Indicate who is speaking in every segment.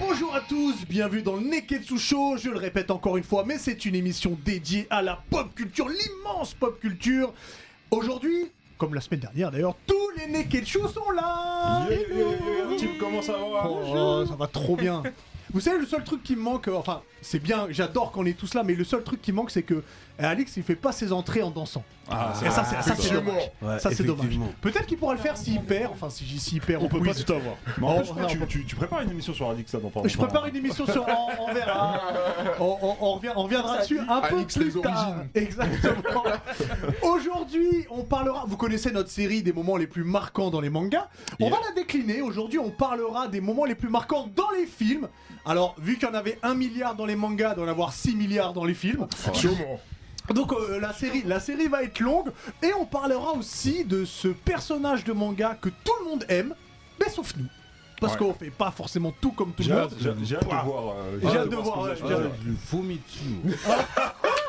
Speaker 1: Bonjour à tous, bienvenue dans le Neketsu Show. Je le répète encore une fois, mais c'est une émission dédiée à la pop culture, l'immense pop culture. Aujourd'hui, comme la semaine dernière d'ailleurs, tous les Neketsu sont là.
Speaker 2: Type, comment ça va
Speaker 1: Oh, ça va trop bien. Vous savez, le seul truc qui me manque, euh, enfin, c'est bien, j'adore qu'on est tous là, mais le seul truc qui manque, c'est que euh, Alix, il fait pas ses entrées en dansant.
Speaker 2: Ah,
Speaker 1: Et ça, c'est- ça, c'est dommage.
Speaker 3: Ouais,
Speaker 1: ça, c'est dommage.
Speaker 3: effectivement.
Speaker 1: Peut-être qu'il pourra le faire s'il perd, enfin, si j'y s'il perd,
Speaker 2: On peut
Speaker 1: quiz.
Speaker 2: pas tout avoir. Mais en
Speaker 1: Oh,
Speaker 2: plus,
Speaker 1: non,
Speaker 2: tu,
Speaker 1: on peut-
Speaker 2: tu- tu prépares une émission sur Alix là dans pas
Speaker 1: Je prépare une émission sur. On, on verra. On, on- on revient, on reviendra dessus un peu
Speaker 4: Alix,
Speaker 1: plus
Speaker 4: les
Speaker 1: tard.
Speaker 4: origines.
Speaker 1: Exactement. Aujourd'hui, on parlera. Vous connaissez notre série des moments les plus marquants dans les mangas. On va la décliner. Aujourd'hui, on parlera des moments les plus marquants dans les films. Alors, vu qu'il y en avait un milliard dans les mangas, d'en avoir 6 milliards dans les films.
Speaker 4: Sûrement.
Speaker 1: Donc euh, la série, la série va être longue et on parlera aussi de ce personnage de manga que tout le monde aime, mais sauf nous, parce
Speaker 2: Ouais.
Speaker 1: qu'on fait pas forcément tout comme tout
Speaker 2: J'ai
Speaker 1: le monde.
Speaker 2: hâte, j'ai- j'ai hâte de voir. euh,
Speaker 1: J'ai hâte de voir,
Speaker 2: ce
Speaker 1: ouais,
Speaker 2: que
Speaker 1: j'ai
Speaker 2: vous avez
Speaker 1: hâte.
Speaker 3: Je le vomis dessus.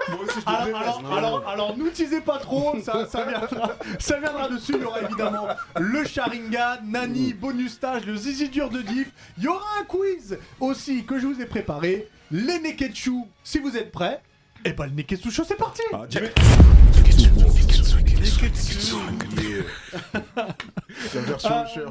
Speaker 2: Moi aussi, je
Speaker 1: Alors,
Speaker 2: le déteste.
Speaker 1: alors, alors, alors, n'utilisez pas trop, ça, ça viendra, ça viendra dessus. Il y aura évidemment le Sharingan, Nani,
Speaker 2: Mm.
Speaker 1: bonus stage, le zizi dur de diff. Il y aura un quiz aussi que je vous ai préparé. Les Neketsu, si vous êtes prêts, et ben le Neketsu Show, c'est parti!
Speaker 2: Ah, tu-
Speaker 4: La version
Speaker 1: Euh,
Speaker 4: Usher.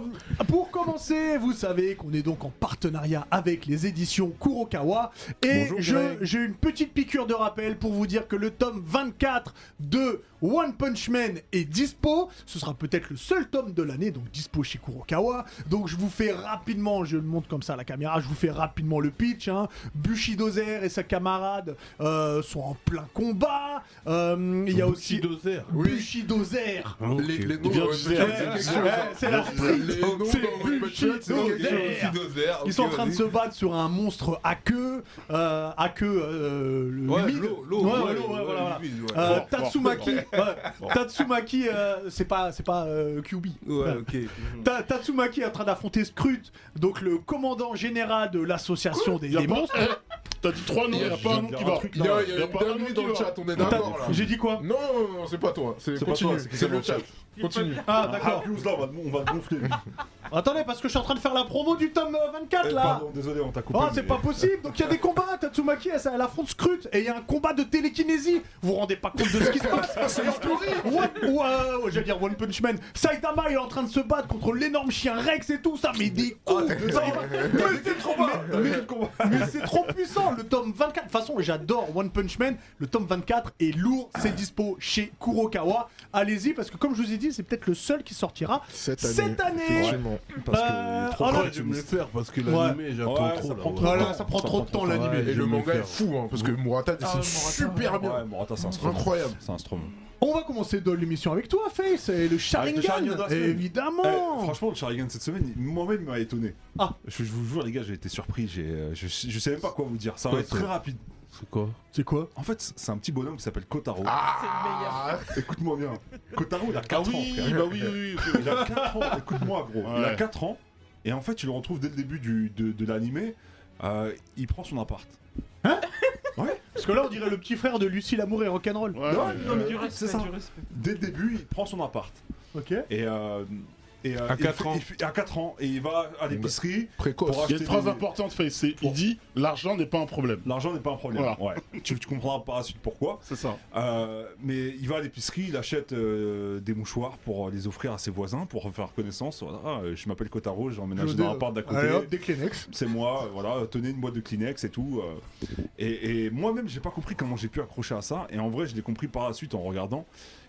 Speaker 1: Pour commencer, vous savez qu'on est donc en partenariat avec les éditions Kurokawa. Et
Speaker 4: Bonjour,
Speaker 1: je-
Speaker 4: Greg.
Speaker 1: j'ai une petite piqûre de rappel pour vous dire que le tome 24 de One Punch Man est dispo. Ce sera peut-être le seul tome de l'année, donc dispo chez Kurokawa. Donc je vous fais rapidement, je le montre comme ça à la caméra, je vous fais rapidement le pitch. Hein. Bushidozer et sa camarade euh, sont en plein combat. Euh, Il y a aussi
Speaker 3: Dozer.
Speaker 4: Oui.
Speaker 1: Bushidozer.
Speaker 4: Les, les
Speaker 2: Il
Speaker 4: noms,
Speaker 2: vient
Speaker 4: euh,
Speaker 2: de
Speaker 4: ça
Speaker 2: faire-
Speaker 4: me dit quelque chose.
Speaker 1: Ouais, c'est la
Speaker 4: Les les noms
Speaker 1: C'est
Speaker 4: dans One Punch Man, c'est
Speaker 1: Bushidozer.
Speaker 4: quelque chose. Bushidozer,
Speaker 1: Ils sont en
Speaker 4: Ah, ok,
Speaker 1: train de
Speaker 4: vas-y.
Speaker 1: se battre sur un monstre à queue, euh, à queue euh, le-
Speaker 3: Ouais,
Speaker 1: humide.
Speaker 3: l'eau, l'eau,
Speaker 1: Ouais, ouais,
Speaker 3: ouais,
Speaker 1: l'eau, ouais,
Speaker 3: ouais,
Speaker 1: voilà, voilà.
Speaker 4: l'humide, ouais.
Speaker 1: Euh,
Speaker 2: Fort,
Speaker 1: Tatsumaki, ouais, Tatsumaki, euh, c'est pas, c'est pas euh, QB.
Speaker 3: Ouais, ok.
Speaker 1: Ta- Tatsumaki est en train d'affronter Scrut, donc le commandant général de l'association des,
Speaker 5: Y a
Speaker 1: des
Speaker 5: pas-
Speaker 1: monstres.
Speaker 5: T'as dit trois
Speaker 4: Il
Speaker 5: noms,
Speaker 4: y a-
Speaker 5: il a pas un nom qui va.
Speaker 4: Il y a, il y a
Speaker 5: Y a
Speaker 4: une
Speaker 5: pas un
Speaker 4: dinguerie
Speaker 5: nom qui
Speaker 4: dans le
Speaker 5: va.
Speaker 4: chat, on est d'accord là.
Speaker 1: J'ai dit quoi
Speaker 4: Non, non, non, c'est pas toi. C'est
Speaker 2: C'est pas
Speaker 4: continue.
Speaker 2: toi, c'est qui
Speaker 4: C'est le
Speaker 2: dans
Speaker 4: chat.
Speaker 2: le
Speaker 4: Continue.
Speaker 1: Ah
Speaker 2: Ah,
Speaker 1: d'accord.
Speaker 2: Hughes, là, on va, on va le gonfler. lui.
Speaker 1: Attendez parce que je suis en train de faire la promo du tome euh, 24
Speaker 2: Eh,
Speaker 1: là.
Speaker 2: Pardon, désolé, on t'a coupé.
Speaker 1: Oh, c'est
Speaker 2: mais-
Speaker 1: pas possible! Donc, il y a des combats! Tatsumaki, elle, elle affronte Scrut! Et il y a un combat de télékinésie! Vous vous rendez pas compte de ce qui se passe! C'est One, ou, euh, ouais, j'allais dire One Punch Man! Saitama, il est en train de se battre contre l'énorme chien Rex et tout! Ça met des coups! Ça va- mais c'est trop, mais- mais- mais c'est trop puissant! Le tome 24, de toute façon, j'adore One Punch Man! Le tome 24 est lourd, c'est dispo chez Kurokawa! Allez-y, parce que comme je vous ai dit, c'est peut-être le seul qui sortira
Speaker 4: Cette
Speaker 1: cette année!
Speaker 4: Effectivement.
Speaker 3: Parce que
Speaker 1: Euh,
Speaker 3: trop
Speaker 1: oh là-
Speaker 3: près, je vais me le faire parce que l'animé, j'attends
Speaker 2: Ouais, ça
Speaker 3: trop là.
Speaker 2: prend
Speaker 3: ouais.
Speaker 2: trop.
Speaker 1: Voilà, ça prend trop de temps l'animé!
Speaker 3: Ouais,
Speaker 4: Et
Speaker 3: je
Speaker 4: le
Speaker 3: vais
Speaker 4: manga
Speaker 3: le
Speaker 4: est
Speaker 3: faire.
Speaker 4: fou, hein, parce que Murata dessine super bien.
Speaker 2: Ouais, Morata, c'est un strum.
Speaker 4: Incroyable.
Speaker 2: C'est un strum.
Speaker 1: On va commencer de l'émission avec toi, Face, et le
Speaker 2: Avec le Sharingan de
Speaker 1: Sharingan,
Speaker 2: la semaine.
Speaker 1: évidemment.
Speaker 2: Eh, franchement, le Sharingan cette semaine, il- moi-même il m'a étonné.
Speaker 1: Oh. Ah.
Speaker 2: Je, je vous jure, les gars, j'ai été surpris. J'ai, euh, je, je sais même pas quoi vous dire. Ça
Speaker 3: Quoi,
Speaker 2: va être
Speaker 3: ça
Speaker 2: très rapide.
Speaker 3: C'est quoi
Speaker 1: C'est quoi
Speaker 2: En fait, c'est un petit bonhomme qui s'appelle Kotaro.
Speaker 4: Ah,
Speaker 2: Écoute-moi bien. Kotaro, il a 4
Speaker 3: Ah oui,
Speaker 2: ans. frère.
Speaker 3: bah oui, oui, oui.
Speaker 2: Il a 4 ans, écoute-moi gros, il a 4 ans, et en fait tu le retrouves dès le début du, de, de l'animé, euh, il prend son appart.
Speaker 1: Parce que là, on dirait le petit frère de Lucie Lamour et Rock'n'Roll.
Speaker 5: Ouais,
Speaker 2: Non, non,
Speaker 4: Euh,
Speaker 2: mais
Speaker 5: ouais.
Speaker 2: du reste, c'est ça. Dès le début, il prend son appart.
Speaker 1: Ok.
Speaker 2: Et, euh, et euh,
Speaker 3: À
Speaker 2: il
Speaker 3: quatre
Speaker 2: fait-
Speaker 3: ans.
Speaker 2: il fait- à 4 ans, et il va à l'épicerie,
Speaker 4: Précoce.
Speaker 2: Pour
Speaker 5: Il y a une
Speaker 2: acheter
Speaker 5: phrase
Speaker 2: des-
Speaker 5: importante, Faye, c'est il dit l'argent n'est pas un problème.
Speaker 2: l'argent n'est pas un problème.
Speaker 5: Voilà.
Speaker 2: Ouais. tu, tu comprendras par la suite pourquoi.
Speaker 5: C'est ça.
Speaker 2: Euh, mais il va à l'épicerie, il achète euh, des mouchoirs pour euh, les offrir à ses voisins, pour faire connaissance. Voilà, euh, je m'appelle Kotaro, j'ai emménagé dans l'appart d'à côté.
Speaker 1: Allez hop, des Kleenex.
Speaker 2: c'est moi, euh, voilà, tenez une boîte de Kleenex et tout. euh. et et moi-même, j'ai pas compris comment j'ai pu accrocher à ça. Et en vrai, je l'ai compris par la suite en regardant.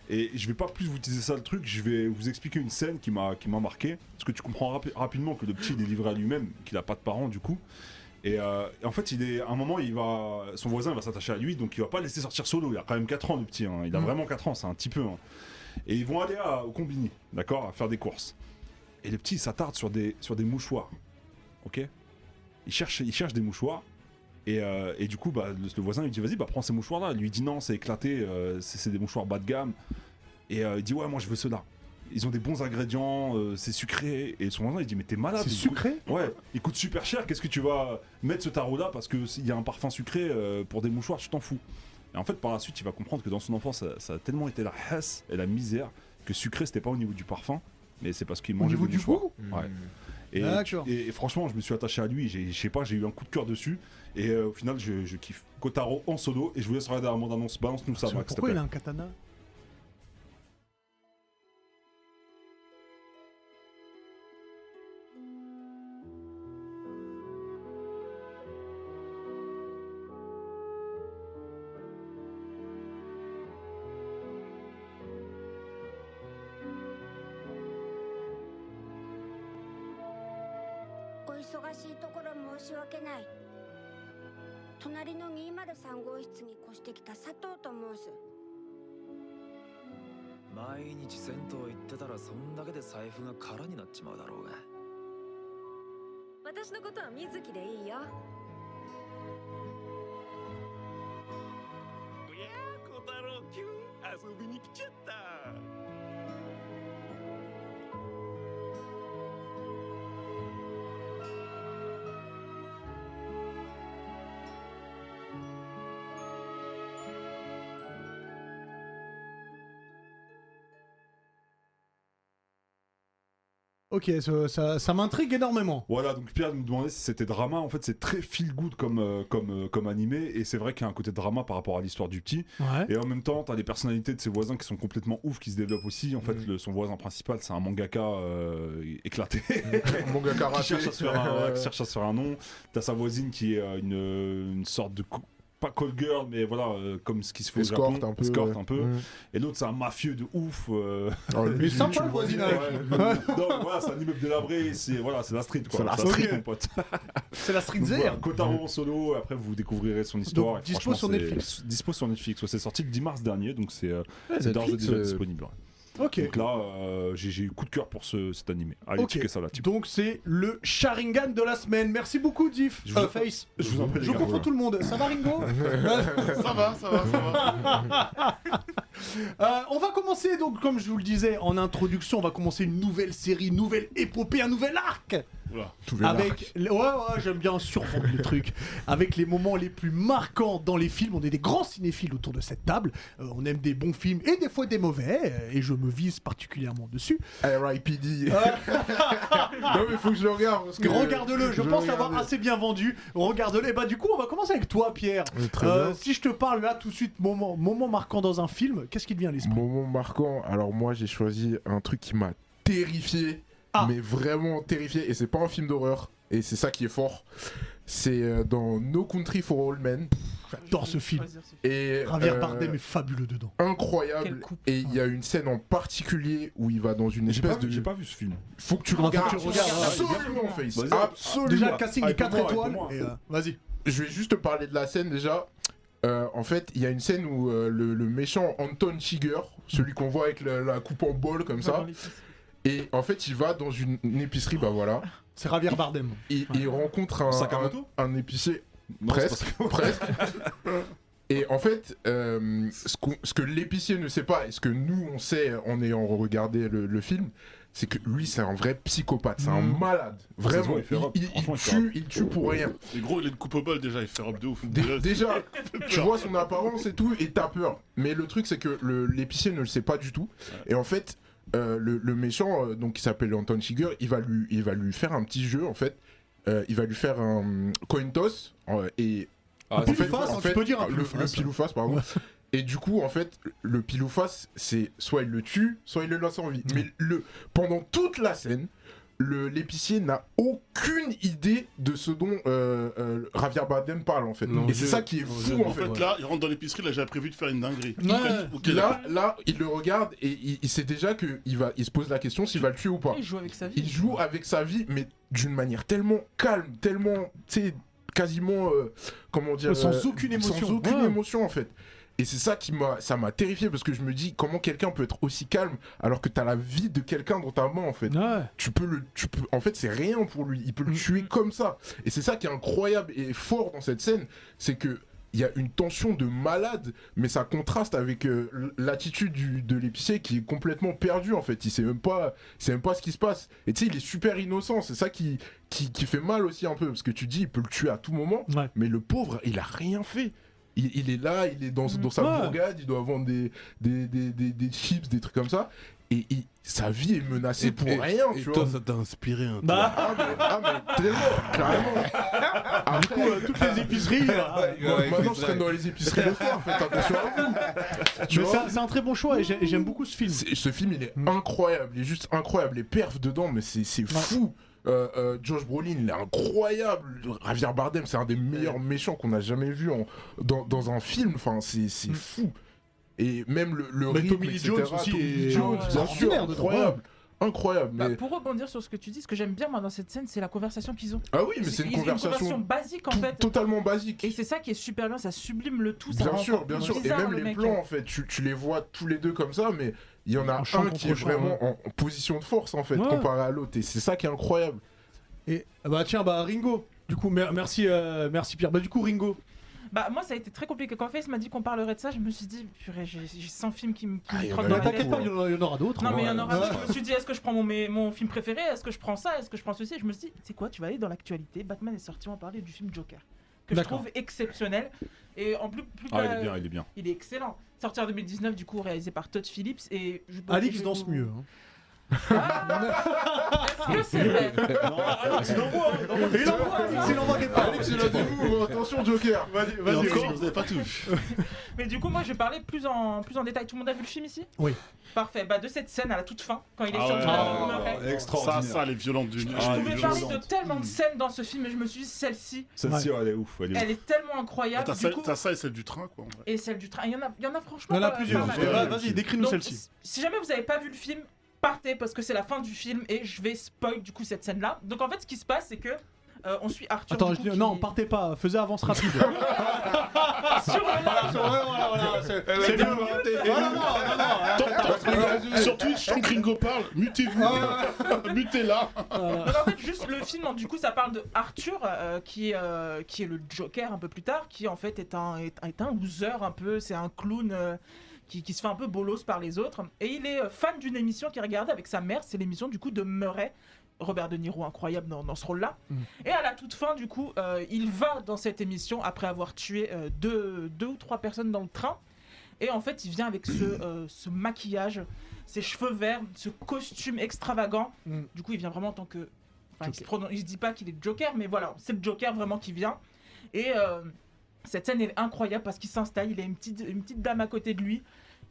Speaker 2: Et je vais pas plus vous teaser ça le truc, je vais vous expliquer une scène qui m'a qui m'a marqué. Parce que tu comprends rapi- rapidement que le petit il est livré à lui-même, qu'il a pas de parents du coup. Et euh, en fait, il est, à un moment, il va, son voisin va s'attacher à lui, donc il va pas laisser sortir solo. Il a quand même 4 ans, le petit. hein. Il a
Speaker 1: Mm.
Speaker 2: vraiment 4 ans, c'est un petit peu. hein. Et ils vont aller à- au combini, d'accord, à faire des courses. Et le petit, il s'attarde sur des, sur des mouchoirs. Ok il cherche, il cherche des mouchoirs. Et, euh, et du coup, bah, le, le voisin lui dit Vas-y, bah, prends ces mouchoirs-là. Il lui dit Non, c'est éclaté, euh, c'est c'est des mouchoirs bas de gamme. Et euh, il dit Ouais, moi je veux ceux-là. Ils ont des bons ingrédients, euh, c'est sucré. Et son voisin il dit Mais t'es malade.
Speaker 1: C'est
Speaker 2: il
Speaker 1: sucré
Speaker 2: coûte- Ouais, il coûte super cher. Qu'est-ce que tu vas mettre ce tarot-là Parce qu'il y a un parfum sucré euh, pour des mouchoirs, je t'en fous. Et en fait, par la suite, il va comprendre que dans son enfance, ça, ça a tellement été la hasse et la misère que sucré, c'était pas au niveau du parfum, mais c'est parce qu'il
Speaker 1: Au
Speaker 2: mangeait
Speaker 1: niveau
Speaker 2: des
Speaker 1: du
Speaker 2: mouchoirs.
Speaker 1: goût Mmh.
Speaker 2: Ouais. Et,
Speaker 1: D'accord.
Speaker 2: et- et franchement, je me suis attaché à lui. j'ai- Je sais pas, j'ai eu un coup de cœur dessus. Et euh, au final, je, je kiffe. Kotaro en solo. Et je vous laisse regarder la bande-annonce. Balance-nous ça, Max. s'il te
Speaker 1: Bah, Pourquoi
Speaker 2: plaît.
Speaker 1: il a un katana
Speaker 6: お忙しいところ申し訳ない隣の203号室に越してきた佐藤と申す
Speaker 7: 毎日銭湯行ってたらそんだけで財布が空になっちまうだろうが
Speaker 8: 私のことは水木でいいよ
Speaker 9: 小太郎キュン遊びに来ちゃった
Speaker 1: Ok, ça, ça- ça m'intrigue énormément.
Speaker 2: Voilà, donc Pierre nous demandait si c'était drama. En fait, c'est très feel good comme, euh, comme, euh, comme animé. Et c'est vrai qu'il y a un côté drama par rapport à l'histoire du petit.
Speaker 1: Ouais.
Speaker 2: Et en même temps, t'as les personnalités de ses voisins qui sont complètement ouf, qui se développent aussi. En fait, le- son voisin principal, c'est un mangaka euh, éclaté.
Speaker 4: Mon gars
Speaker 2: qui,
Speaker 4: karaté.
Speaker 2: cherche à se faire un, ouais, qui cherche à se faire un nom. T'as sa voisine qui est euh, une, une sorte de. co- Pas call girl, mais voilà, euh, comme ce qui se fait au
Speaker 4: Escorte
Speaker 2: Japon.
Speaker 4: un peu.
Speaker 2: Escorte
Speaker 4: ouais.
Speaker 2: un peu.
Speaker 4: Mm.
Speaker 2: Et l'autre, c'est un mafieux de ouf. euh,
Speaker 4: Alors, Oh, lui,
Speaker 1: sympa,
Speaker 4: tu
Speaker 1: le
Speaker 4: le vois
Speaker 1: voisinage.
Speaker 4: direct.
Speaker 2: ouais. non, voilà, c'est un immeuble délabré. C'est voilà, c'est la street, quoi.
Speaker 4: C'est la
Speaker 2: street,
Speaker 1: street.
Speaker 2: mon pote.
Speaker 1: C'est la Street
Speaker 2: Donc voilà,
Speaker 1: Zero.
Speaker 2: Kotaro en solo, après vous découvrirez son histoire.
Speaker 1: Donc,
Speaker 2: et
Speaker 1: dispo
Speaker 2: franchement,
Speaker 1: sur
Speaker 2: c'est-
Speaker 1: Netflix.
Speaker 2: Dispo sur Netflix, ouais, c'est sorti le 10 mars dernier, donc c'est euh,
Speaker 4: Ouais,
Speaker 2: c'est d'ores et
Speaker 4: Netflix,
Speaker 2: déjà
Speaker 4: euh,
Speaker 2: disponible. ouais.
Speaker 1: Ok.
Speaker 2: Donc là, euh, j'ai j'ai eu coup de cœur pour ce, cet animé. Allez,
Speaker 1: Ok.
Speaker 2: checker ça là, type.
Speaker 1: Donc c'est le Sharingan de la semaine. Merci beaucoup, Diff.
Speaker 2: Je vous-
Speaker 1: Euh, Face.
Speaker 2: Je vous en prie, les
Speaker 1: Je
Speaker 2: gars.
Speaker 1: confonds tout le monde. Ça va, Ringo
Speaker 5: Ça va, ça va, ça va.
Speaker 1: Euh, on va commencer donc, comme je vous le disais en introduction, on va commencer une nouvelle série, une nouvelle épopée, un nouvel arc.
Speaker 4: Tout vénère.
Speaker 1: Avec, les- ouais, ouais, j'aime bien survendre les trucs. Avec les moments les plus marquants dans les films, on est des grands cinéphiles autour de cette table. Euh, on aime des bons films et des fois des mauvais, euh, et je me vise particulièrement dessus.
Speaker 4: R.I.P.D. Non, mais faut que je le regarde. parce que-
Speaker 1: Regarde-le, je,
Speaker 4: vais
Speaker 1: pense
Speaker 4: le
Speaker 1: avoir
Speaker 4: regarder.
Speaker 1: assez bien vendu. Regarde-le. Et bah du coup, on va commencer avec toi, Pierre.
Speaker 4: Euh, Très
Speaker 1: Euh,
Speaker 4: bien.
Speaker 1: si je te parle là tout de suite, moment, moment marquant dans un film, qu'est-ce qui te vient à l'esprit
Speaker 4: Moment marquant. Alors moi j'ai choisi un truc qui m'a terrifié,
Speaker 1: Ah.
Speaker 4: mais vraiment terrifié. Et c'est pas un film d'horreur. Et c'est ça qui est fort. C'est euh, dans No Country for All Men.
Speaker 1: J'adore ce film.
Speaker 4: Et
Speaker 1: Javier
Speaker 4: euh,
Speaker 1: Bardem est fabuleux dedans.
Speaker 4: incroyable.
Speaker 10: Quelle coupe.
Speaker 4: Et il y a une scène en particulier où il va dans une
Speaker 2: J'ai pas,
Speaker 4: espèce
Speaker 2: vu- j'ai
Speaker 4: de.
Speaker 2: pas vu ce film.
Speaker 4: Faut que tu le
Speaker 1: Ah, faut que
Speaker 4: regardes.
Speaker 1: tu le regardes, ouais.
Speaker 4: Absolument, Face.
Speaker 2: Vas-y.
Speaker 4: Absolument.
Speaker 1: Déjà, le casting
Speaker 2: Ah,
Speaker 1: est
Speaker 2: et pour
Speaker 1: 4
Speaker 2: moi, et pour
Speaker 1: étoiles.
Speaker 2: moi.
Speaker 1: et, euh, Vas-y.
Speaker 4: je vais juste te parler de la scène déjà. Euh, en fait, il y a une scène où euh, le, le méchant Anton Chigurh, celui qu'on voit avec la, la coupe en bol comme ça, et en fait, il va dans une, une épicerie, bah voilà,
Speaker 1: C'est Javier Bardem.
Speaker 4: et et il rencontre un,
Speaker 2: Sakamoto
Speaker 4: un, un épicier,
Speaker 2: Non, c'est
Speaker 4: presque, presque. Et en fait, euh, ce, qu'on- ce que l'épicier ne sait pas, et ce que nous on sait en ayant regardé le, le film, c'est que lui c'est un vrai psychopathe, c'est un
Speaker 1: Mm.
Speaker 4: malade,
Speaker 2: Ah, se
Speaker 4: vraiment.
Speaker 2: voit, il fait rap.
Speaker 4: il- il-
Speaker 2: Franchement, il
Speaker 4: il
Speaker 2: fait
Speaker 4: tue, il tue pour rien.
Speaker 5: Les gros, il est de coupe au bol déjà, il fait rap de ouf.
Speaker 4: Dé- Déjà, tu
Speaker 5: peur.
Speaker 4: vois son apparence et tout, et t'as peur. Mais le truc, c'est que le- l'épicier ne le sait pas du tout. Et en fait, euh, le, le méchant, euh, donc qui s'appelle Anton Chigurh, il va lui, il va lui faire un petit jeu en fait. Euh, il va lui faire un coin toss euh, et
Speaker 2: Ah,
Speaker 1: Pile ou face, hein, tu peux dire un
Speaker 4: le,
Speaker 1: pile ou face,
Speaker 4: le
Speaker 1: hein.
Speaker 4: pile ou face, pardon.
Speaker 1: Ouais.
Speaker 4: Et du coup, en fait, le pile ou face, c'est soit il le tue, soit il le lance en vie.
Speaker 1: Mm.
Speaker 4: Mais le, pendant toute la scène, le- l'épicier n'a aucune idée de ce dont euh, euh, Javier Bardem parle en fait.
Speaker 3: Non,
Speaker 4: Et c'est
Speaker 3: je-
Speaker 4: ça qui est fou en
Speaker 5: En
Speaker 4: fait.
Speaker 5: fait, là, il rentre dans l'épicerie, là, j'avais prévu de faire une dinguerie.
Speaker 1: Ouais.
Speaker 5: Ok,
Speaker 4: Là, là, il le regarde et il, il sait déjà que il va, il se pose la question s'il va le tuer ou pas.
Speaker 10: Il joue avec sa vie.
Speaker 4: Bah, Il joue avec sa vie, mais d'une manière tellement calme, tellement, tu sais, quasiment, euh, comment dire, euh,
Speaker 1: Sans aucune émotion.
Speaker 4: sans aucune
Speaker 1: Ouais.
Speaker 4: émotion en fait. Et c'est ça qui m'a, ça m'a terrifié parce que je me dis comment quelqu'un peut être aussi calme alors que t'as la vie de quelqu'un dans ta main en fait.
Speaker 1: Ouais.
Speaker 4: Tu peux le, tu peux, en fait c'est rien pour lui. Il peut le
Speaker 1: Mm.
Speaker 4: tuer comme ça. Et c'est ça qui est incroyable et fort dans cette scène, c'est que il y a une tension de malade, mais ça contraste avec euh, l- l'attitude du- de l'épicier qui est complètement perdu en fait. Il sait même pas, il sait même pas ce qui se passe. Et tu sais, il est super innocent. C'est ça qui, qui, qui fait mal aussi un peu parce que tu dis il peut le tuer à tout moment,
Speaker 1: Ouais.
Speaker 4: mais le pauvre il a rien fait. Il, il est là, il est dans, dans sa
Speaker 1: Mm. Ouais.
Speaker 4: bourgade, il doit vendre des, des, des, des- des chips, des trucs comme ça. et il- sa vie est menacée
Speaker 3: Et-
Speaker 4: pour
Speaker 3: et-
Speaker 4: rien,
Speaker 3: Et
Speaker 4: tu
Speaker 3: toi,
Speaker 4: vois.
Speaker 3: ça t'a inspiré un truc.
Speaker 1: Bah,
Speaker 4: Ah mais, ah, mais tellement, carrément. Après,
Speaker 1: euh, toutes les épiceries. euh, voilà.
Speaker 4: moi, maintenant je traîne dans les épiceries le soir, faites attention à vous. Tu
Speaker 1: Mais
Speaker 4: vois
Speaker 1: c'est un- c'est un très bon choix et j'ai- et j'aime beaucoup ce film.
Speaker 4: C'est- Ce film, il est
Speaker 1: Mm.
Speaker 4: incroyable, il est juste incroyable. Les perfs dedans, mais c'est c'est fou. Euh, euh, Josh Brolin, il est incroyable. Javier Bardem, c'est un des meilleurs méchants qu'on a jamais vu en- dans, dans un film. Enfin, c'est c'est
Speaker 10: Mm.
Speaker 4: fou. Et même le, le
Speaker 1: Mais
Speaker 4: rythme,
Speaker 1: Tommy Lee
Speaker 4: etc.
Speaker 1: Jones aussi
Speaker 4: Tommy Lee
Speaker 1: est
Speaker 4: Jones, bien sûr,
Speaker 1: extraordinaire dedans.
Speaker 4: incroyable, incroyable.
Speaker 10: Bah,
Speaker 4: mais-
Speaker 10: pour rebondir sur ce que tu dis, ce que j'aime bien moi dans cette scène, c'est la conversation qu'ils ont.
Speaker 4: Ah oui, mais c'est
Speaker 10: ils-
Speaker 4: une conversation
Speaker 10: basique en
Speaker 4: tout-
Speaker 10: fait.
Speaker 4: totalement basique.
Speaker 10: Et c'est ça qui est super bien, ça sublime le tout. ça
Speaker 4: Bien
Speaker 10: rend
Speaker 4: sûr,
Speaker 10: encore
Speaker 4: bien
Speaker 10: plus
Speaker 4: sûr. Et
Speaker 10: bizarre,
Speaker 4: même
Speaker 10: le
Speaker 4: les
Speaker 10: mec.
Speaker 4: plans, en fait, tu, tu les vois tous les deux comme ça, mais il y en a
Speaker 1: En champ
Speaker 4: un qui est
Speaker 1: contre champ,
Speaker 4: vraiment en en position de force, en fait,
Speaker 1: Ouais.
Speaker 4: comparé à l'autre. Et c'est ça qui est incroyable.
Speaker 1: Et ah bah tiens, bah Ringo. Du coup, mer- merci, euh, merci Pierre. Bah du coup, Ringo.
Speaker 10: Bah moi ça a été très compliqué. Quand Face m'a dit qu'on parlerait de ça, je me suis dit purée, j'ai j'ai 100 films qui me qui
Speaker 4: Ah,
Speaker 10: me
Speaker 4: il y en
Speaker 10: trottent
Speaker 4: a
Speaker 10: dans
Speaker 1: Bah,
Speaker 10: la
Speaker 1: T'inquiète
Speaker 10: tête.
Speaker 1: pas, il y en a- il y en aura d'autres.
Speaker 10: Non mais il y en aura.
Speaker 1: Ouais.
Speaker 10: d'autres. Je me suis dit est-ce que je prends mon, mes- mon film préféré, est-ce que je prends ça, est-ce que je prends ceci. Je me suis dit c'est quoi, tu vas aller dans l'actualité. Batman est sorti, on va parler du film Joker que je
Speaker 1: D'accord.
Speaker 10: trouve exceptionnel et en plus, plus
Speaker 2: Ah, il
Speaker 10: t'as-
Speaker 2: est bien, il est bien.
Speaker 10: il est excellent. Sorti en 2019 du coup réalisé par Todd Phillips et je
Speaker 1: Alix
Speaker 10: je-
Speaker 1: danse mieux. hein.
Speaker 10: Ah, Est-ce que c'est vrai
Speaker 2: Ah,
Speaker 1: Il envoie, hein, il envoie, Alix, il envoie des pas.
Speaker 4: Alex, il a des moves, attention, Joker
Speaker 1: Vas-y,
Speaker 5: Et
Speaker 1: vas-y.
Speaker 5: encore, vous avez pas tout vu.
Speaker 10: Mais du coup, moi, je vais parler plus en, plus en détail. Tout le monde a vu le film ici
Speaker 1: Oui.
Speaker 10: Parfait. Bah, de cette scène à la toute fin, quand il est
Speaker 5: Ah
Speaker 10: sur
Speaker 5: ouais.
Speaker 10: le
Speaker 1: Ah,
Speaker 10: plateau, Murray.
Speaker 5: Ça,
Speaker 2: Extraordinaire.
Speaker 5: ça, les violentes du.
Speaker 2: Ah,
Speaker 10: Je pouvais
Speaker 2: elle est
Speaker 10: parler de
Speaker 2: violente.
Speaker 10: tellement de scènes dans ce film, mais je me suis dit, celle-ci,
Speaker 2: Celle-ci, elle est ouf. Elle est ouf.
Speaker 10: elle est tellement incroyable.
Speaker 5: Ah, T'as
Speaker 10: du
Speaker 5: celle-
Speaker 10: coup-
Speaker 5: t'as ça et celle du train, quoi. en vrai.
Speaker 10: Et celle du train. Il y en a, il y en a franchement.
Speaker 1: Il y en a
Speaker 10: pas-
Speaker 1: plusieurs.
Speaker 10: pas mal.
Speaker 5: Ouais,
Speaker 1: Vas-
Speaker 5: ouais.
Speaker 1: Vas-y, décris-nous
Speaker 10: Donc,
Speaker 1: celle-ci.
Speaker 10: Si jamais vous n'avez pas vu le film, partez parce que c'est la fin du film et je vais spoil du coup cette scène-là. Donc, en fait, ce qui se passe, c'est que. euh, on suit Arthur.
Speaker 1: Attends, je
Speaker 10: du coup,
Speaker 1: dis-
Speaker 10: qui-
Speaker 1: non, partez pas, faisais avance rapide.
Speaker 10: Sur le large.
Speaker 1: C'est mieux. Voilà, non, non, non.
Speaker 5: Sur Twitch, tant que Ringo parle, mutez-vous. Mutez-la.
Speaker 1: Euh,
Speaker 10: Donc en fait, juste le film, du coup, ça parle de Arthur, euh, qui, est, euh, qui est le Joker un peu plus tard, qui en fait est un, est, est un loser un peu, c'est un clown euh, qui, qui se fait un peu bolos par les autres. Et il est euh, fan d'une émission qu'il regardait avec sa mère, c'est l'émission du coup de Murray. Robert De Niro, incroyable dans, dans ce rôle-là. Et à la toute fin, du coup, euh, il va dans cette émission après avoir tué euh, deux, deux ou trois personnes dans le train. Et en fait, il vient avec ce, euh, ce maquillage, ces cheveux verts, ce costume extravagant.
Speaker 1: Mm.
Speaker 10: Du coup, il vient vraiment en tant que. Enfin, il se, prononce- il se dit pas qu'il est Joker, mais voilà, c'est le Joker vraiment qui vient. Et euh, cette scène est incroyable parce qu'il s'installe, il a une petite, une petite dame à côté de lui.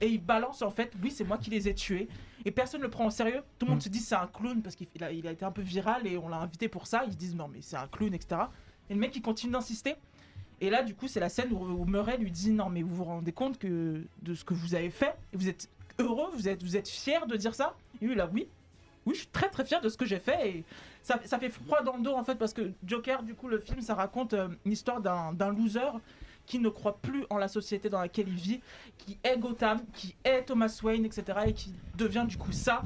Speaker 10: Et il balance en fait, oui, c'est moi qui les ai tués. Et personne ne le prend au sérieux. Tout le monde se dit c'est un clown parce qu'il a, il a été un peu viral et on l'a invité pour ça. Ils se disent non, mais c'est un clown, etc. Et le mec, il continue d'insister. Et là, du coup, c'est la scène où, où Murray lui dit Non, mais vous vous rendez compte que de ce que vous avez fait Et Vous êtes heureux Vous êtes, vous êtes fier de dire ça Et lui, là, oui. Oui, je suis très très fier de ce que j'ai fait. Et ça, ça fait froid dans le dos, en fait, parce que Joker, du coup, le film, ça raconte euh, une histoire d'un d'un loser qui ne croit plus en la société dans laquelle il vit, qui est Gotham, qui est Thomas Wayne, etc. Et qui devient, du coup, ça.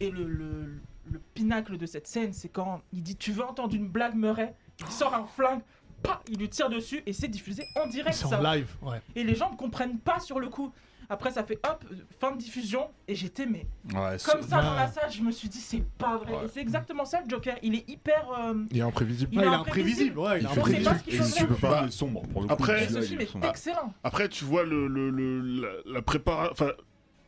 Speaker 10: Et le, le- le pinacle de cette scène, c'est quand il dit Tu veux entendre une blague, Murray Il sort un flingue. Pah il lui tire dessus et c'est diffusé en direct.
Speaker 1: C'est
Speaker 10: ça.
Speaker 1: en live, ouais.
Speaker 10: Et les gens ne comprennent pas sur le coup. Après, ça fait hop, fin de diffusion. Et j'étais, mais
Speaker 2: Ouais,
Speaker 10: comme ça dans la
Speaker 1: Ouais.
Speaker 10: salle, je me suis dit, c'est pas vrai.
Speaker 2: Ouais.
Speaker 10: Et c'est exactement ça le Joker. Il est hyper. euh,
Speaker 4: Il est imprévisible.
Speaker 10: Il
Speaker 1: Ah,
Speaker 10: est
Speaker 1: il est imprévisible,
Speaker 10: imprévisible.
Speaker 1: ouais, il est
Speaker 10: Il fait des
Speaker 1: imprévisible.
Speaker 10: trucs
Speaker 2: Et le
Speaker 10: Tu
Speaker 2: film
Speaker 10: peux
Speaker 5: pas.
Speaker 2: est sombre pour le coup.
Speaker 5: Après,
Speaker 2: celui-là,
Speaker 10: ce
Speaker 2: il
Speaker 10: film
Speaker 2: est hein.
Speaker 10: est
Speaker 2: sombre.
Speaker 10: excellent.
Speaker 5: Après, tu vois le, le- le- la, la préparation. Enfin,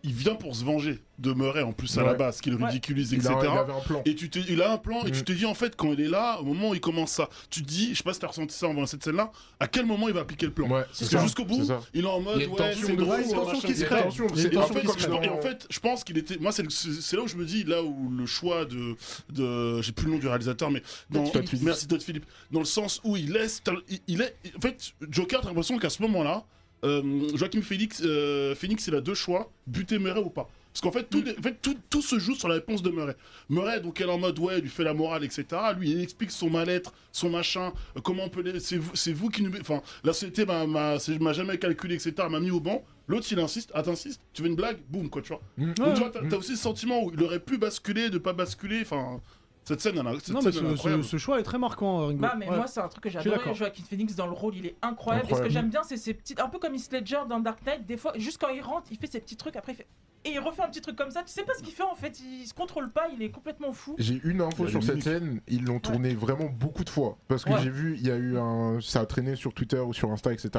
Speaker 5: il vient pour se venger de Murray en plus à
Speaker 4: Ouais.
Speaker 5: la base, qu'il
Speaker 10: Ouais.
Speaker 5: ridiculise,
Speaker 4: Il,
Speaker 5: etc.
Speaker 4: a- il avait un plan.
Speaker 5: Et tu te, il a un plan et tu
Speaker 4: Mm.
Speaker 5: te dis en fait quand il est là, au moment où il commence ça, tu te dis, je sais pas si t'as ressenti ça avant cette scène-là, à quel moment il va appliquer le plan.
Speaker 4: Ouais,
Speaker 5: Parce
Speaker 4: c'est
Speaker 5: que
Speaker 4: ça,
Speaker 5: jusqu'au bout,
Speaker 4: c'est ça.
Speaker 5: il est en mode
Speaker 4: Il y a une
Speaker 5: ouais,
Speaker 4: tension
Speaker 5: c'est
Speaker 4: de
Speaker 5: drôle,
Speaker 4: ouf,
Speaker 5: machin,
Speaker 1: tension qui
Speaker 5: etc.
Speaker 1: se crée.
Speaker 4: Attention,
Speaker 1: Il y a
Speaker 4: c'est
Speaker 1: une
Speaker 5: Et en,
Speaker 1: tension
Speaker 5: fait,
Speaker 1: qui se
Speaker 5: je-
Speaker 1: crée.
Speaker 5: et en fait, je pense qu'il était. Moi, c'est le- c'est c'est là où je me dis, là où le choix de. de j'ai plus le nom du réalisateur, mais. Dans,
Speaker 4: Todd Phillips.
Speaker 5: Merci Todd Philippe. Dans le sens où il laisse. t'as- Il, il est, en fait, Joker, t'as l'impression qu'à ce moment-là, euh, Joachim Félix, euh, Phoenix, il a deux choix buter Murray ou pas. Parce qu'en fait, tout,
Speaker 4: Mm.
Speaker 5: en fait tout, tout se joue sur la réponse de Murray. Murray, donc, elle est en mode, ouais, il lui fait la morale, etc. Lui, il explique son mal-être, son machin, euh, comment on peut. les- C'est vous, c'est vous qui nous. Enfin, la société m'a- m'a c'est- m'a jamais calculé, etc. m'a mis au banc. L'autre, il insiste, ah, t'insistes, tu veux une blague Boum, quoi, tu vois.
Speaker 4: Mm.
Speaker 5: Donc, tu vois, t'as t'as aussi le sentiment où il aurait pu basculer, de pas basculer. Enfin, cette scène, elle, a- cette
Speaker 1: Non, mais
Speaker 5: scène, elle est
Speaker 1: ce,
Speaker 5: incroyable.
Speaker 1: ce- ce choix est très marquant, euh, Ringo.
Speaker 10: Bah, mais
Speaker 1: Ouais.
Speaker 10: moi, c'est un truc que j'ai
Speaker 1: Je suis
Speaker 10: adoré.
Speaker 1: d'accord.
Speaker 10: Joaquin Phoenix dans le rôle, il est incroyable. Et ce
Speaker 4: Incroyable.
Speaker 10: que j'aime bien, c'est ces petites. Un peu comme Heath Ledger dans Dark Knight. Des fois, juste quand il rentre, il fait ses petits trucs. Après, il fait. Et il refait un petit truc comme ça. Tu sais pas ce qu'il fait en fait. Il se contrôle pas. Il est complètement fou.
Speaker 4: J'ai une
Speaker 2: Il
Speaker 4: info
Speaker 2: y a
Speaker 4: sur
Speaker 2: des
Speaker 4: cette
Speaker 2: mimiques.
Speaker 4: scène, ils l'ont tourné vraiment beaucoup de fois. Parce que
Speaker 10: Ouais.
Speaker 4: j'ai vu, il y a eu un. Ça a traîné sur Twitter ou sur Insta, etc.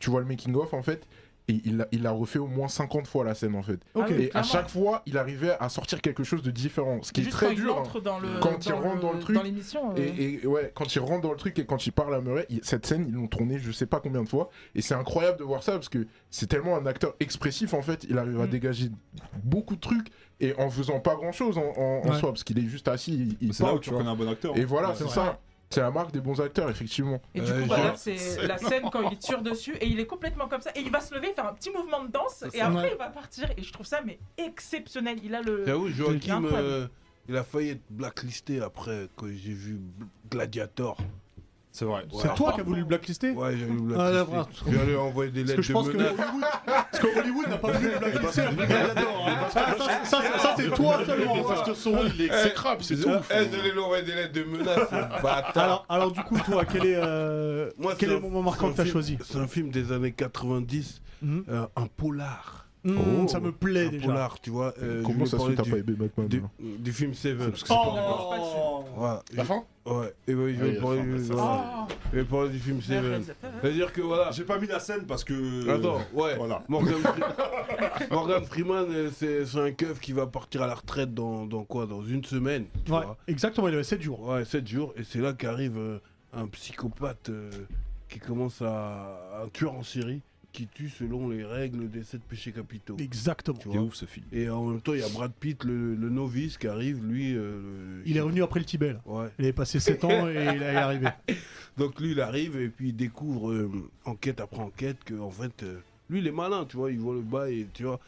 Speaker 4: Tu vois le making-of en fait. Et il l'a- il l'a refait au moins 50 fois la scène en fait.
Speaker 10: Ah
Speaker 4: et
Speaker 10: oui,
Speaker 4: à
Speaker 10: clairement.
Speaker 4: chaque fois, il arrivait à sortir quelque chose de différent, ce qui est
Speaker 10: Juste quand
Speaker 4: très
Speaker 10: il
Speaker 4: dur. hein.
Speaker 10: entre dans le-
Speaker 4: Quand il rentre dans le truc,
Speaker 10: dans l'émission. euh,
Speaker 4: Et, et ouais, quand il rentre dans le truc et quand il parle à Murray, il- cette scène, ils l'ont tournée je sais pas combien de fois. Et c'est incroyable de voir ça parce que c'est tellement un acteur expressif en fait. Il arrive à
Speaker 10: Mm.
Speaker 4: dégager beaucoup de trucs et en faisant pas grand chose en, en- en
Speaker 1: Ouais.
Speaker 4: soi parce qu'il est juste assis. Il, il
Speaker 2: C'est là
Speaker 4: parle,
Speaker 2: où
Speaker 4: tu
Speaker 2: tu
Speaker 4: vois.
Speaker 2: reconnais un bon acteur.
Speaker 4: Et voilà,
Speaker 2: Ouais.
Speaker 4: c'est ça. C'est la marque des bons acteurs, effectivement.
Speaker 10: Et du
Speaker 3: Euh,
Speaker 10: coup, bah,
Speaker 3: genre,
Speaker 10: là, c'est la scène quand il tire dessus et il est complètement comme ça. Et il va se lever, faire un petit mouvement de danse et
Speaker 1: ça.
Speaker 10: après
Speaker 1: Ouais.
Speaker 10: il va partir. Et je trouve ça mais exceptionnel. Il a le.
Speaker 3: J'avoue, Joachim,
Speaker 10: incroyable.
Speaker 3: euh, il a failli être blacklisté après que j'ai vu Bl- Gladiator.
Speaker 2: C'est vrai.
Speaker 3: Ouais,
Speaker 1: C'est toi
Speaker 3: apparemment.
Speaker 1: qui as voulu le blacklister
Speaker 3: Ouais, j'ai vu
Speaker 1: Ah, là,
Speaker 3: blacklisté.
Speaker 1: voilà.
Speaker 3: J'ai allé envoyer des
Speaker 1: Parce
Speaker 3: lettres
Speaker 1: que je
Speaker 3: de
Speaker 1: pense que
Speaker 3: menaces.
Speaker 1: Hollywood, parce que Hollywood n'a pas voulu le blacklister. Ah, ça, ça, ça, ça, c'est toi seulement.
Speaker 5: Parce que son rôle, il est exécrable, c'est tout.
Speaker 3: Eh, j'allais lui envoyer des lettres de hein. menaces, ce bâtard.
Speaker 1: Alors, alors du coup, toi, quel est, euh,
Speaker 3: Bah, Moi,
Speaker 1: quel
Speaker 3: c'est
Speaker 1: est
Speaker 3: un-
Speaker 1: le moment marquant
Speaker 3: c'est
Speaker 1: que
Speaker 3: un
Speaker 1: t'as
Speaker 3: film-
Speaker 1: choisi
Speaker 3: C'est un film des années 90,
Speaker 1: Mhm.
Speaker 3: euh, un polar.
Speaker 1: Mmh,
Speaker 4: Oh.
Speaker 1: Ça me plaît
Speaker 3: un
Speaker 1: déjà.
Speaker 3: polar, tu vois. euh, je
Speaker 4: Comment
Speaker 3: voulais
Speaker 4: ça se
Speaker 3: parler
Speaker 4: fait que t'as
Speaker 3: du-
Speaker 4: pas aimé Batman
Speaker 3: du,
Speaker 4: hein
Speaker 3: du film Seven.
Speaker 1: Oh.
Speaker 3: Voilà.
Speaker 4: Ah.
Speaker 5: La fin
Speaker 3: Ouais, et oui, je vais
Speaker 5: Oui,
Speaker 3: parler,
Speaker 5: enfin, ça,
Speaker 3: voilà.
Speaker 10: Oh,
Speaker 3: Je vais parler du film
Speaker 1: Ah.
Speaker 10: meilleur
Speaker 3: Seven.
Speaker 10: réalisateur.
Speaker 3: C'est-à-dire que voilà.
Speaker 2: J'ai pas mis la scène parce que.
Speaker 4: Euh,
Speaker 3: Attends, ouais.
Speaker 2: Voilà.
Speaker 3: Morgan, Fre- Morgan Freeman, euh, c'est c'est un keuf qui va partir à la retraite dans, dans quoi Dans une semaine. Tu
Speaker 1: Ouais, exactement, il avait 7 jours.
Speaker 3: vois ouais, 7 jours. Et c'est là qu'arrive euh, un psychopathe euh, qui commence à. un tueur en série qui tue selon les règles des 7 péchés capitaux.
Speaker 1: Exactement.
Speaker 3: Tu
Speaker 2: Il est
Speaker 3: vois
Speaker 2: ouf ce film.
Speaker 3: et en même temps, il y a Brad Pitt, le, le novice, qui arrive, lui. euh,
Speaker 1: Il est revenu après le Tibet. Là.
Speaker 3: Ouais.
Speaker 1: Il avait passé 7 ans et il est arrivé.
Speaker 3: Donc lui, il arrive et puis il découvre euh, enquête après enquête que en fait, euh, lui, il est malin, tu vois, il voit le bas et tu vois.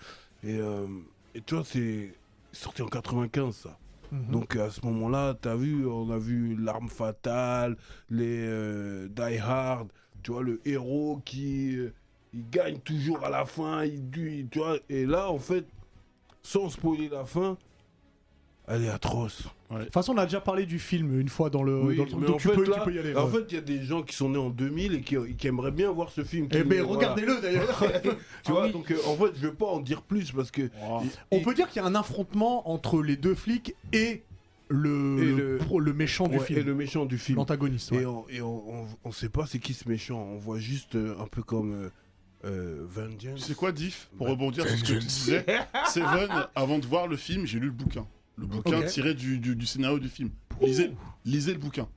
Speaker 3: Et, euh, et tu vois, c'est sorti en 95 ça.
Speaker 1: Mhm.
Speaker 3: Donc à ce moment-là, t'as vu, on a vu l'arme fatale, les euh, Die Hard, tu vois, le héros qui euh, il gagne toujours à la fin, il du, tu vois. Et là, en fait, sans spoiler la fin, elle est atroce.
Speaker 1: De toute façon, on a déjà parlé du film une fois dans le,
Speaker 3: Oui,
Speaker 1: dans le truc,
Speaker 3: mais
Speaker 1: donc
Speaker 3: en
Speaker 1: tu
Speaker 3: fait,
Speaker 1: peux, tu
Speaker 3: là,
Speaker 1: peux y aller.
Speaker 3: En
Speaker 1: ouais.
Speaker 3: fait, il y a des gens qui sont nés en 2000 et qui, euh, qui aimeraient bien voir ce film.
Speaker 1: Eh
Speaker 3: qui-
Speaker 1: ben,
Speaker 3: voilà.
Speaker 1: regardez-le d'ailleurs. Ah
Speaker 3: Tu vois, donc euh, en fait, je vais pas en dire plus parce que. il-
Speaker 1: On
Speaker 3: il-
Speaker 1: peut dire qu'il y a un affrontement entre les deux flics et le,
Speaker 3: Et
Speaker 1: le,
Speaker 3: le-
Speaker 1: pro- le méchant du
Speaker 3: ouais,
Speaker 1: film,
Speaker 3: Et le méchant du film.
Speaker 1: l'antagoniste. ouais.
Speaker 3: Et on, et on, on- on sait pas c'est qui ce méchant. On voit juste euh, un peu comme euh, euh, Vengeance.
Speaker 5: C'est quoi Diff Pour rebondir sur ce que tu disais, Seven, avant de voir le film, j'ai lu le bouquin. Le bouquin
Speaker 1: Ok.
Speaker 5: tiré du, du- du scénario du film. Lisez, lisez le bouquin.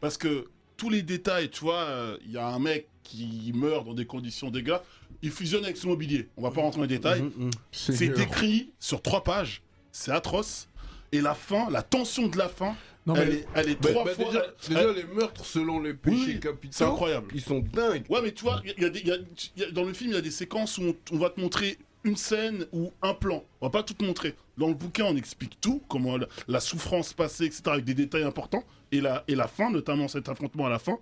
Speaker 5: Parce que tous les détails, tu vois, euh, il y a un mec qui meurt dans des conditions dégâts, il fusionne avec son mobilier. On va pas rentrer dans les détails.
Speaker 3: Mhm, mhm.
Speaker 5: C'est
Speaker 4: dur.
Speaker 5: décrit sur trois pages. C'est atroce. Et la fin, la tension de la fin,
Speaker 1: Non, mais
Speaker 5: elle, est, elle est
Speaker 3: Bah,
Speaker 5: trois
Speaker 3: bah,
Speaker 5: fois.
Speaker 3: déjà,
Speaker 5: elle-
Speaker 3: déjà, les meurtres selon les
Speaker 5: Oui,
Speaker 3: péchés
Speaker 5: C'est
Speaker 3: capitaux,
Speaker 5: incroyable.
Speaker 3: ils sont dingues.
Speaker 5: Ouais, mais tu vois, il y a des- il y a- il y a- dans le film, il y a des séquences où on, on va te montrer une scène ou un plan. On va pas tout te montrer. Dans le bouquin, on explique tout, comment la, la souffrance passée, etc., avec des détails importants. Et la, et la fin, notamment cet affrontement à la fin,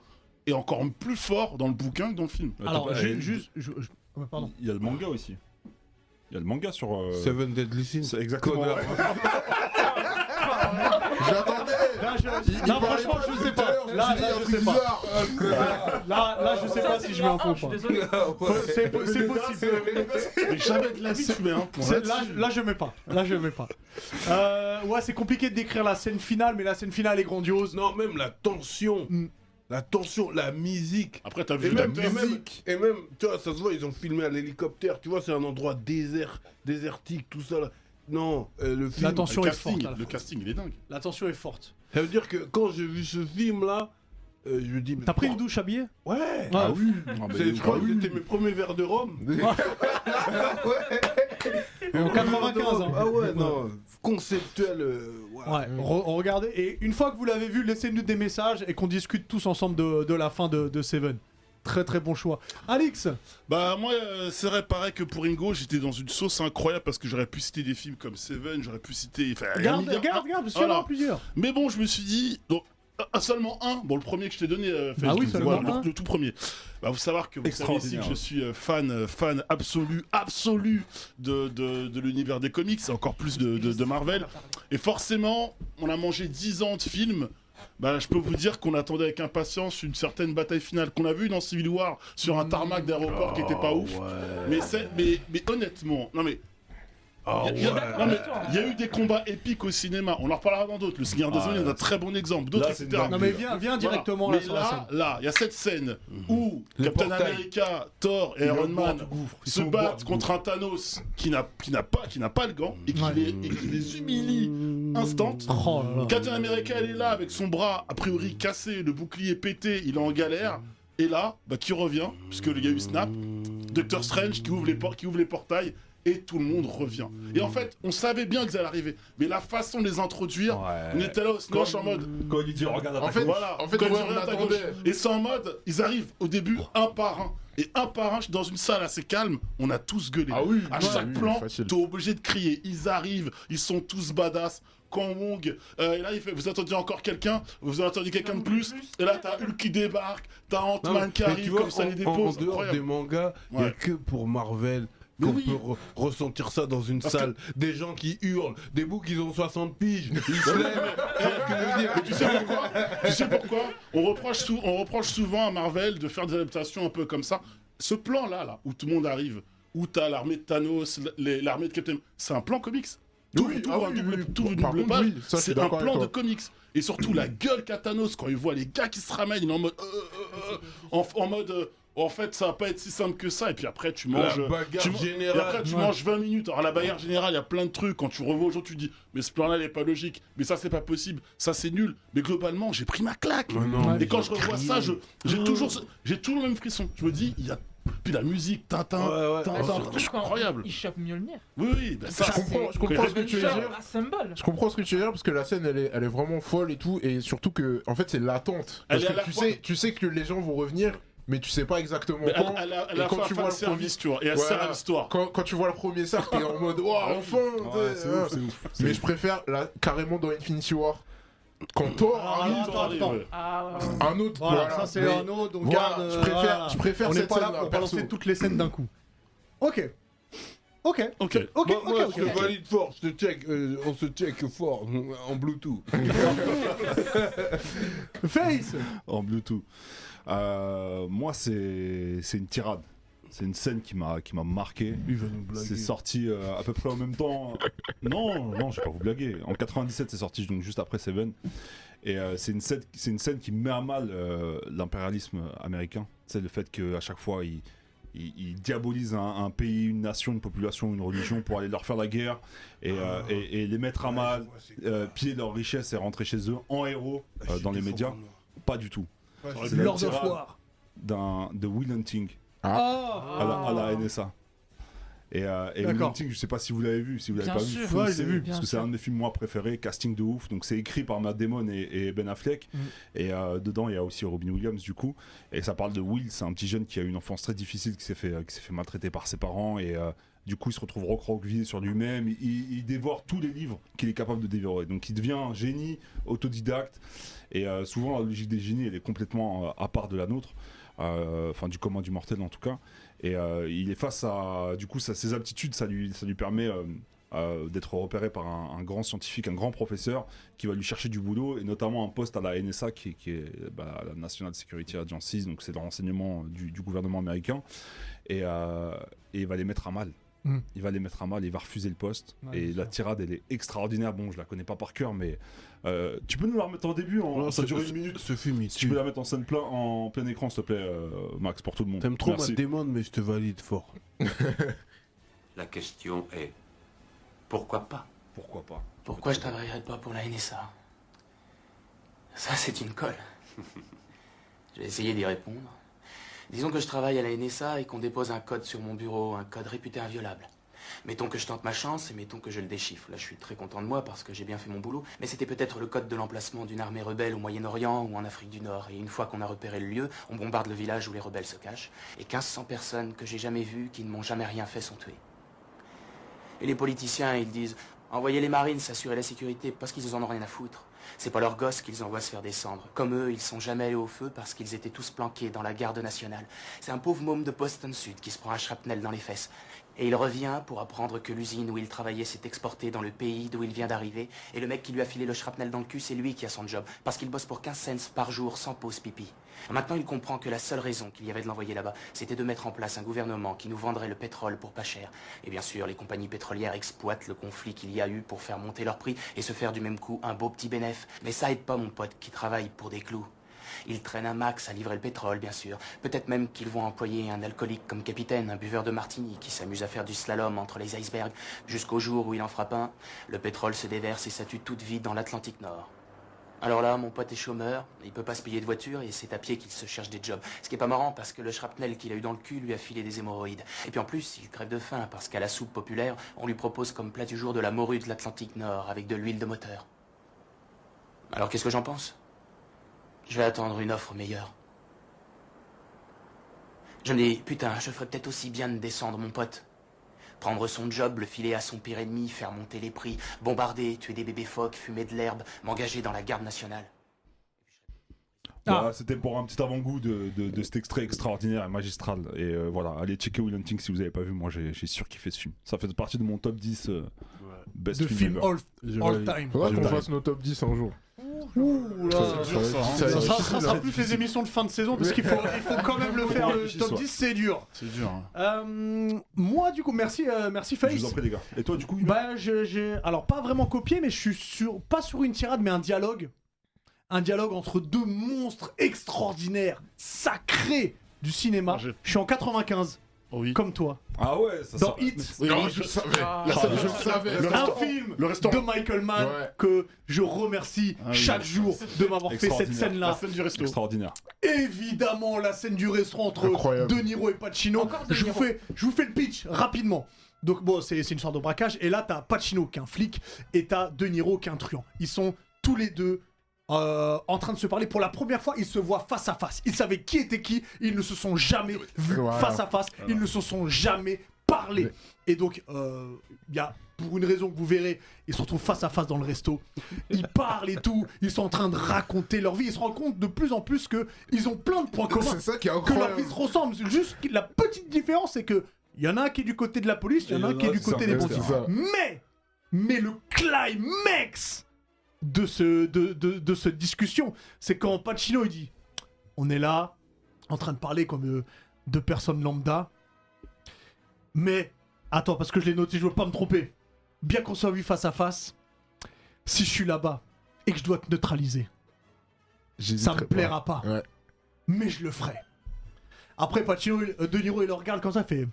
Speaker 5: est encore plus fort dans le bouquin que dans le film.
Speaker 1: alors,
Speaker 2: Attends,
Speaker 1: ju-
Speaker 2: eh,
Speaker 1: juste, je- je- ouais, pardon.
Speaker 2: Il y a le manga aussi. Il y a le manga sur. euh,
Speaker 3: Seven Deadly Sins.
Speaker 2: c'est exactement.
Speaker 3: Connard.
Speaker 4: J'attendais Il- il
Speaker 1: Non,
Speaker 4: parlait
Speaker 1: franchement,
Speaker 4: pas
Speaker 1: je
Speaker 4: tout
Speaker 1: sais
Speaker 4: à
Speaker 1: pas.
Speaker 4: l'heure, je me
Speaker 1: Là,
Speaker 4: suis dit,
Speaker 1: là,
Speaker 4: il y a un
Speaker 1: je
Speaker 4: truc
Speaker 1: sais pas.
Speaker 4: bizarre.
Speaker 1: Là, là, je sais
Speaker 10: Ça,
Speaker 1: pas
Speaker 10: c'est
Speaker 1: si
Speaker 10: du
Speaker 1: je mets un faux
Speaker 10: un, Ah, je suis
Speaker 1: point.
Speaker 10: désolé.
Speaker 3: Ouais.
Speaker 1: C'est c'est possible.
Speaker 5: Mais jamais de la vie, tu mets un point.
Speaker 1: C'est- Là, je- là, je mets pas. Là, je mets pas. Euh, ouais, c'est compliqué de décrire la scène finale, mais la scène finale est grandiose.
Speaker 3: Non, même la tension.
Speaker 1: Mm.
Speaker 3: La tension, la musique.
Speaker 5: Après, t'as
Speaker 3: Et
Speaker 5: vu
Speaker 3: même,
Speaker 5: l'acteur.
Speaker 3: et même- et même, tu vois, ça se voit, ils ont filmé à l'hélicoptère. Tu vois, c'est un endroit désert, désertique, tout ça. là. Non, euh, le film.
Speaker 1: La tension
Speaker 5: Le
Speaker 1: est forte.
Speaker 5: casting,
Speaker 1: à la
Speaker 5: le
Speaker 1: fin.
Speaker 5: casting, il est dingue.
Speaker 1: La tension est forte.
Speaker 3: Ça veut dire que quand j'ai vu ce film-là, euh, je me dis. mais
Speaker 1: T'as pris une
Speaker 3: pour-
Speaker 1: douche habillée
Speaker 3: Ouais
Speaker 1: Ah
Speaker 2: oui
Speaker 3: C'est- Je crois que c'était mes premiers verres de rhum.
Speaker 1: En 95. hein.
Speaker 3: Ah ouais, non. Conceptuel. euh, voilà.
Speaker 1: Ouais, Ah, re- regardez. Et une fois que vous l'avez vu, laissez-nous des messages et qu'on discute tous ensemble de, de la fin de, de Seven. Très très bon choix. Alix
Speaker 5: Bah moi, euh, c'est vrai, pareil que pour Ingo, j'étais dans une sauce incroyable parce que j'aurais pu citer des films comme Seven, j'aurais pu citer... enfin, un
Speaker 1: Garde,
Speaker 5: milliard-
Speaker 1: garde, garde, parce qu'il y en
Speaker 5: Voilà.
Speaker 1: a plusieurs.
Speaker 5: Mais bon, je me suis dit, donc, un- seulement un, bon, le premier que je t'ai donné, euh,
Speaker 1: Bah oui,
Speaker 5: Facebook,
Speaker 1: seulement
Speaker 5: voilà, le-
Speaker 1: un.
Speaker 5: le, tout premier. Bah, vous savoir que vous savez ici
Speaker 2: Extraordinaire.
Speaker 5: que je suis euh, fan, euh, fan absolu, absolu de, de, de l'univers des comics, et encore plus de, de, de Marvel. Et forcément, on a mangé 10 ans de films. Bah, je peux vous dire qu'on attendait avec impatience une certaine bataille finale qu'on a vue dans Civil War sur un tarmac d'aéroport qui était pas ouf. Mais, c'est- mais, mais honnêtement, non mais
Speaker 3: Ah
Speaker 5: il y, a-
Speaker 3: ouais.
Speaker 5: non, mais il y a eu des combats épiques au cinéma. On en reparlera dans d'autres. Le Seigneur des
Speaker 2: Ah,
Speaker 5: Anneaux est un très bon exemple. D'autres,
Speaker 2: là, c'est
Speaker 5: etc.
Speaker 2: dingue.
Speaker 1: Non mais viens, viens
Speaker 5: Voilà.
Speaker 1: directement
Speaker 5: Mais
Speaker 1: là sur la scène.
Speaker 5: là, il y a cette scène où où Captain
Speaker 4: portails.
Speaker 5: America, Thor et
Speaker 4: Mm. Il est au
Speaker 5: Iron
Speaker 4: bord
Speaker 5: Man
Speaker 4: du gouffre. Ils
Speaker 5: se
Speaker 4: sont au bord
Speaker 5: battent
Speaker 4: du
Speaker 5: contre un Thanos qui n'a qui n'a pas qui n'a pas le gant et qui les et qui les humilie instant.
Speaker 3: Oh là là.
Speaker 5: Captain America elle est là avec son bras a priori cassé, le bouclier pété, il est en galère. Et là, bah, qui revient Parce qu'il y a eu Snap, Doctor Strange qui ouvre les portes, qui ouvre les portails. Et tout le monde revient. Et en fait, on savait bien qu'ils allaient arriver. Mais la façon de les introduire, on était là au snoche en mode.
Speaker 2: Quand il dit regarde à ta
Speaker 5: En fait,
Speaker 2: gauche.
Speaker 5: voilà,
Speaker 4: en fait,
Speaker 5: quand
Speaker 4: ouais,
Speaker 5: ils
Speaker 4: on
Speaker 5: arrivent à ta
Speaker 4: attendait.
Speaker 5: gauche. Et c'est en mode, ils arrivent au début un par un. Et un par un, dans une salle assez calme, on a tous gueulé.
Speaker 4: Ah oui,
Speaker 5: à
Speaker 4: oui,
Speaker 5: chaque
Speaker 11: Mmh,
Speaker 4: oui,
Speaker 5: plan,
Speaker 4: facile.
Speaker 5: t'es obligé de crier. Ils arrivent, ils sont tous badass. Quand Wong, euh, et là il fait, vous attendiez encore quelqu'un, vous avez attendu quelqu'un de plus, et là t'as Hulk qui débarque, t'as
Speaker 11: Non, mais-
Speaker 5: Ant-Man qui
Speaker 11: mais
Speaker 5: arrive, comme ça
Speaker 11: en-
Speaker 5: les
Speaker 11: en-
Speaker 5: dépose.
Speaker 11: En, dehors
Speaker 5: Incroyable.
Speaker 11: des mangas, il n'y a
Speaker 5: Ouais.
Speaker 11: que pour Marvel qu'on peut re- ressentir ça dans une salle. Des gens qui hurlent, des bouts qui ont 60 piges, ils se lèvent. Tu vois ce que je veux dire
Speaker 5: Tu sais pourquoi Tu sais pourquoi on reproche, sou- on reproche souvent à Marvel de faire des adaptations un peu comme ça. Ce plan-là, là, où tout le monde arrive, où t'as l'armée de Thanos, l- les- l'armée de Captain, c'est un plan comics. Tout,
Speaker 4: Oui,
Speaker 5: tout
Speaker 4: ah
Speaker 5: un
Speaker 4: oui,
Speaker 5: double,
Speaker 4: oui.
Speaker 5: tout
Speaker 4: Par
Speaker 5: double
Speaker 4: contre,
Speaker 5: page,
Speaker 4: oui, ça, je suis
Speaker 5: c'est un
Speaker 4: d'accord avec
Speaker 5: plan de
Speaker 4: toi.
Speaker 5: comics. Et surtout la gueule qu'a Thanos quand il voit les gars qui se ramènent, il est en mode, euh, euh, euh, en, en mode, euh, en fait, ça va pas être si simple que ça. Et puis après, tu
Speaker 11: La
Speaker 5: manges, euh,
Speaker 11: bagarre
Speaker 5: tu, man-
Speaker 11: générale.
Speaker 5: et après, tu
Speaker 3: Ouais.
Speaker 5: manges 20 minutes. Alors la bagarre générale, il y a plein de trucs. Quand tu revois aujourd'hui, tu dis, mais ce plan-là, il est pas logique. Mais ça, c'est pas possible. Ça, c'est nul. Mais globalement, j'ai pris ma claque.
Speaker 11: non,
Speaker 5: et quand je revois ça, je, j'ai toujours, ce- j'ai toujours le même frisson. Je me dis, il y a puis la musique, Tintin,
Speaker 11: Ouais, ouais.
Speaker 4: Bah,
Speaker 5: Tintin,
Speaker 10: Surtout
Speaker 5: Tintin, c'est
Speaker 10: quand
Speaker 5: incroyable.
Speaker 10: Il chope Mjolnir.
Speaker 5: Oui, oui, bah ça,
Speaker 4: Je comprends, je comprends ce que tu veux
Speaker 10: Genre,
Speaker 4: dire.
Speaker 10: Assemble.
Speaker 4: Je comprends ce que tu veux dire parce que la scène elle est, elle est vraiment folle et tout et surtout que en fait c'est l'attente parce
Speaker 5: Elle est à
Speaker 4: que
Speaker 5: la
Speaker 4: tu
Speaker 5: fois-
Speaker 4: sais tu sais que les gens vont revenir mais tu sais pas exactement
Speaker 5: Mais
Speaker 4: quand
Speaker 5: à, à la, à
Speaker 4: et
Speaker 5: la
Speaker 4: quand
Speaker 5: fois,
Speaker 4: tu
Speaker 5: fan
Speaker 4: vois le
Speaker 5: service, tu vois, et elle
Speaker 4: Voilà.
Speaker 5: sert à l'histoire.
Speaker 4: quand, quand tu vois le premier cercle t'es en mode waouh enfin
Speaker 2: Ouais, c'est
Speaker 4: euh,
Speaker 2: ouf, c'est ouf.
Speaker 4: mais je préfère là, carrément dans Infinity War quand Thor
Speaker 1: Ah,
Speaker 4: arrive
Speaker 1: attends, attends.
Speaker 5: Ouais.
Speaker 10: Ah, ouais, ouais.
Speaker 4: un autre
Speaker 1: Voilà,
Speaker 4: voilà,
Speaker 1: ça c'est
Speaker 4: mais-
Speaker 1: un autre. Donc
Speaker 4: voilà,
Speaker 1: garde, euh,
Speaker 4: je préfère-
Speaker 1: voilà.
Speaker 4: je préfère
Speaker 1: On n'est
Speaker 4: cette
Speaker 1: pas là
Speaker 4: scène-là,
Speaker 1: pour
Speaker 4: perso.
Speaker 1: balancer toutes les scènes d'un coup. Ok. Ok.
Speaker 5: Ok.
Speaker 1: Ok,
Speaker 11: Moi,
Speaker 1: ok,
Speaker 11: moi,
Speaker 1: ok.
Speaker 11: je te valide fort, je te check, euh, on se check fort en Bluetooth.
Speaker 1: Face
Speaker 2: en Bluetooth. Euh, moi, c'est c'est une tirade. C'est une scène qui m'a qui m'a marqué.
Speaker 11: Il va nous blaguer.
Speaker 2: C'est sorti euh, à peu près en même temps. Non, non, je vais pas vous blaguer. En 97, c'est sorti donc juste après Seven. Et euh, c'est une scène, c'est une scène qui met à mal euh, l'impérialisme américain. C'est le fait qu'à chaque fois, ils ils ils diabolisent un, un pays, une nation, une population, une religion pour aller leur faire la guerre et,
Speaker 11: Ah.
Speaker 2: euh, et- et les mettre à mal, euh, piller leur richesse et rentrer chez eux en héros
Speaker 11: Ah,
Speaker 2: euh, dans les médias. Pas du tout. C'est la
Speaker 1: Lord of
Speaker 2: tirade
Speaker 1: War. Ah.
Speaker 2: d'un de Will Hunting
Speaker 4: Ah.
Speaker 2: à la, à la NSA. Et, euh, et Will
Speaker 1: D'accord.
Speaker 2: Hunting, je sais pas si vous l'avez vu, si vous l'avez
Speaker 10: Bien
Speaker 2: pas
Speaker 10: sûr.
Speaker 2: vu,
Speaker 1: Ouais, je
Speaker 2: c'est
Speaker 1: l'ai vu.
Speaker 2: parce
Speaker 10: Bien
Speaker 2: que c'est
Speaker 10: sûr.
Speaker 2: un de mes films moi préférés, casting de ouf. Donc c'est écrit par Matt Damon et, et Ben Affleck,
Speaker 1: Mm.
Speaker 2: et euh, dedans il y a aussi Robin Williams du coup. Et ça parle de Will, c'est un petit jeune qui a eu une enfance très difficile, qui s'est fait qui s'est fait maltraiter par ses parents et euh, du coup, il se retrouve recroquevillé sur lui-même. Il, il dévore tous les livres qu'il est capable de dévorer. Donc, il devient un génie autodidacte. Et euh, souvent, la logique des génies, elle est complètement euh, à part de la nôtre. Euh, Enfin, du commun du mortel, en tout cas. Et euh, il est face à. Du coup, ça, ses aptitudes, ça lui, ça lui permet. euh, euh, d'être repéré par un, un grand scientifique, un grand professeur qui va lui chercher du boulot et notamment un poste à la NSA qui, est- qui est bah, la National Security Agency, donc c'est le renseignement du, du gouvernement américain et, euh, et il va les mettre à mal.
Speaker 1: Mm.
Speaker 2: Il va les mettre à mal, il va refuser le poste.
Speaker 1: Ouais,
Speaker 2: et
Speaker 1: bien
Speaker 2: la tirade, elle est extraordinaire. Bon, je la connais pas par cœur, mais euh, tu peux nous la remettre en début en,
Speaker 11: Non,
Speaker 2: Ça
Speaker 11: ce-
Speaker 2: dure
Speaker 11: ce-
Speaker 2: une minute.
Speaker 11: Ce film, il
Speaker 2: Si tu peux
Speaker 11: tue.
Speaker 2: la mettre en scène plein, en plein écran, s'il te plaît, euh, Max, pour tout le monde.
Speaker 11: T'aimes trop ma
Speaker 2: Merci.
Speaker 11: demande, mais je te valide fort.
Speaker 7: La question est pourquoi pas
Speaker 2: Pourquoi pas
Speaker 3: Pourquoi je travaillerais pas pour la NSA Ça, c'est une colle. J'ai essayé d'y répondre. Disons que je travaille à la NSA et qu'on dépose un code sur mon bureau, un code réputé inviolable. Mettons que je tente ma chance et mettons que je le déchiffre. Là, je suis très content de moi parce que j'ai bien fait mon boulot, mais c'était peut-être le code de l'emplacement d'une armée rebelle au Moyen-Orient ou en Afrique du Nord. Et une fois qu'on a repéré le lieu, on bombarde le village où les rebelles se cachent. Et 1500 personnes que j'ai jamais vues, qui ne m'ont jamais rien fait, sont tuées. Et les politiciens, ils disent Envoyez les marines s'assurer la sécurité parce qu'ils en ont rien à foutre. C'est pas leurs gosses qu'ils envoient se faire descendre. Comme eux, ils sont jamais allés au feu parce qu'ils étaient tous planqués dans la garde nationale. C'est un pauvre môme de Boston Sud qui se prend un shrapnel dans les fesses. Et il revient pour apprendre que l'usine où il travaillait s'est exportée dans le pays d'où il vient d'arriver. Et le mec qui lui a filé le shrapnel dans le cul, c'est lui qui a son job. Parce qu'il bosse pour 15 cents par jour sans pause pipi. Maintenant, il comprend que la seule raison qu'il y avait de l'envoyer là-bas, c'était de mettre en place un gouvernement qui nous vendrait le pétrole pour pas cher. Et bien sûr, les compagnies pétrolières exploitent le conflit qu'il y a eu pour faire monter leurs prix et se faire du même coup un beau petit bénéf. Mais ça aide pas mon pote qui travaille pour des clous. Ils traînent un max à livrer le pétrole, bien sûr. Peut-être même qu'ils vont employer un alcoolique comme capitaine, un buveur de martini qui s'amuse à faire du slalom entre les icebergs jusqu'au jour où il en frappe un. Le pétrole se déverse et ça tue toute vie dans l'Atlantique Nord. Alors là, mon pote est chômeur, il peut pas se payer de voiture et c'est à pied qu'il se cherche des jobs. Ce qui est pas marrant parce que le shrapnel qu'il a eu dans le cul lui a filé des hémorroïdes. Et puis en plus, il crève de faim parce qu'à la soupe populaire, on lui propose comme plat du jour de la morue de l'Atlantique Nord avec de l'huile de moteur. Alors qu'est-ce que j'en pense Je vais attendre une offre meilleure. Je me dis, putain, je ferais peut-être aussi bien de descendre mon pote. Prendre son job, le filer à son pire ennemi, faire monter les prix, bombarder, tuer des bébés phoques, fumer de l'herbe, m'engager dans la garde nationale.
Speaker 1: Ah.
Speaker 2: Voilà, c'était pour un petit avant-goût de, de- de cet extrait extraordinaire et magistral. Et euh, voilà, allez checker Will Hunting si vous n'avez pas vu. Moi, j'ai j'ai surkiffé ce film. Ça fait partie de mon top 10 euh, best
Speaker 1: De
Speaker 2: film
Speaker 1: film
Speaker 2: ever.
Speaker 1: all- all time.
Speaker 4: Faudra qu'on fasse nos top 10 un jour.
Speaker 1: Ouh là
Speaker 4: Ça, c'est dur, ça, hein.
Speaker 1: Ça sera-
Speaker 4: Ça,
Speaker 1: ça
Speaker 4: c'est
Speaker 1: sera
Speaker 4: difficile.
Speaker 1: plus les émissions de fin de saison parce qu'il faut, il faut quand même le faire. Le top 10, c'est dur.
Speaker 5: C'est dur. hein.
Speaker 1: Euh, moi, du coup, merci, euh, merci Face.
Speaker 2: Je vous en prie, les gars. Et toi, du coup
Speaker 1: Bah, je- j'ai. Alors, pas vraiment copié, mais je suis sur. Pas sur une tirade, mais un dialogue. Un dialogue entre deux monstres extraordinaires, sacrés du cinéma. Je suis en 95.
Speaker 5: Oh
Speaker 1: Comme toi.
Speaker 2: Ah ouais, ça
Speaker 1: Dans
Speaker 2: ça-
Speaker 1: Hit.
Speaker 2: Oui, oui, je savais. Ah. La salle- je savais. Le
Speaker 1: Un
Speaker 2: restaurant.
Speaker 1: film
Speaker 2: Le restaurant.
Speaker 1: de Michael Mann
Speaker 2: Ouais.
Speaker 1: que je remercie
Speaker 2: Ah oui.
Speaker 1: chaque jour de m'avoir fait cette
Speaker 2: Extraordinaire.
Speaker 1: scène-là.
Speaker 2: La scène du resto. Extraordinaire.
Speaker 1: Évidemment, la scène du restaurant entre
Speaker 2: Incroyable.
Speaker 1: De Niro et Pacino.
Speaker 10: De
Speaker 1: Je vous,
Speaker 10: Niro.
Speaker 1: fais, je vous fais le pitch rapidement. Donc, bon, c'est c'est une sorte de braquage. Et là, t'as Pacino qui est un flic et t'as De Niro qui est un truand. Ils sont tous les deux. euh, en train de se parler pour la première fois, ils se voient face à face. Ils savaient qui était qui, ils ne se sont jamais vus
Speaker 4: Voilà.
Speaker 1: face à face, ils ne se sont jamais parlé. Et donc, euh, il y a, pour une raison que vous verrez, ils se retrouvent face à face dans le resto. Ils parlent et tout, ils sont en train de raconter leur vie. Ils se rendent compte de plus en plus que ils ont plein de points communs.
Speaker 4: C'est ça qui est
Speaker 1: Que
Speaker 4: incroyable.
Speaker 1: leur vie se ressemble. C'est Juste que la petite différence, c'est que il y en a un qui est du côté de la police, il y en a un qui est du côté des
Speaker 4: c'est
Speaker 1: pompiers.
Speaker 4: ça.
Speaker 1: Mais, mais le climax de ce de, de, de cette discussion, c'est quand Pacino il dit on est là en train de parler comme euh, deux personnes lambda. Mais attends parce que je l'ai noté, je veux pas me tromper. Bien qu'on soit vu face à face, si je suis là-bas et que je dois te neutraliser, ça me plaira pas. Mais je le ferai. Après Pacino, il- euh, De Niro il le regarde comme ça fait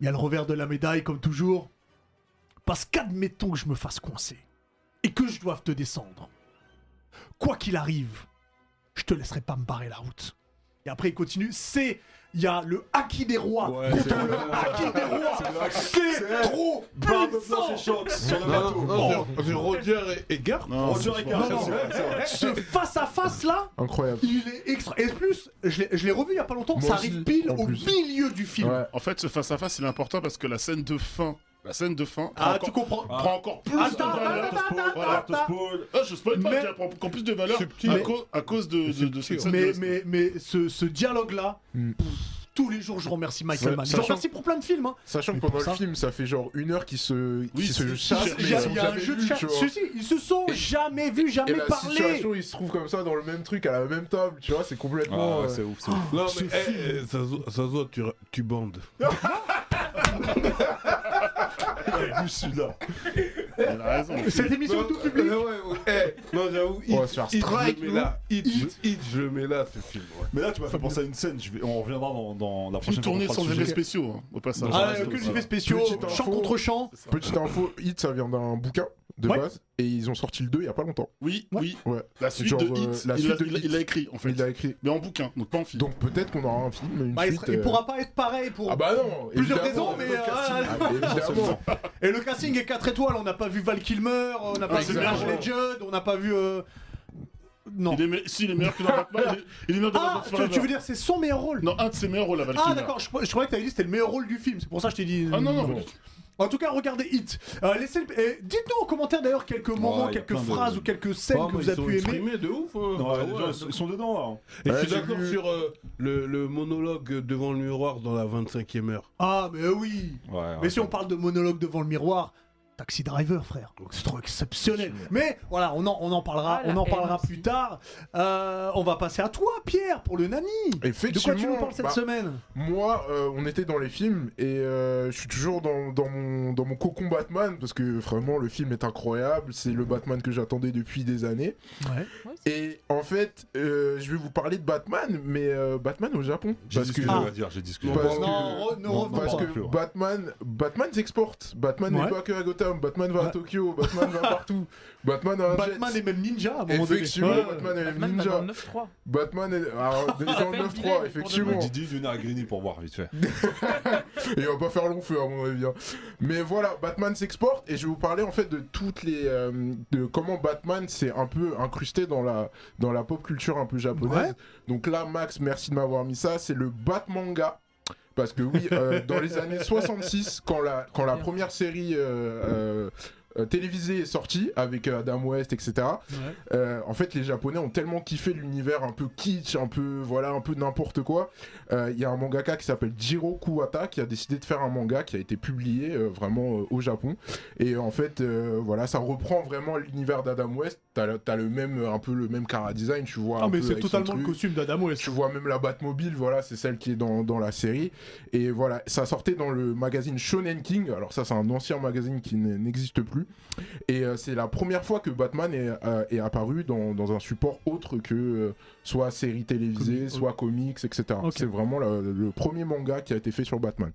Speaker 1: il y a le revers de la médaille comme toujours. Parce qu'admettons que je me fasse coincer et que je doive te descendre. Quoi qu'il arrive, je te laisserai pas me barrer la route. Et après, il continue. C'est. Il y a le acquis des rois contre le acquis des rois. C'est trop puissant.
Speaker 2: sur le bateau.
Speaker 12: Non, c'est Roger et Edgar
Speaker 2: Roger Eckhart,
Speaker 1: Non, non.
Speaker 2: c'est vrai, c'est vrai.
Speaker 1: Ce face à face là,
Speaker 4: Incroyable.
Speaker 1: il est extra. Et plus, je l'ai- je l'ai revu il y a pas longtemps,
Speaker 5: Moi
Speaker 1: ça
Speaker 5: aussi,
Speaker 1: arrive pile
Speaker 5: en
Speaker 1: au
Speaker 5: plus.
Speaker 1: milieu du film.
Speaker 5: En fait, ce face à face, il est important parce que la scène de fin, la scène de fin,
Speaker 1: Ah,
Speaker 5: prend
Speaker 1: tu
Speaker 5: encore-
Speaker 1: comprends.
Speaker 5: prend encore plus
Speaker 4: Ah,
Speaker 1: Attends,
Speaker 5: de valeur.
Speaker 1: attends, attends, attends,
Speaker 5: Voilà.
Speaker 1: attends.
Speaker 5: Ah, je spoil pas,
Speaker 1: Mais-
Speaker 5: mais elle prend encore plus de valeur
Speaker 1: C'est petit,
Speaker 5: à,
Speaker 1: mais-
Speaker 5: cause- à cause de, de, de cette scène. de
Speaker 1: mais,
Speaker 5: resto.
Speaker 1: mais, mais ce, ce dialogue-là,
Speaker 5: Hmm.
Speaker 4: Mm.
Speaker 1: pff, tous les jours, je remercie Michael
Speaker 4: Ouais,
Speaker 1: Mann. Je
Speaker 4: sachant-
Speaker 1: remercie pour plein de films. hein.
Speaker 4: Sachant que
Speaker 1: Mais pour
Speaker 4: pendant le
Speaker 1: ça-
Speaker 4: film, ça fait genre une heure qu'ils se,
Speaker 1: Oui,
Speaker 4: qu'ils se
Speaker 1: c'est-
Speaker 4: chassent,
Speaker 1: il
Speaker 4: mais
Speaker 1: y
Speaker 4: ils
Speaker 1: a-
Speaker 4: sont
Speaker 1: il y a un
Speaker 4: jamais
Speaker 1: jeu de
Speaker 4: vus,
Speaker 1: chasse.
Speaker 4: tu vois.
Speaker 1: Si, si, ils se sont jamais vus,
Speaker 4: Et Eh ben,
Speaker 1: jamais
Speaker 4: la
Speaker 1: parlé.
Speaker 4: situation, ils se trouvent comme ça dans le même truc, à la même table, tu vois, c'est
Speaker 1: Oh,
Speaker 4: complètement.
Speaker 12: Ah,
Speaker 4: euh,
Speaker 12: c'est ouf, c'est ouf. Non, mais eh, eh, ça se voit- ça se voit, tu, tu bandes.
Speaker 2: celui-là.
Speaker 5: Elle a raison.
Speaker 1: Cette émission
Speaker 12: Non,
Speaker 1: est
Speaker 4: Ah,
Speaker 1: tout public.
Speaker 12: euh, ouais, ouais, eh, non, j'avoue, Hit,
Speaker 2: va se faire
Speaker 12: Hit,
Speaker 2: strike,
Speaker 12: je le
Speaker 2: nous.
Speaker 12: mets là. Hit, je- Hit, je le mets là, ce film. ouais.
Speaker 2: Mais là, tu m'as fait penser à une scène. Je vais... On reviendra dans, dans la prochaine
Speaker 5: Une tournée
Speaker 2: fois qu'on
Speaker 5: sans
Speaker 2: fera le
Speaker 5: effets
Speaker 2: sujet.
Speaker 5: spéciaux, hein, au passage.
Speaker 1: Ah,
Speaker 5: Ça
Speaker 1: que
Speaker 5: reste-
Speaker 1: les effets spéciaux,
Speaker 4: Petite
Speaker 1: champ
Speaker 4: info.
Speaker 1: contre champ.
Speaker 4: Petite info, Hit, ça vient d'un bouquin de
Speaker 1: Ouais.
Speaker 4: base, et ils ont sorti le 2 il y a pas longtemps.
Speaker 5: Oui, oui.
Speaker 4: Ouais.
Speaker 5: La suite
Speaker 4: Genre,
Speaker 5: de
Speaker 4: euh,
Speaker 5: Hit,
Speaker 4: la
Speaker 5: il
Speaker 4: suite
Speaker 5: l'a-
Speaker 4: de
Speaker 5: il l'a-
Speaker 4: Hit.
Speaker 5: il l'a écrit en fait.
Speaker 4: Il a écrit.
Speaker 5: Mais en bouquin, donc pas en film.
Speaker 4: Donc peut-être qu'on aura un film, une
Speaker 1: Bah, il,
Speaker 4: suite.
Speaker 1: sera- il
Speaker 4: euh,
Speaker 1: pourra pas être pareil pour
Speaker 4: Ah bah non,
Speaker 1: plusieurs
Speaker 4: évidemment,
Speaker 1: raisons, mais.
Speaker 4: le
Speaker 1: euh,
Speaker 4: casting. Ah, évidemment.
Speaker 1: Et le casting est 4 étoiles, on n'a pas vu Val Kilmer, on n'a pas vu Large
Speaker 5: Exactement.
Speaker 1: Legend, on n'a pas vu. euh, Non.
Speaker 5: Il est me- si, il est meilleur que dans Batman. il est, il est meilleur que dans
Speaker 1: Ah,
Speaker 5: Batman
Speaker 1: tu, tu veux
Speaker 5: Forever.
Speaker 1: dire, c'est son meilleur rôle
Speaker 5: Non, un de ses meilleurs rôles à Val
Speaker 1: Ah
Speaker 5: Kilmer.
Speaker 1: d'accord, je, je croyais que t'avais dit que c'était le meilleur rôle du film, c'est pour ça que je t'ai dit.
Speaker 5: Ah non, non, mais-
Speaker 1: En tout cas, regardez Hit. Euh, laissez le- eh, Dites-nous en commentaire d'ailleurs quelques moments,
Speaker 12: y a
Speaker 1: quelques
Speaker 12: plein de-
Speaker 1: phrases ou quelques scènes
Speaker 12: Ah,
Speaker 1: que
Speaker 12: mais
Speaker 1: vous
Speaker 12: ils
Speaker 1: avez
Speaker 12: sont
Speaker 1: pu aimer.
Speaker 12: exprimés de ouf. hein.
Speaker 2: Non,
Speaker 12: Ah
Speaker 2: les
Speaker 12: ouais.
Speaker 2: gens, euh. ils sont- ils sont dedans
Speaker 12: Et
Speaker 2: là.
Speaker 12: je suis d'accord sur euh, le, le monologue devant le miroir dans la 25e heure.
Speaker 1: Ah mais oui
Speaker 2: Ouais, ouais.
Speaker 12: Ah,
Speaker 1: Mais si on parle de monologue devant le miroir, Taxi Driver, frère. C'est trop exceptionnel. Mais voilà, on en, on en parlera,
Speaker 10: Voilà,
Speaker 1: on en
Speaker 10: et
Speaker 1: parlera
Speaker 10: merci.
Speaker 1: plus tard. Euh, on va passer à toi, Pierre, pour le Nani. De quoi tu nous parles cette
Speaker 4: bah,
Speaker 1: semaine
Speaker 4: Moi, euh, on était dans les films et euh, je suis toujours dans, dans mon, dans mon cocon Batman parce que vraiment le film est incroyable. C'est le Batman que j'attendais depuis des années. Et en fait, euh, je vais vous parler de Batman, mais euh, Batman au Japon.
Speaker 2: J'ai
Speaker 4: parce
Speaker 2: dit ce que
Speaker 4: que
Speaker 2: j'avais à dire, j'ai dit ce que
Speaker 4: parce
Speaker 2: j'avais à
Speaker 4: que-
Speaker 2: dire. Non, re- ne revenons
Speaker 4: parce
Speaker 2: pas.
Speaker 1: Ah,
Speaker 4: que
Speaker 2: Ouais.
Speaker 4: Batman, Batman s'exporte. Batman
Speaker 2: Ouais.
Speaker 4: n'est pas que à Gotham. Batman va à Tokyo. Batman va partout. Batman a un
Speaker 1: Batman
Speaker 4: jet.
Speaker 1: est même ninja à un moment donné.
Speaker 4: Effectivement,
Speaker 1: Ouais.
Speaker 4: Batman est
Speaker 1: Batman
Speaker 4: même
Speaker 1: va
Speaker 4: ninja.
Speaker 1: dans le
Speaker 10: 9-3.
Speaker 4: Batman est alors,
Speaker 1: Ça
Speaker 4: dans le
Speaker 1: s'appelle
Speaker 4: 9-3, effectivement.
Speaker 2: Didi, venez à Grigny pour voir vite fait.
Speaker 4: Et on va pas faire long feu à mon avis. hein. Mais voilà, Batman s'exporte et je vais vous parler en fait de toutes les euh, de comment Batman s'est un peu incrusté dans la dans la pop culture un peu japonaise. Donc là, Max, merci de m'avoir mis ça. C'est le Batmanga. Parce que oui, euh, dans les années 66, quand la, quand la première série euh, euh, euh, télévisée est sortie avec euh, Adam West, etc. euh, en fait, les Japonais ont tellement kiffé l'univers un peu kitsch, un peu voilà, un peu n'importe quoi. Euh, Il y a un mangaka qui s'appelle Jiro Kuwata qui a décidé de faire un manga qui a été publié euh, vraiment euh, au Japon. Et en fait, euh, voilà, ça reprend vraiment l'univers d'Adam West. T'as le- t'as le même, un peu le même cara design, tu vois.
Speaker 1: Ah,
Speaker 4: un
Speaker 1: mais
Speaker 4: peu
Speaker 1: c'est
Speaker 4: avec son
Speaker 1: totalement le
Speaker 4: truc.
Speaker 1: costume d'Adam West.
Speaker 4: Tu vois même la Batmobile, voilà, c'est celle qui est dans, dans la série. Et voilà, ça sortait dans le magazine Shonen King. Alors ça, c'est un ancien magazine qui n- n'existe plus. Et euh, c'est la première fois que Batman est, euh, est apparu dans, dans un support autre que euh, soit série télévisée, soit comics, etc. C'est vraiment le- le premier manga qui a été fait sur Batman.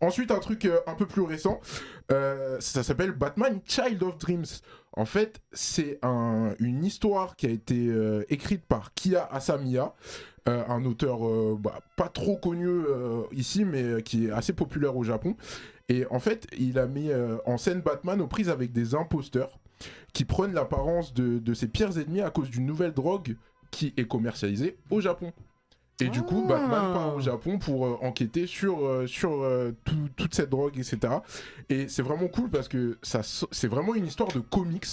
Speaker 4: Ensuite, un truc euh, un peu plus récent, euh, ça s'appelle Batman Child of Dreams. En fait, c'est un- une histoire qui a été euh, écrite par Kia Asamiya, euh, un auteur euh, bah, pas trop connu euh, ici, mais euh, qui est assez populaire au Japon. Et en fait, il a mis euh, en scène Batman aux prises avec des imposteurs qui prennent l'apparence de, de ses pires ennemis à cause d'une nouvelle drogue qui est commercialisée au Japon. Et du coup, Batman part au Japon pour euh, enquêter sur, euh, sur euh, tout- toute cette drogue, etc. Et c'est vraiment cool parce que ça so- c'est vraiment une histoire de comics.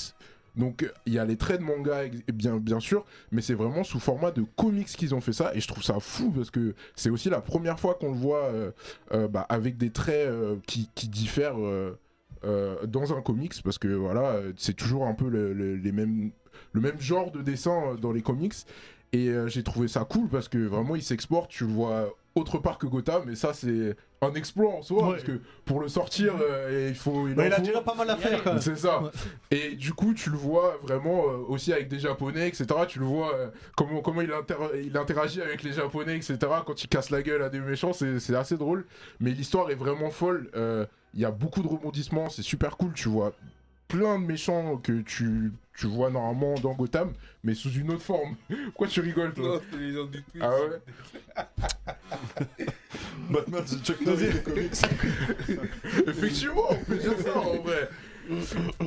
Speaker 4: Donc euh, il y a les traits de manga ex- bien, bien sûr, mais c'est vraiment sous format de comics qu'ils ont fait ça et je trouve ça fou parce que c'est aussi la première fois qu'on le voit euh, euh, bah, avec des traits euh, qui, qui diffèrent euh, euh, dans un comics parce que voilà euh, c'est toujours un peu le, le- les mêmes, le même genre de dessin euh, dans les comics et euh, j'ai trouvé ça cool parce que vraiment il s'exporte, tu le vois autre part que Gotham mais ça c'est un exploit en soi parce que pour le sortir euh, il faut
Speaker 1: Bah,
Speaker 4: en
Speaker 1: il a
Speaker 4: faut.
Speaker 1: déjà pas mal à faire, quand même.
Speaker 4: c'est ça et du coup, tu le vois vraiment euh, aussi avec des Japonais, etc. Tu le vois euh, comment, comment il, inter- il interagit avec les Japonais, etc. Quand il casse la gueule à des méchants, c'est c'est assez drôle. Mais l'histoire est vraiment folle. Euh, Il y a beaucoup de rebondissements, c'est super cool. Tu vois plein de méchants que tu, tu vois normalement dans Gotham, mais sous une autre forme. Pourquoi tu rigoles, toi Ah ouais
Speaker 2: Batman, c'est Chuck Norris des comics.
Speaker 4: Effectivement, on peut dire ça en vrai.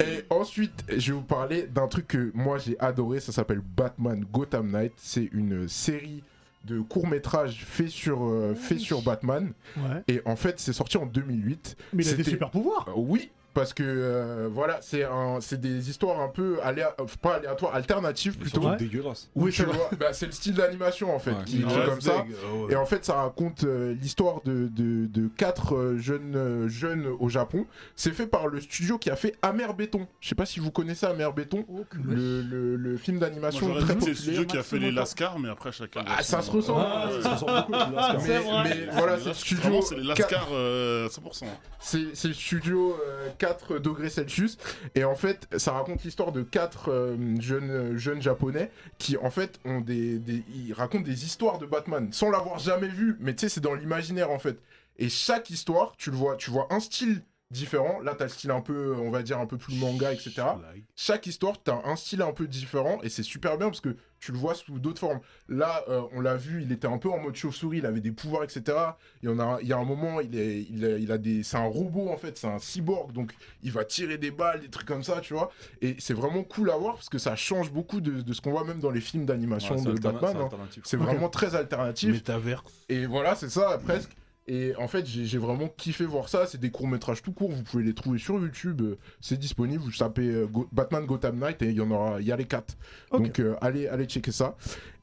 Speaker 4: Et ensuite, je vais vous parler d'un truc que moi j'ai adoré, ça s'appelle Batman Gotham Knight. C'est une série de courts-métrages faits sur, euh, faits sur Batman.
Speaker 1: Ouais.
Speaker 4: Et en fait, c'est sorti en 2008.
Speaker 1: Mais il a des
Speaker 4: C'était-
Speaker 1: super-pouvoirs.
Speaker 4: Euh, Oui, parce que euh, voilà, c'est un- c'est des histoires un peu aléa- euh, pas aléatoires, alternatives plutôt.
Speaker 2: surtout Ouais. dégueulasses.
Speaker 4: Oui,
Speaker 2: Oui,
Speaker 4: tu
Speaker 2: c'est vrai.
Speaker 4: vois, bah, c'est le style d'animation en fait
Speaker 2: Ouais.
Speaker 4: qui qui est
Speaker 2: Ouais,
Speaker 4: comme
Speaker 2: c'est
Speaker 4: ça.
Speaker 2: dingue, ouais.
Speaker 4: Et et en fait, ça raconte euh, l'histoire de, de, de quatre euh, jeunes, euh, jeunes au Japon. C'est fait par le studio qui a fait Amer Béton. Je sais pas si vous connaissez Amer Béton, le, le- le film
Speaker 5: Moi,
Speaker 4: d'animation
Speaker 5: j'aurais
Speaker 4: très
Speaker 5: dit que c'est
Speaker 4: populaire.
Speaker 5: le studio qui a fait les Lascars, mais après chacun.
Speaker 4: Ah, ça se ressemble. Ah, ça se ressemble beaucoup, les Lascars. Mais- mais voilà, c'est le studio
Speaker 5: Vraiment, c'est les Lascars
Speaker 4: quatre-
Speaker 5: euh, 100%.
Speaker 4: C'est c'est le studio euh, 4 degrés Celsius. Et en fait, ça raconte l'histoire de 4 jeunes, euh, jeunes japonais qui, en fait, ont des, des- ils racontent des histoires de Batman sans l'avoir jamais vu. Mais tu sais, c'est dans l'imaginaire, en fait. Et chaque histoire, tu le vois, tu vois un style différent. Là, t'as le style un peu, on va dire, un peu plus manga, etc. Chaque histoire, t'as un style un peu différent et c'est super bien parce que tu le vois sous d'autres formes. Là, euh, on l'a vu, il était un peu en mode chauve-souris, il avait des pouvoirs, etc. Il y en a, il y a un moment, il est, il a, il a des, c'est un robot en fait, c'est un cyborg, donc il va tirer des balles, des trucs comme ça, tu vois. Et c'est vraiment cool à voir parce que ça change beaucoup de, de ce qu'on voit même dans les films d'animation
Speaker 2: Ouais, c'est
Speaker 4: de
Speaker 2: alterna-
Speaker 4: Batman.
Speaker 2: c'est
Speaker 4: hein.
Speaker 2: alternatif.
Speaker 4: C'est
Speaker 2: Ok.
Speaker 4: vraiment très alternatif. Et voilà, c'est ça, presque. Et en fait, j'ai j'ai vraiment kiffé voir ça. C'est des courts-métrages tout courts. Vous pouvez les trouver sur YouTube. euh, C'est disponible. Vous tapez euh, Go- Batman Gotham Knight et il y en aura. Il y a les 4. Donc, euh, allez, allez checker ça.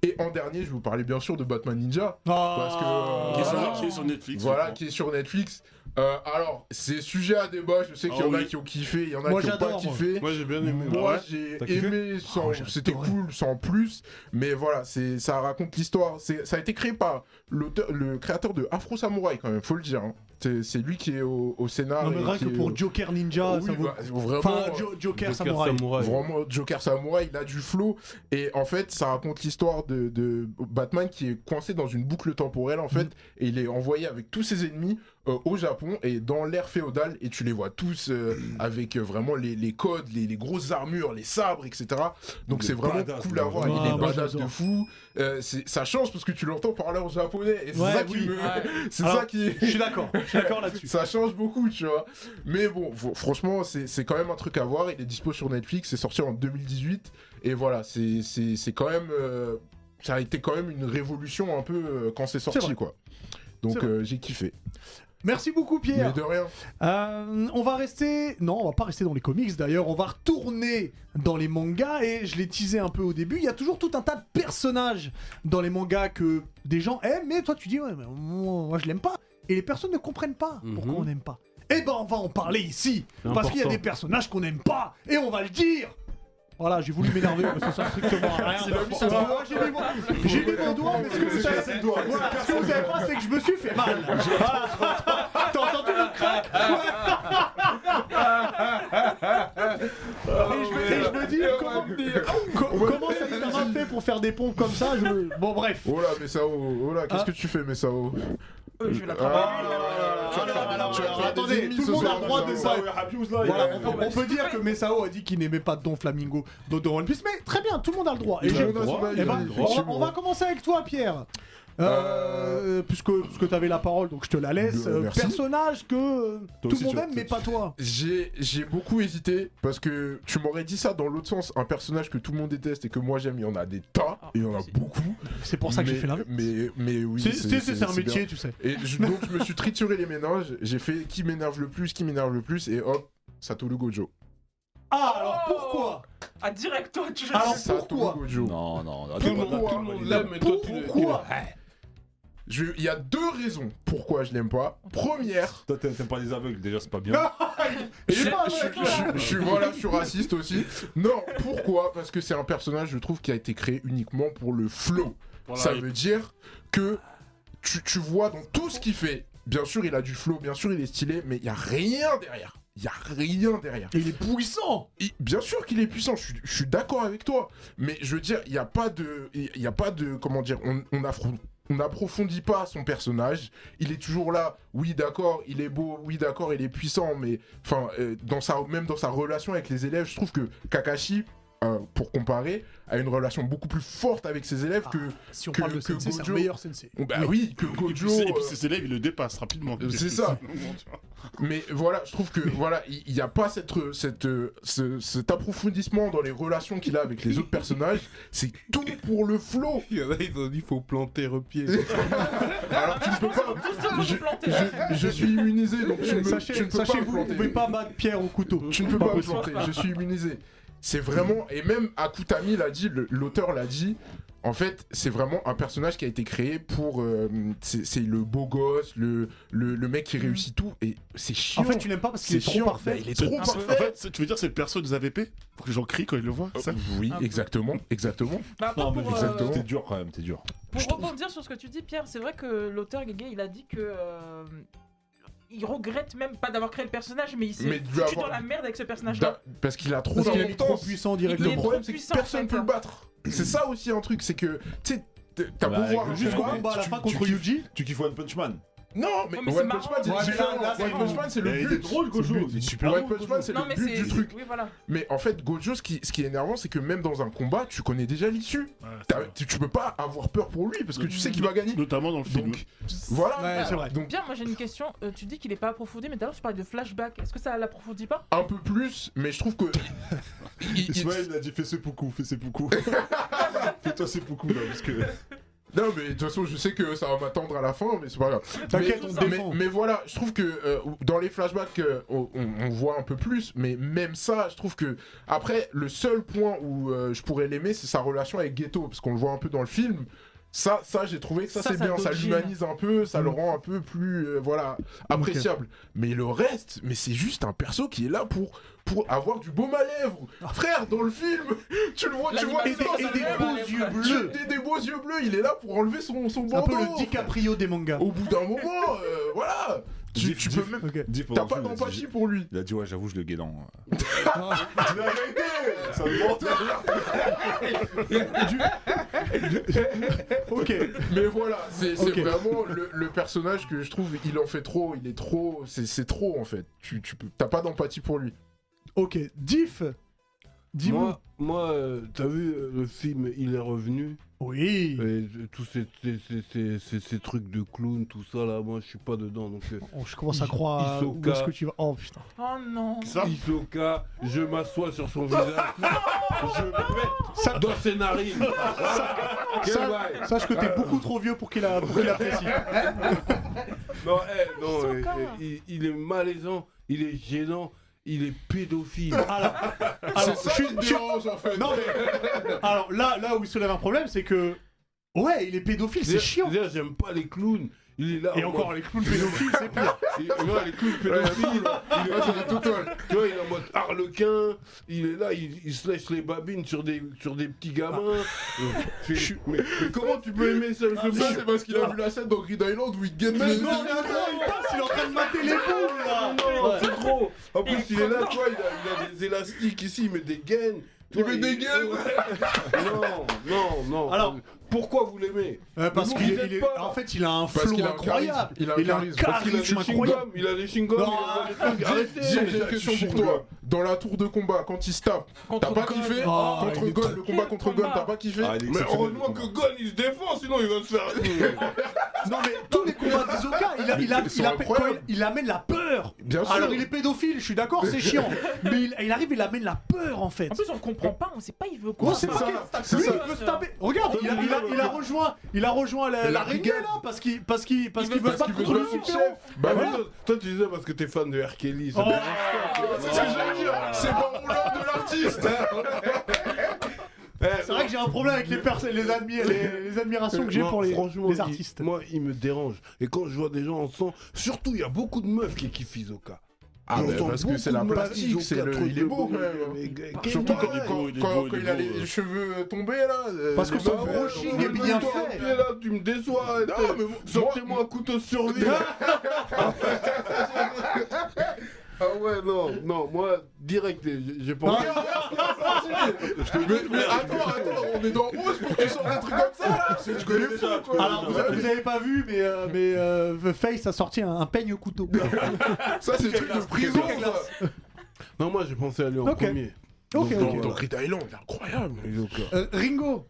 Speaker 4: Et en dernier, je vais vous parler bien sûr de Batman Ninja. parce que,
Speaker 1: euh,
Speaker 5: Qui est sur- qui est sur Netflix,
Speaker 4: Voilà,
Speaker 5: maintenant.
Speaker 4: qui est sur Netflix. Euh, alors, c'est sujet à débat. Je sais qu'il y
Speaker 5: Ah
Speaker 4: en a
Speaker 5: oui.
Speaker 4: qui ont kiffé, il y en a
Speaker 5: Moi,
Speaker 4: qui n'ont pas
Speaker 5: j'adore, moi.
Speaker 4: kiffé.
Speaker 5: Moi, j'ai bien aimé.
Speaker 4: Moi,
Speaker 5: Ah ouais
Speaker 4: j'ai
Speaker 5: T'as kiffé
Speaker 4: aimé. sans- C'était cool, sans plus. Mais voilà, c'est ça raconte l'histoire. C'est- Ça a été créé par l'auteur, le créateur de Afro Samurai quand même. Faut le dire. hein. C'est c'est lui qui est au, au scénar.
Speaker 1: Non, mais
Speaker 4: et
Speaker 1: rien
Speaker 4: Ah, qui
Speaker 1: que
Speaker 4: est
Speaker 1: pour
Speaker 4: au-
Speaker 1: Joker Ninja,
Speaker 4: Oui,
Speaker 1: ça vaut-
Speaker 4: bah, vraiment,
Speaker 1: Enfin,
Speaker 4: euh,
Speaker 1: Jo- Joker Joker Samurai. Samurai.
Speaker 4: Vraiment, Joker Samurai, il a du flow. Et en fait, ça raconte l'histoire de, de Batman qui est coincé dans une boucle temporelle, en fait.
Speaker 2: Mm.
Speaker 4: Et il est envoyé avec tous ses ennemis euh, au Japon et dans l'ère féodale. Et tu les vois tous euh,
Speaker 2: Mm.
Speaker 4: avec euh, vraiment les, les codes, les, les grosses armures, les sabres, etc. Donc
Speaker 2: Il
Speaker 4: c'est
Speaker 2: est
Speaker 4: vraiment
Speaker 2: badass,
Speaker 4: cool
Speaker 2: le
Speaker 4: à voir.
Speaker 2: Japon. Ah,
Speaker 4: il est
Speaker 2: moi,
Speaker 4: badass de
Speaker 2: j'adore.
Speaker 4: fou. Euh, c'est- ça change parce que tu l'entends parler en japonais. Et c'est
Speaker 1: Ouais,
Speaker 4: ça qui
Speaker 1: oui,
Speaker 4: me-
Speaker 1: ouais.
Speaker 4: c'est
Speaker 1: Alors,
Speaker 4: ça qui.
Speaker 1: je suis d'accord, je suis d'accord là-dessus.
Speaker 4: Ça change beaucoup, tu vois. Mais bon, fr- franchement, c'est c'est quand même un truc à voir. Il est dispo sur Netflix, c'est sorti en 2018. Et voilà, c'est- c'est c'est quand même. euh, ça a été quand même une révolution un peu euh, quand c'est
Speaker 1: C'est vrai.
Speaker 4: sorti, quoi.
Speaker 1: C'est
Speaker 4: Donc
Speaker 1: vrai.
Speaker 4: euh, j'ai kiffé.
Speaker 1: Merci beaucoup Pierre.
Speaker 4: Mais de rien.
Speaker 1: Euh, on va rester, non, on va pas rester dans les comics d'ailleurs, on va retourner dans les mangas et je l'ai teasé un peu au début, il y a toujours tout un tas de personnages dans les mangas que des gens aiment mais toi tu dis ouais mais moi, moi, je l'aime pas et les personnes ne comprennent pas pourquoi on n'aime pas. Eh ben on va en parler ici
Speaker 13: Mhm. C'est
Speaker 1: parce qu'il y a
Speaker 13: important.
Speaker 1: des personnages qu'on n'aime pas et on va le dire. Voilà, j'ai voulu m'énerver parce que ça sert strictement à rien.
Speaker 13: C'est pas
Speaker 1: Voilà,
Speaker 13: important.
Speaker 1: j'ai mis mon- J'ai mis mon doigt, mais ce que vous savez,
Speaker 13: C'est le doigt.
Speaker 1: voilà, ce que vous savez pas, c'est que je me suis fait mal. Voilà. T'as entendu le crack
Speaker 4: Ah,
Speaker 1: Et je me- et je me dis,
Speaker 4: Oh,
Speaker 1: comment, co- comment ça m'a fait pour faire des pompes comme ça je- Bon, bref.
Speaker 4: Oh là, mais ça, oh, oh là, qu'est-ce
Speaker 1: Ah.
Speaker 4: que tu fais, mais ça, oh.
Speaker 10: Euh, Ah,
Speaker 1: Attendez, tout le monde a le droit de ça. Voilà, on, peut- on peut dire que Messao a dit qu'il n'aimait pas Don Flamingo de Don One Piece, mais très bien, tout le monde a le droit.
Speaker 4: Il a
Speaker 1: je-
Speaker 4: le droit,
Speaker 1: eh
Speaker 4: il a
Speaker 1: ben,
Speaker 4: le droit.
Speaker 1: on, va, on va commencer avec toi, Pierre. Euh, Puisque, puisque tu avais la parole, donc je te la laisse.
Speaker 4: Euh,
Speaker 1: Euh,
Speaker 4: merci.
Speaker 1: personnage que euh,
Speaker 4: Toi
Speaker 1: tout
Speaker 4: aussi,
Speaker 1: le monde
Speaker 4: tu-
Speaker 1: aime, mais pas toi.
Speaker 4: J'ai j'ai beaucoup hésité parce que tu m'aurais dit ça dans l'autre sens. Un personnage que tout le monde déteste et que moi j'aime, il y en a des tas, et il y en a beaucoup.
Speaker 1: Ah, C'est pour ça que j'ai fait l'inverse.
Speaker 4: Mais, mais oui,
Speaker 1: C'est- c'est- c'est un métier,
Speaker 4: bien.
Speaker 1: tu sais.
Speaker 4: Et je- donc je me suis trituré les méninges, j'ai fait qui m'énerve le plus, qui m'énerve le plus, et hop, Satoru Gojo.
Speaker 1: Ah, alors pourquoi
Speaker 10: Ah, direct, toi, tu
Speaker 1: Alors
Speaker 4: Satoru Gojo.
Speaker 2: Non, non, non.
Speaker 4: Tout le monde- tout le monde l'aime, mais toi, tu le-
Speaker 1: Pourquoi
Speaker 4: Je- Il y a deux raisons pourquoi je l'aime pas. Première.
Speaker 2: Toi, t'aimes t'aimes pas les aveugles, déjà, c'est pas bien.
Speaker 4: Et je, je- je- je suis voilà, je suis raciste aussi. Non, pourquoi Parce que c'est un personnage, je trouve, qui a été créé uniquement pour le flow.
Speaker 5: Pour la
Speaker 4: Ça
Speaker 5: hype.
Speaker 4: veut dire que tu, tu vois dans tout ce qu'il fait. Bien sûr, il a du flow, bien sûr, il est stylé, mais il y a rien derrière. Il y a rien derrière.
Speaker 1: il est puissant.
Speaker 4: bien sûr qu'il est puissant. Je suis, je suis d'accord avec toi, mais je veux dire, il n'y a pas de, il y a pas de, comment dire, on, on affronte. On n'approfondit pas son personnage. Il est toujours là. Oui, d'accord, il est beau. Oui, d'accord, il est puissant. Mais enfin, euh, dans sa, même dans sa relation avec les élèves, je trouve que Kakashi, euh, pour comparer, a une relation beaucoup plus forte avec ses élèves que
Speaker 1: si on
Speaker 4: que,
Speaker 1: parle de
Speaker 4: que
Speaker 1: sensei, c'est un
Speaker 4: Gojo.
Speaker 1: meilleur sensei.
Speaker 4: Bah oui, que
Speaker 5: Ah. Et puis,
Speaker 4: Gojo.
Speaker 5: ses- et puis
Speaker 4: euh,
Speaker 5: ses élèves, ils le dépassent rapidement.
Speaker 4: c'est ça. Mais voilà, je trouve que voilà, il n'y a pas cette, cette, euh, ce- cet approfondissement dans les relations qu'il a avec les autres personnages. C'est tout pour le flow.
Speaker 14: Il y en a, ils ont dit faut planter repied.
Speaker 4: Alors tu ne peux pas.
Speaker 14: Je,
Speaker 4: je- je suis immunisé, donc tu ne me-
Speaker 1: Euh, sachez,
Speaker 4: tu ne peux
Speaker 1: sachez
Speaker 4: pas me
Speaker 1: vous, vous
Speaker 4: planter.
Speaker 1: pouvez pas battre Pierre au couteau.
Speaker 4: Tu ne peux pas me planter, je suis immunisé. C'est vraiment, et même Akutami l'a dit, le- l'auteur l'a dit, en fait, c'est vraiment un personnage qui a été créé pour. euh, c'est c'est le beau gosse, le, le, le mec qui réussit tout, et c'est chiant.
Speaker 1: Mm. En fait, tu l'aimes pas parce qu'il est
Speaker 4: C'est
Speaker 1: trop
Speaker 4: chiant.
Speaker 1: parfait. Ah,
Speaker 4: Bah, il est trop
Speaker 5: En
Speaker 4: parfait.
Speaker 5: fait, c'est- tu veux dire, c'est le perso des AVP Faut que j'en crie quand il le voit. ça
Speaker 4: oui, exactement, exactement.
Speaker 10: Bah, pas pour, euh,
Speaker 2: T'es dur quand même, t'es dur.
Speaker 10: Pour rebondir sur ce que tu dis, Pierre, c'est vrai que l'auteur Gégé, il a dit que. euh, il regrette même pas d'avoir créé le personnage, mais il
Speaker 4: Mais
Speaker 10: s'est
Speaker 4: de
Speaker 10: foutu
Speaker 4: avoir-
Speaker 10: dans la merde avec ce personnage-là.
Speaker 4: Da- Parce qu'il a trop
Speaker 1: Parce qu'il a mis
Speaker 4: d'importance.
Speaker 1: trop puissant
Speaker 10: directement. Il est
Speaker 4: Le problème,
Speaker 10: trop
Speaker 4: c'est que
Speaker 10: puissant,
Speaker 4: personne
Speaker 10: en fait,
Speaker 4: peut le
Speaker 10: hein.
Speaker 4: battre. C'est ça aussi un truc, c'est que tu sais, t- t'as
Speaker 2: Bah,
Speaker 4: hein. beau voir
Speaker 2: avec
Speaker 4: jusqu'au
Speaker 2: Gojo,
Speaker 4: combat à la
Speaker 2: tu-
Speaker 4: fin
Speaker 2: tu
Speaker 4: contre
Speaker 2: kiffes-
Speaker 4: Yuji.
Speaker 2: Tu kiffes One Punch Man
Speaker 4: Non, mais,
Speaker 10: mais c'est
Speaker 4: One
Speaker 10: marrant.
Speaker 4: Punch Man, c'est
Speaker 10: Ouais,
Speaker 4: c'est
Speaker 10: mais là,
Speaker 4: là,
Speaker 10: là,
Speaker 4: One Punch Man, c'est le
Speaker 2: Mais
Speaker 4: but.
Speaker 2: il est drôle, Gojo,
Speaker 4: C'est le but.
Speaker 2: il est super
Speaker 4: One
Speaker 2: drôle,
Speaker 4: Punch Man, c'est
Speaker 10: Non, mais
Speaker 4: le but
Speaker 10: c'est.
Speaker 4: du truc.
Speaker 10: Oui, voilà.
Speaker 4: Mais en fait, Gojo, ce qui, ce qui est énervant, c'est que même dans un combat, tu connais déjà l'issue. T'as- tu, tu peux pas avoir peur pour lui parce que tu sais qu'il va gagner.
Speaker 5: Notamment dans le film.
Speaker 4: Voilà.
Speaker 1: Ouais, c'est vrai.
Speaker 4: Donc,
Speaker 10: Pierre, moi j'ai une question. Euh, tu dis qu'il est pas approfondi, mais tout à l'heure tu parlais de flashback. Est-ce que ça l'approfondit pas
Speaker 4: un peu plus, mais je trouve que. il- il-
Speaker 2: Ismaël il a dit fais ce poucou, fais ce poucou. Fais-toi ce poucou là, parce que.
Speaker 4: Non, mais de toute façon, je sais que ça va m'attendre à la fin, mais c'est pas grave.
Speaker 1: T'inquiète,
Speaker 4: Mais-
Speaker 1: on te
Speaker 4: mais,
Speaker 1: défend.
Speaker 4: mais voilà, je trouve que euh, dans les flashbacks, euh, on, on- on voit un peu plus, mais même ça, je trouve que. Après, le seul point où euh, je pourrais l'aimer, c'est sa relation avec Ghetto, parce qu'on le voit un peu dans le film. Ça, ça j'ai trouvé que ça,
Speaker 1: Ça,
Speaker 4: c'est
Speaker 1: ça Mm.
Speaker 4: bien, ça
Speaker 1: dodge.
Speaker 4: l'humanise un peu, ça le rend un peu plus euh, voilà appréciable. Mais le reste, mais c'est juste un perso qui est là pour pour avoir du baume à lèvres.
Speaker 1: Ah.
Speaker 4: Frère, dans le film, tu le vois, tu vois,
Speaker 1: Et des-
Speaker 4: attends,
Speaker 1: et
Speaker 4: ça
Speaker 1: des
Speaker 4: lève.
Speaker 1: beaux yeux bleus.
Speaker 4: Tu- Des, des beaux yeux bleus, il est là pour enlever son, son
Speaker 1: un peu
Speaker 4: bandeau.
Speaker 1: le DiCaprio des mangas.
Speaker 4: Au bout d'un moment, euh, voilà. Tu, tu peux même. T'as pas d'empathie pour lui.
Speaker 2: Il a dit, ouais, j'avoue, je le guet dans.
Speaker 4: Ça me
Speaker 1: ok.
Speaker 4: Mais voilà, c'est c'est
Speaker 1: Ok.
Speaker 4: vraiment le, le personnage que je trouve, il en fait trop, il est trop, c'est c'est trop en fait. Tu, tu peux- t'as pas d'empathie pour lui.
Speaker 1: Ok, Diff,
Speaker 3: Moi, moi euh, t'as vu euh, le film Il est revenu
Speaker 1: Oui.
Speaker 3: tous ces, ces- ces- ces- ces- ces trucs de clown, tout ça là, moi je suis pas dedans. Donc, euh,
Speaker 1: Oh, je commence à
Speaker 3: I-
Speaker 1: croire euh, où
Speaker 3: Hisoka-
Speaker 1: est-ce que tu vas. Oh putain.
Speaker 10: Oh non.
Speaker 3: Hisoka, Ah. je m'assois sur son visage, je pète dans ses narines. Quel bail.
Speaker 1: Ça, sache que t'es beaucoup trop vieux pour qu'il a- pour qu'il apprécie.
Speaker 3: Non, eh, non, eh, eh, il, il est malaisant, il est gênant, il est pédophile.
Speaker 4: Ah,
Speaker 1: Alors, je suis- je suis- Non, mais- Alors là, là où il se lève un problème, c'est que. Ouais, il est pédophile, c'est
Speaker 3: D'ailleurs-
Speaker 1: chiant.
Speaker 3: d'ailleurs, j'aime pas les clowns. Il est là.
Speaker 1: Et
Speaker 3: en
Speaker 1: encore,
Speaker 3: mode-
Speaker 1: les clowns pédophiles, c'est pire.
Speaker 3: Il- Non, les clowns pédophiles. il est là, Tu vois, il est en mode harlequin. Il est là, il, il se lèche les babines sur des, sur des petits gamins.
Speaker 1: Ah.
Speaker 3: Euh, tu- mais, mais comment tu peux aimer ça ce
Speaker 4: Ça,
Speaker 3: mec
Speaker 4: c'est parce qu'il a vu la scène dans Grid Island où il gagne
Speaker 1: Ah. Mais
Speaker 4: les-
Speaker 1: non, mais attends, il passe, il est en train de mater les boules là.
Speaker 3: Non, c'est trop. En plus, il est là, tu vois, il a, il a des élastiques ici, il met des gaines. Tu
Speaker 4: Il
Speaker 3: vois,
Speaker 4: met des gaines.
Speaker 3: Non, non, non.
Speaker 1: Alors-
Speaker 3: pourquoi vous l'aimez
Speaker 1: Euh, parce
Speaker 3: Vous
Speaker 1: qu'il
Speaker 3: vous
Speaker 1: est- il
Speaker 3: aimez
Speaker 1: est-
Speaker 3: pas.
Speaker 1: en fait, il a un
Speaker 4: Parce
Speaker 1: flow
Speaker 4: qu'il a un
Speaker 1: incroyable.
Speaker 4: charisme, il a un charisme, parce
Speaker 3: Il a des
Speaker 1: charisme incroyable.
Speaker 3: chewing-gums, il a des chewing-gums,
Speaker 1: Non.
Speaker 3: il a des trucs. Arrêtez
Speaker 4: J'ai j'ai une question pour toi. Dans la tour de combat, quand il se tape,
Speaker 10: Contre
Speaker 4: t'as pas
Speaker 10: Gon.
Speaker 4: kiffé
Speaker 1: Ah, il
Speaker 4: Contre
Speaker 1: est
Speaker 4: Gon,
Speaker 1: très-
Speaker 4: le combat contre Gon, t'as pas kiffé
Speaker 2: Ah, il est
Speaker 3: Mais
Speaker 2: exceptionnel,
Speaker 3: heureusement
Speaker 2: le
Speaker 3: que
Speaker 2: combat.
Speaker 3: Gon il se défend, sinon il va se faire.
Speaker 1: Non, mais tous les combats d'Isoka, il, a- il, a-
Speaker 4: Ils sont
Speaker 1: il, a- quand
Speaker 4: incroyables.
Speaker 1: il- il amène la peur.
Speaker 4: Bien sûr.
Speaker 1: Ah, Alors, il est pédophile, je suis d'accord, c'est chiant. Mais il, il arrive, il amène la peur en fait.
Speaker 10: En plus, on comprend pas, on sait pas, il veut
Speaker 1: Gros,
Speaker 10: quoi.
Speaker 1: c'est
Speaker 4: c'est ça,
Speaker 1: pas
Speaker 4: Ah, c'est
Speaker 1: lui,
Speaker 4: ça.
Speaker 1: il veut se taper. Regarde, il a, il a- il a rejoint, il a rejoint la, la rigueur, là parce qu'il parce qu'il parce qu'il veut se
Speaker 4: Parce qu'il
Speaker 1: battre
Speaker 4: veut
Speaker 1: contre le
Speaker 4: jouer son
Speaker 1: super.
Speaker 4: chef Bah
Speaker 3: Ah, mais
Speaker 4: voilà Ah,
Speaker 3: toi, toi, tu disais parce que t'es fan de R. Kelly. c'est
Speaker 1: Oh.
Speaker 3: bien.
Speaker 4: C'est ce que j'allais dire C'est pas mon lore de l'artiste
Speaker 3: Eh,
Speaker 1: C'est vrai que j'ai un problème avec les pers- les, admi- les, les admirations que j'ai
Speaker 3: moi,
Speaker 1: pour les,
Speaker 3: franchement,
Speaker 1: les
Speaker 3: il-
Speaker 1: artistes.
Speaker 3: moi, il me dérange. Et quand je vois des gens ensemble, surtout, il y a beaucoup de meufs qui kiffent Isoka.
Speaker 4: Ah,
Speaker 3: J'entends
Speaker 4: bah, parce que
Speaker 3: beaucoup
Speaker 4: c'est la
Speaker 3: de meufs,
Speaker 4: plastique,
Speaker 3: Isoka,
Speaker 4: c'est le-
Speaker 3: truc
Speaker 4: il est
Speaker 3: de
Speaker 4: beau,
Speaker 3: bonheur,
Speaker 4: quand
Speaker 3: mais
Speaker 4: même. hein.
Speaker 3: quel
Speaker 4: Surtout
Speaker 3: bonheur.
Speaker 4: quand, quand- quand il a les cheveux tombés là. euh,
Speaker 1: euh. Parce que
Speaker 4: les
Speaker 1: son
Speaker 4: barbes,
Speaker 1: gros
Speaker 4: euh,
Speaker 1: chien
Speaker 4: on
Speaker 1: est
Speaker 4: le
Speaker 1: bien
Speaker 4: met
Speaker 1: fait.
Speaker 3: T'es là, tu me déçois.
Speaker 4: Non,
Speaker 3: t'es-
Speaker 4: mais moi-
Speaker 3: Sortez-moi un couteau sur lui. ah ouais, non, non, moi, direct, j'ai- j'ai pas envie.
Speaker 4: dans- Mais, mais attends, attends, on est dans Oz pour que tu sors un truc comme ça là Tu connais
Speaker 3: déjà,
Speaker 4: fou, quoi.
Speaker 1: Alors, vous, avez- vous avez pas vu, mais, euh, mais euh, The Face a sorti un, un peigne au couteau.
Speaker 4: Ça, c'est le truc de prison ça
Speaker 3: Non, moi, j'ai pensé à lui en
Speaker 1: Ok.
Speaker 3: premier.
Speaker 1: Ok,
Speaker 3: Donc,
Speaker 1: ok.
Speaker 4: Dans Grid Island, il est incroyable
Speaker 3: Isoka.
Speaker 1: Euh, Ringo,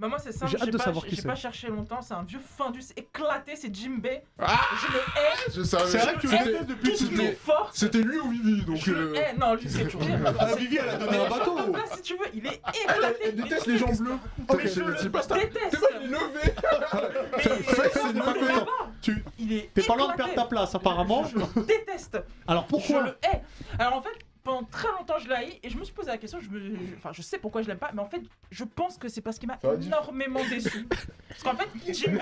Speaker 10: Bah moi c'est simple,
Speaker 1: J'ai hâte
Speaker 10: j'ai
Speaker 1: de
Speaker 10: pas,
Speaker 1: savoir qui
Speaker 10: j'ai
Speaker 1: c'est.
Speaker 10: pas cherché longtemps, c'est un vieux findus éclaté, c'est Jimbei.
Speaker 4: Ah
Speaker 10: je le hais,
Speaker 4: Je savais.
Speaker 1: C'est vrai que tu le détestes depuis
Speaker 10: tout ce
Speaker 4: c'était-
Speaker 10: qu'il est fort.
Speaker 4: C'était lui ou Vivi donc.
Speaker 10: Je le
Speaker 4: euh,
Speaker 10: hais, non lui c'est pire.
Speaker 1: Ah, Vivi, elle a donné un bateau.
Speaker 10: Là si tu veux, il est
Speaker 4: Elle,
Speaker 10: éclaté.
Speaker 4: elle
Speaker 10: il est
Speaker 4: déteste les gens bleus.
Speaker 1: Ok,
Speaker 4: C'est-
Speaker 1: je-
Speaker 4: C'est pas ça.
Speaker 10: déteste.
Speaker 4: T'es pas il est levé.
Speaker 10: Mais-
Speaker 1: Face, c'est
Speaker 10: mais-
Speaker 1: pas
Speaker 10: mais
Speaker 1: content.
Speaker 10: là-bas,
Speaker 1: Tu
Speaker 10: Il est
Speaker 1: t'es pas loin de
Speaker 10: éclaté.
Speaker 1: perdre ta place apparemment.
Speaker 10: Je le déteste.
Speaker 1: Alors
Speaker 10: je
Speaker 1: pourquoi
Speaker 10: le hais. Alors en fait, pendant très longtemps, je l'ai haï et je me suis posé la question. Je me, je- enfin, je sais pourquoi je l'aime pas, mais en fait, je pense que c'est parce qu'il m'a
Speaker 4: Ça va, Jim
Speaker 10: énormément déçu. Parce qu'en fait, Jimbe,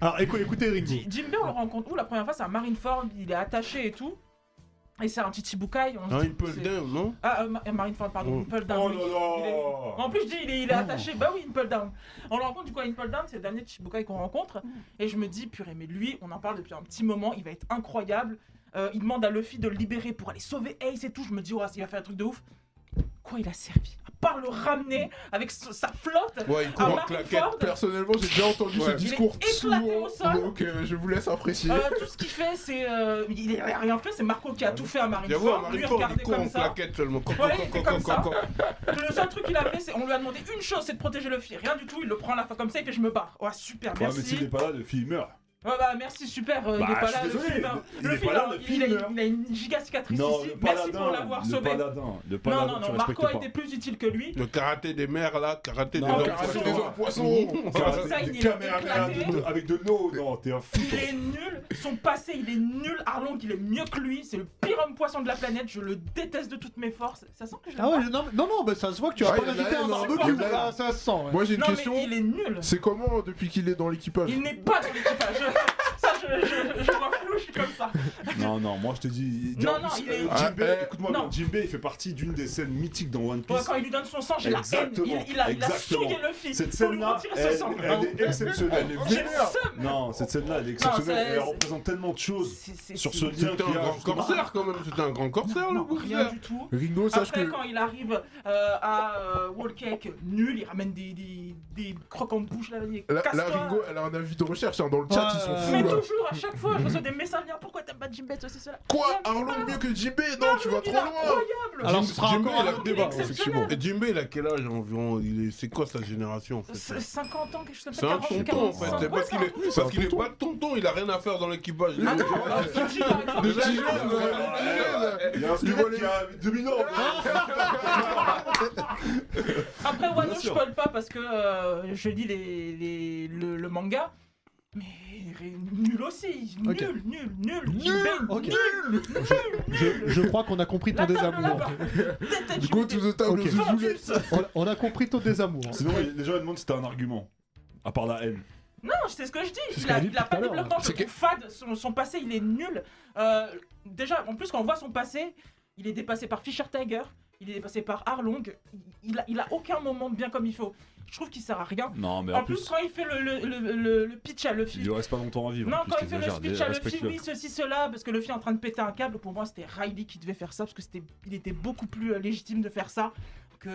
Speaker 1: Alors écou- écoutez Ringo.
Speaker 10: Ji- Jimbe, on le rencontre où la première fois C'est à Marineford, il est attaché et tout. Et c'est un petit boucaille. on se
Speaker 3: Un
Speaker 10: dit,
Speaker 3: Impel
Speaker 10: c'est-
Speaker 3: Down, non
Speaker 10: Ah, euh, Ma- euh, Marineford, pardon,
Speaker 3: Oh.
Speaker 10: Impel Down.
Speaker 3: Oh
Speaker 10: oui.
Speaker 3: là
Speaker 10: Il est-
Speaker 3: là Oh.
Speaker 10: En plus, je dis, il est, il est attaché. Bah oui, Impel Down. On le rencontre, du coup, à Impel Down, c'est le dernier Chibukai qu'on rencontre. Et je me dis, purée, mais lui, on en parle depuis un petit moment, il va être incroyable. Euh, il demande à Luffy de le libérer pour aller sauver Ace et tout. Je me dis, ouais, il va faire un truc de ouf. Quoi, il a servi À part le ramener avec so- sa flotte
Speaker 4: Ouais, il
Speaker 10: à Marineford.
Speaker 4: Personnellement, j'ai déjà entendu
Speaker 3: Ouais.
Speaker 4: ce
Speaker 3: Il est
Speaker 4: discours
Speaker 10: éclaté
Speaker 4: souvent,
Speaker 10: au sol.
Speaker 4: donc euh, je vous laisse apprécier.
Speaker 10: Euh, tout ce qu'il fait, c'est. euh, il il a rien fait, c'est Marco
Speaker 2: Ah
Speaker 10: qui a tout fait à
Speaker 3: J'avoue, à
Speaker 2: hein,
Speaker 10: Marineford. Lui,
Speaker 3: Marie-Paul, on
Speaker 10: regardez
Speaker 3: est con,
Speaker 10: comme
Speaker 3: on
Speaker 10: ça.
Speaker 3: claquette seulement. Con,
Speaker 10: Ouais,
Speaker 3: con,
Speaker 10: il était
Speaker 3: con,
Speaker 10: comme
Speaker 3: con,
Speaker 10: ça.
Speaker 3: con, con.
Speaker 10: Le seul truc qu'il a fait, c'est on lui a demandé une chose, c'est de protéger Luffy. Rien du tout, il le prend à la fin comme ça et fait je me barre. Ouais, super,
Speaker 2: Ouais, mais
Speaker 10: merci.
Speaker 2: s'il est pas là, le film meurt.
Speaker 10: Ouais, bah merci, super, euh,
Speaker 2: Bah,
Speaker 10: il est
Speaker 2: je
Speaker 10: pas
Speaker 2: suis
Speaker 10: là, le
Speaker 2: désolé,
Speaker 10: film. hein.
Speaker 2: il
Speaker 10: Le
Speaker 2: est
Speaker 10: film,
Speaker 2: pas là,
Speaker 10: hein,
Speaker 2: le
Speaker 10: il
Speaker 2: film,
Speaker 10: a-
Speaker 2: hein.
Speaker 10: il a une giga cicatrice
Speaker 2: Non,
Speaker 10: ici.
Speaker 2: le
Speaker 10: Merci
Speaker 2: paladin,
Speaker 10: pour l'avoir
Speaker 2: le
Speaker 10: sauvé.
Speaker 2: paladin, le
Speaker 10: Non,
Speaker 2: paladin,
Speaker 10: non,
Speaker 2: tu
Speaker 10: non,
Speaker 2: respectes
Speaker 10: Marco a
Speaker 2: pas.
Speaker 10: été plus utile que lui.
Speaker 3: Le karaté des mers là, karaté des
Speaker 2: Non,
Speaker 3: hommes
Speaker 2: karaté
Speaker 3: poissons.
Speaker 2: des hommes poissons.
Speaker 3: Ça,
Speaker 10: Ça,
Speaker 3: ça,
Speaker 10: il est
Speaker 2: Caméra
Speaker 10: éclaté.
Speaker 2: de- avec de l'eau, non, t'es un fou.
Speaker 10: Il est nul, son passé il est nul, Arlong il est mieux que lui, c'est le pire homme poisson de la planète, je le déteste de toutes mes forces. Ça sent que je l'aime
Speaker 1: Ah ouais,
Speaker 10: pas.
Speaker 1: je- non, mais- non, non, bah, ça se voit que tu as
Speaker 10: Ouais,
Speaker 1: pas
Speaker 10: il y en a
Speaker 1: invité
Speaker 10: un,
Speaker 1: un
Speaker 10: non,
Speaker 1: barbecue,
Speaker 10: c'est pas
Speaker 1: là,
Speaker 10: grave.
Speaker 1: ça se sent. ouais.
Speaker 4: Moi j'ai une
Speaker 10: Non, mais
Speaker 4: question.
Speaker 10: il est nul.
Speaker 4: C'est comment depuis qu'il est dans l'équipage
Speaker 10: Il n'est pas dans l'équipage. Je- Ça, je, je- je vois flou, je suis comme ça.
Speaker 2: Non, non, moi je te dis.
Speaker 10: Non,
Speaker 2: en
Speaker 10: non,
Speaker 2: plus,
Speaker 10: il est-
Speaker 2: euh, Jinbei,
Speaker 10: Ah, eh,
Speaker 2: écoute-moi
Speaker 10: non.
Speaker 2: bien, Jinbei, il fait partie d'une des scènes mythiques dans One
Speaker 10: Ouais,
Speaker 2: Piece.
Speaker 10: quand il lui donne son sang, j'ai la haine. Il,
Speaker 2: Exactement,
Speaker 10: il a, il a
Speaker 2: exactement.
Speaker 10: souillé le fils.
Speaker 2: Cette
Speaker 10: pour lui
Speaker 2: scène-là,
Speaker 10: retirer ce
Speaker 2: elle,
Speaker 10: sang.
Speaker 2: elle est exceptionnelle.
Speaker 10: J'ai le seum.
Speaker 2: Non, cette scène-là, elle est
Speaker 10: Non,
Speaker 2: exceptionnelle.
Speaker 10: c'est-
Speaker 2: Elle représente tellement de choses sur ce lien qu'il y a.
Speaker 3: C'était un grand
Speaker 2: justement.
Speaker 3: corsaire quand même, c'était un grand corsaire le
Speaker 10: Non, rien
Speaker 3: corsaire.
Speaker 10: du tout.
Speaker 4: Ringo, sache
Speaker 10: Après,
Speaker 4: que-
Speaker 10: quand il arrive euh, à euh, Wall Cake, nul, il ramène des, des, des croquants de bouche là. il
Speaker 4: Là,
Speaker 10: casse-toi.
Speaker 4: là, Ringo, elle a un avis de recherche hein, dans le chat, ils sont fous.
Speaker 10: Mais
Speaker 4: là.
Speaker 10: toujours, à chaque fois, je reçois des messages dire pourquoi t'aimes pas Jimbei, ceci, cela.
Speaker 4: Quoi Arlong mieux que Jimbe Non, tu vas trop
Speaker 10: il est
Speaker 4: loin
Speaker 10: incroyable
Speaker 3: Jim- Jimbe, il a-
Speaker 10: il est exceptionnel.
Speaker 3: Et Jimbe, il a quel âge environ Il est- C'est quoi sa génération en fait
Speaker 10: C'est 50 ans, quelque chose
Speaker 3: C'est un
Speaker 10: comme ça. 40,
Speaker 3: tonton en fait,
Speaker 10: 45.
Speaker 3: c'est parce
Speaker 10: Ouais,
Speaker 3: qu'il
Speaker 10: c'est un
Speaker 3: est, parce qu'il est pas de tonton, il a rien à faire dans
Speaker 4: Ah,
Speaker 3: l'équipage. Déjà, déjà, il a-
Speaker 4: euh,
Speaker 2: Il y a un squelette qui a 2000 ans.
Speaker 10: Ah Après Wano,
Speaker 2: Bien
Speaker 10: je
Speaker 2: sûr.
Speaker 10: spoil pas parce que euh, je lis les, les- le, le manga. Mais ré- nul aussi, nul,
Speaker 1: Ok.
Speaker 10: nul, nul, Jinbei,
Speaker 1: Ok.
Speaker 10: nul,
Speaker 1: Je, je crois qu'on a compris ton désamour.
Speaker 4: Go to the table,
Speaker 1: Ok.
Speaker 4: je vous laisse.
Speaker 1: On, on a compris ton désamour.
Speaker 2: Sinon, il- les gens ils demandent si t'as un argument. À part la haine.
Speaker 10: Non, c'est ce que je dis.
Speaker 1: ce
Speaker 10: Il
Speaker 1: qu'on
Speaker 10: a,
Speaker 1: dit
Speaker 10: il a
Speaker 1: tout
Speaker 10: pas
Speaker 1: à
Speaker 10: de
Speaker 1: l'heure, là.
Speaker 10: développement. Je
Speaker 1: C'est
Speaker 10: le trouve fade. Son, son passé, il est nul. Euh, déjà, en plus, quand on voit son passé, il est dépassé par Fischer Tiger. Il est dépassé par Arlong. Il- Il a, il a aucun moment bien comme il faut. Je trouve qu'il sert à rien.
Speaker 2: Non, mais Bah, en
Speaker 10: en plus,
Speaker 2: plus-
Speaker 10: quand il fait le, le- le- le- le pitch à Luffy.
Speaker 2: Il lui reste pas longtemps à vivre. hein,
Speaker 10: Non,
Speaker 2: en plus,
Speaker 10: quand il fait le
Speaker 2: t'exagères,
Speaker 10: speech à Luffy,
Speaker 2: respecte-le.
Speaker 10: oui, ceci, cela, parce que Luffy est en train de péter un câble, pour moi c'était Riley qui devait faire ça, parce que c'était, il était beaucoup plus euh, légitime de faire ça que.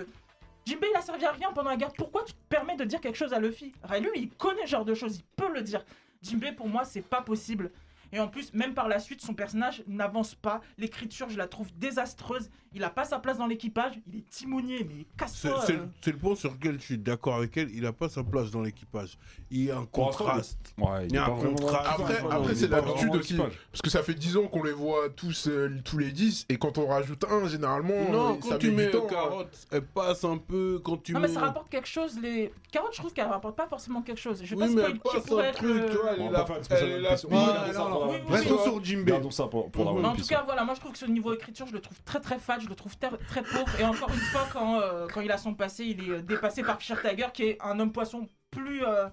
Speaker 10: Jinbei, il a servi à rien pendant la guerre. Pourquoi tu te permets de dire quelque chose à Luffy Riley, il connaît ce genre de choses, il peut le dire. Jinbei, pour moi, c'est pas possible. Et en plus, même par la suite, son personnage n'avance pas. L'écriture, je la trouve désastreuse. Il a pas sa place dans l'équipage. Il est timonier, mais
Speaker 3: C'est
Speaker 10: casse-toi.
Speaker 3: c'est
Speaker 10: euh.
Speaker 3: le- c'est le point sur lequel je suis d'accord avec elle, il a pas sa place dans l'équipage. Il y a un contraste.
Speaker 2: Ouais,
Speaker 3: il y a un contraste.
Speaker 4: Après,
Speaker 2: hein,
Speaker 3: Non,
Speaker 4: après
Speaker 3: il
Speaker 4: c'est
Speaker 3: est pas
Speaker 4: l'habitude
Speaker 3: vraiment
Speaker 4: aussi.
Speaker 3: équipage.
Speaker 4: Parce que ça fait 10 ans qu'on les voit tous, euh, tous les 10, et quand on rajoute un, généralement.
Speaker 3: Non,
Speaker 4: euh,
Speaker 3: quand
Speaker 4: ça
Speaker 3: tu
Speaker 4: met
Speaker 3: mets
Speaker 4: du temps,
Speaker 3: carotte, elle passe un peu. Quand tu
Speaker 10: Non,
Speaker 3: mets.
Speaker 10: mais ça rapporte quelque chose. Les carottes, je trouve qu'elles rapportent pas forcément quelque chose. Je vais
Speaker 3: Oui,
Speaker 10: pas
Speaker 3: mais
Speaker 10: spoiler
Speaker 3: elle
Speaker 10: qui
Speaker 3: passe
Speaker 10: pourrait
Speaker 3: un
Speaker 10: être.
Speaker 3: truc,
Speaker 10: euh,
Speaker 3: tu vois, elle
Speaker 2: On
Speaker 3: est
Speaker 2: va
Speaker 3: là.
Speaker 2: pas faire une
Speaker 3: elle
Speaker 2: spéciale
Speaker 3: est
Speaker 2: One
Speaker 3: là-
Speaker 2: Piece.
Speaker 3: Oui,
Speaker 2: Oui,
Speaker 3: elle
Speaker 2: gardons
Speaker 3: est
Speaker 2: ça pour
Speaker 3: là-
Speaker 2: la One Piece.
Speaker 3: Restons sur
Speaker 2: Jinbei. Gardons ça pour pour la
Speaker 10: Mais
Speaker 2: One
Speaker 10: en tout
Speaker 2: Piece.
Speaker 10: cas, voilà, moi je trouve que ce niveau écriture, je le trouve très très fade, je le trouve ter- très pauvre. Et encore une fois, quand, euh, quand il a son passé, il est euh, dépassé par Fischer Tiger, qui est un homme poisson plus, euh,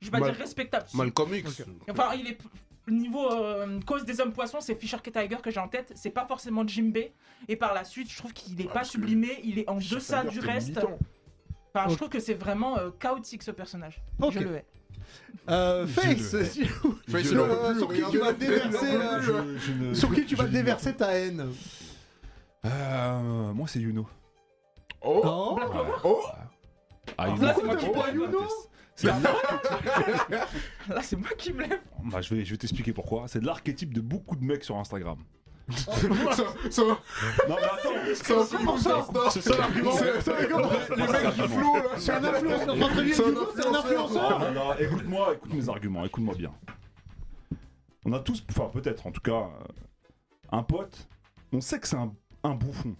Speaker 10: je vais pas
Speaker 3: Mal-
Speaker 10: dire respectable.
Speaker 3: Malcolm X.
Speaker 10: Enfin, il est p- niveau euh, cause des hommes poissons, c'est Fisher Tiger que j'ai en tête. C'est pas forcément Jimbei. Et par la suite, je trouve qu'il
Speaker 3: Ah,
Speaker 10: est pas sublimé, il est en deçà
Speaker 4: Tiger,
Speaker 10: du
Speaker 4: c'est
Speaker 10: reste.
Speaker 4: militant.
Speaker 10: Enfin, je trouve que c'est vraiment euh, chaotique ce personnage.
Speaker 1: Ok.
Speaker 10: Je le hais.
Speaker 1: Euh, Face,
Speaker 4: Dis-le.
Speaker 1: si-
Speaker 4: Face,
Speaker 1: sur,
Speaker 4: il en
Speaker 1: euh,
Speaker 4: peut plus,
Speaker 1: sur qui tu
Speaker 4: regarde-le.
Speaker 1: vas
Speaker 2: hein.
Speaker 1: déverser,
Speaker 4: Il en peut
Speaker 1: euh,
Speaker 2: plus, je- je ne-
Speaker 1: sur qui
Speaker 2: je-
Speaker 1: tu vas
Speaker 2: je l'ignore.
Speaker 1: déverser ta haine
Speaker 2: Euh, Moi, c'est Yuno.
Speaker 1: Oh,
Speaker 4: Oh
Speaker 2: Ah, Yuno,
Speaker 10: Là,
Speaker 2: c'est moi
Speaker 10: c'est
Speaker 2: qui-
Speaker 10: moi qui me lève.
Speaker 2: c'est l'arc-
Speaker 10: Là, c'est moi qui me lève.
Speaker 2: Bah, je vais, je vais t'expliquer pourquoi. C'est de l'archétype de beaucoup de mecs sur Instagram.
Speaker 4: ça, ça,
Speaker 2: Non, mais attends,
Speaker 4: ça, ça,
Speaker 1: Comment ça
Speaker 5: C'est ça l'argument
Speaker 4: C'est ça, les gars, les mecs du flow là.
Speaker 1: C'est un influenceur. Enfin, très bien,
Speaker 4: C'est un
Speaker 1: Hugo, C'est un
Speaker 2: Non,
Speaker 1: influenceur
Speaker 2: non, non, écoute-moi, écoute mes arguments, écoute-moi bien. On a tous, enfin peut-être en tout cas, euh, un pote, on sait que c'est un, un bouffon.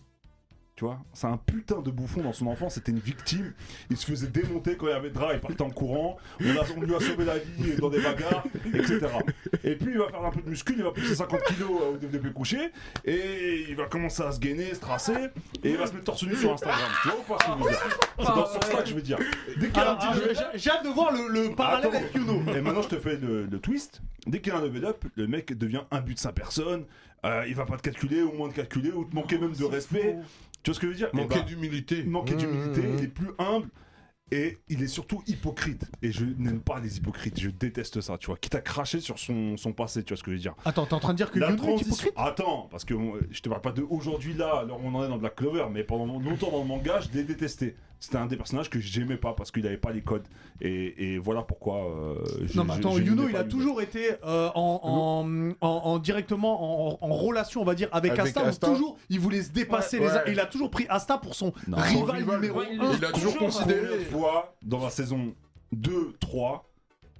Speaker 2: Tu vois, c'est un putain de bouffon dans son enfance, c'était une victime. Il se faisait démonter quand il y avait drap, il partait en courant. On, a, on lui a sauvé la vie dans des bagarres, etc. Et puis il va faire un peu de muscu, il va pousser 50 kilos euh, au développé couché, et il va commencer à se gainer, se tracer, et il va se mettre torse nu sur Instagram. Tu vois ou pas ce que je veux dire C'est dans ce sens-là que je veux dire. Dès qu'il y a un
Speaker 1: Alors,
Speaker 2: petit
Speaker 1: j'ai- j'ai- J'ai hâte de voir le, le parallèle
Speaker 2: Attends.
Speaker 1: avec Yuno.
Speaker 2: Et maintenant, je te fais le, le twist. Dès qu'il y a un level up, le mec devient un but de sa personne. Euh, il va pas te calculer, ou moins te calculer, ou te manquer même de respect. Tu vois ce que je veux dire Eh
Speaker 3: Manquer
Speaker 2: ben,
Speaker 3: d'humilité. Mmh.
Speaker 2: manquer d'humilité, il est plus humble. Et il est surtout hypocrite. Et je n'aime pas les hypocrites, je déteste ça, tu vois. Quitte à cracher sur son, son passé, tu vois ce que je veux dire.
Speaker 1: Attends, t'es en train de dire que Yuno est
Speaker 2: transition-
Speaker 1: hypocrite
Speaker 2: Attends, parce que euh, je te parle pas de aujourd'hui là, alors on en est dans Black Clover, mais pendant longtemps dans le manga, je l'ai détesté. C'était un des personnages que j'aimais pas parce qu'il avait pas les codes. Et, et voilà pourquoi. euh, je-
Speaker 1: Non mais
Speaker 2: je-
Speaker 1: attends,
Speaker 2: je
Speaker 1: Yuno
Speaker 2: n'aimais
Speaker 1: il
Speaker 2: pas
Speaker 1: a toujours été euh, en, en, en- en- directement en, en relation on va dire avec,
Speaker 4: Avec
Speaker 1: Asta, où
Speaker 4: Asta.
Speaker 1: toujours il voulait se dépasser
Speaker 4: Ouais.
Speaker 1: les uns.
Speaker 4: Ouais.
Speaker 1: il a toujours pris Asta pour son
Speaker 2: Non.
Speaker 4: Son
Speaker 1: rival
Speaker 4: rival.
Speaker 1: numéro
Speaker 10: Ouais, il
Speaker 1: 1.
Speaker 4: Il a toujours
Speaker 10: Toujours,
Speaker 2: Combien de
Speaker 4: considéré.
Speaker 2: fois dans la saison 2, 3,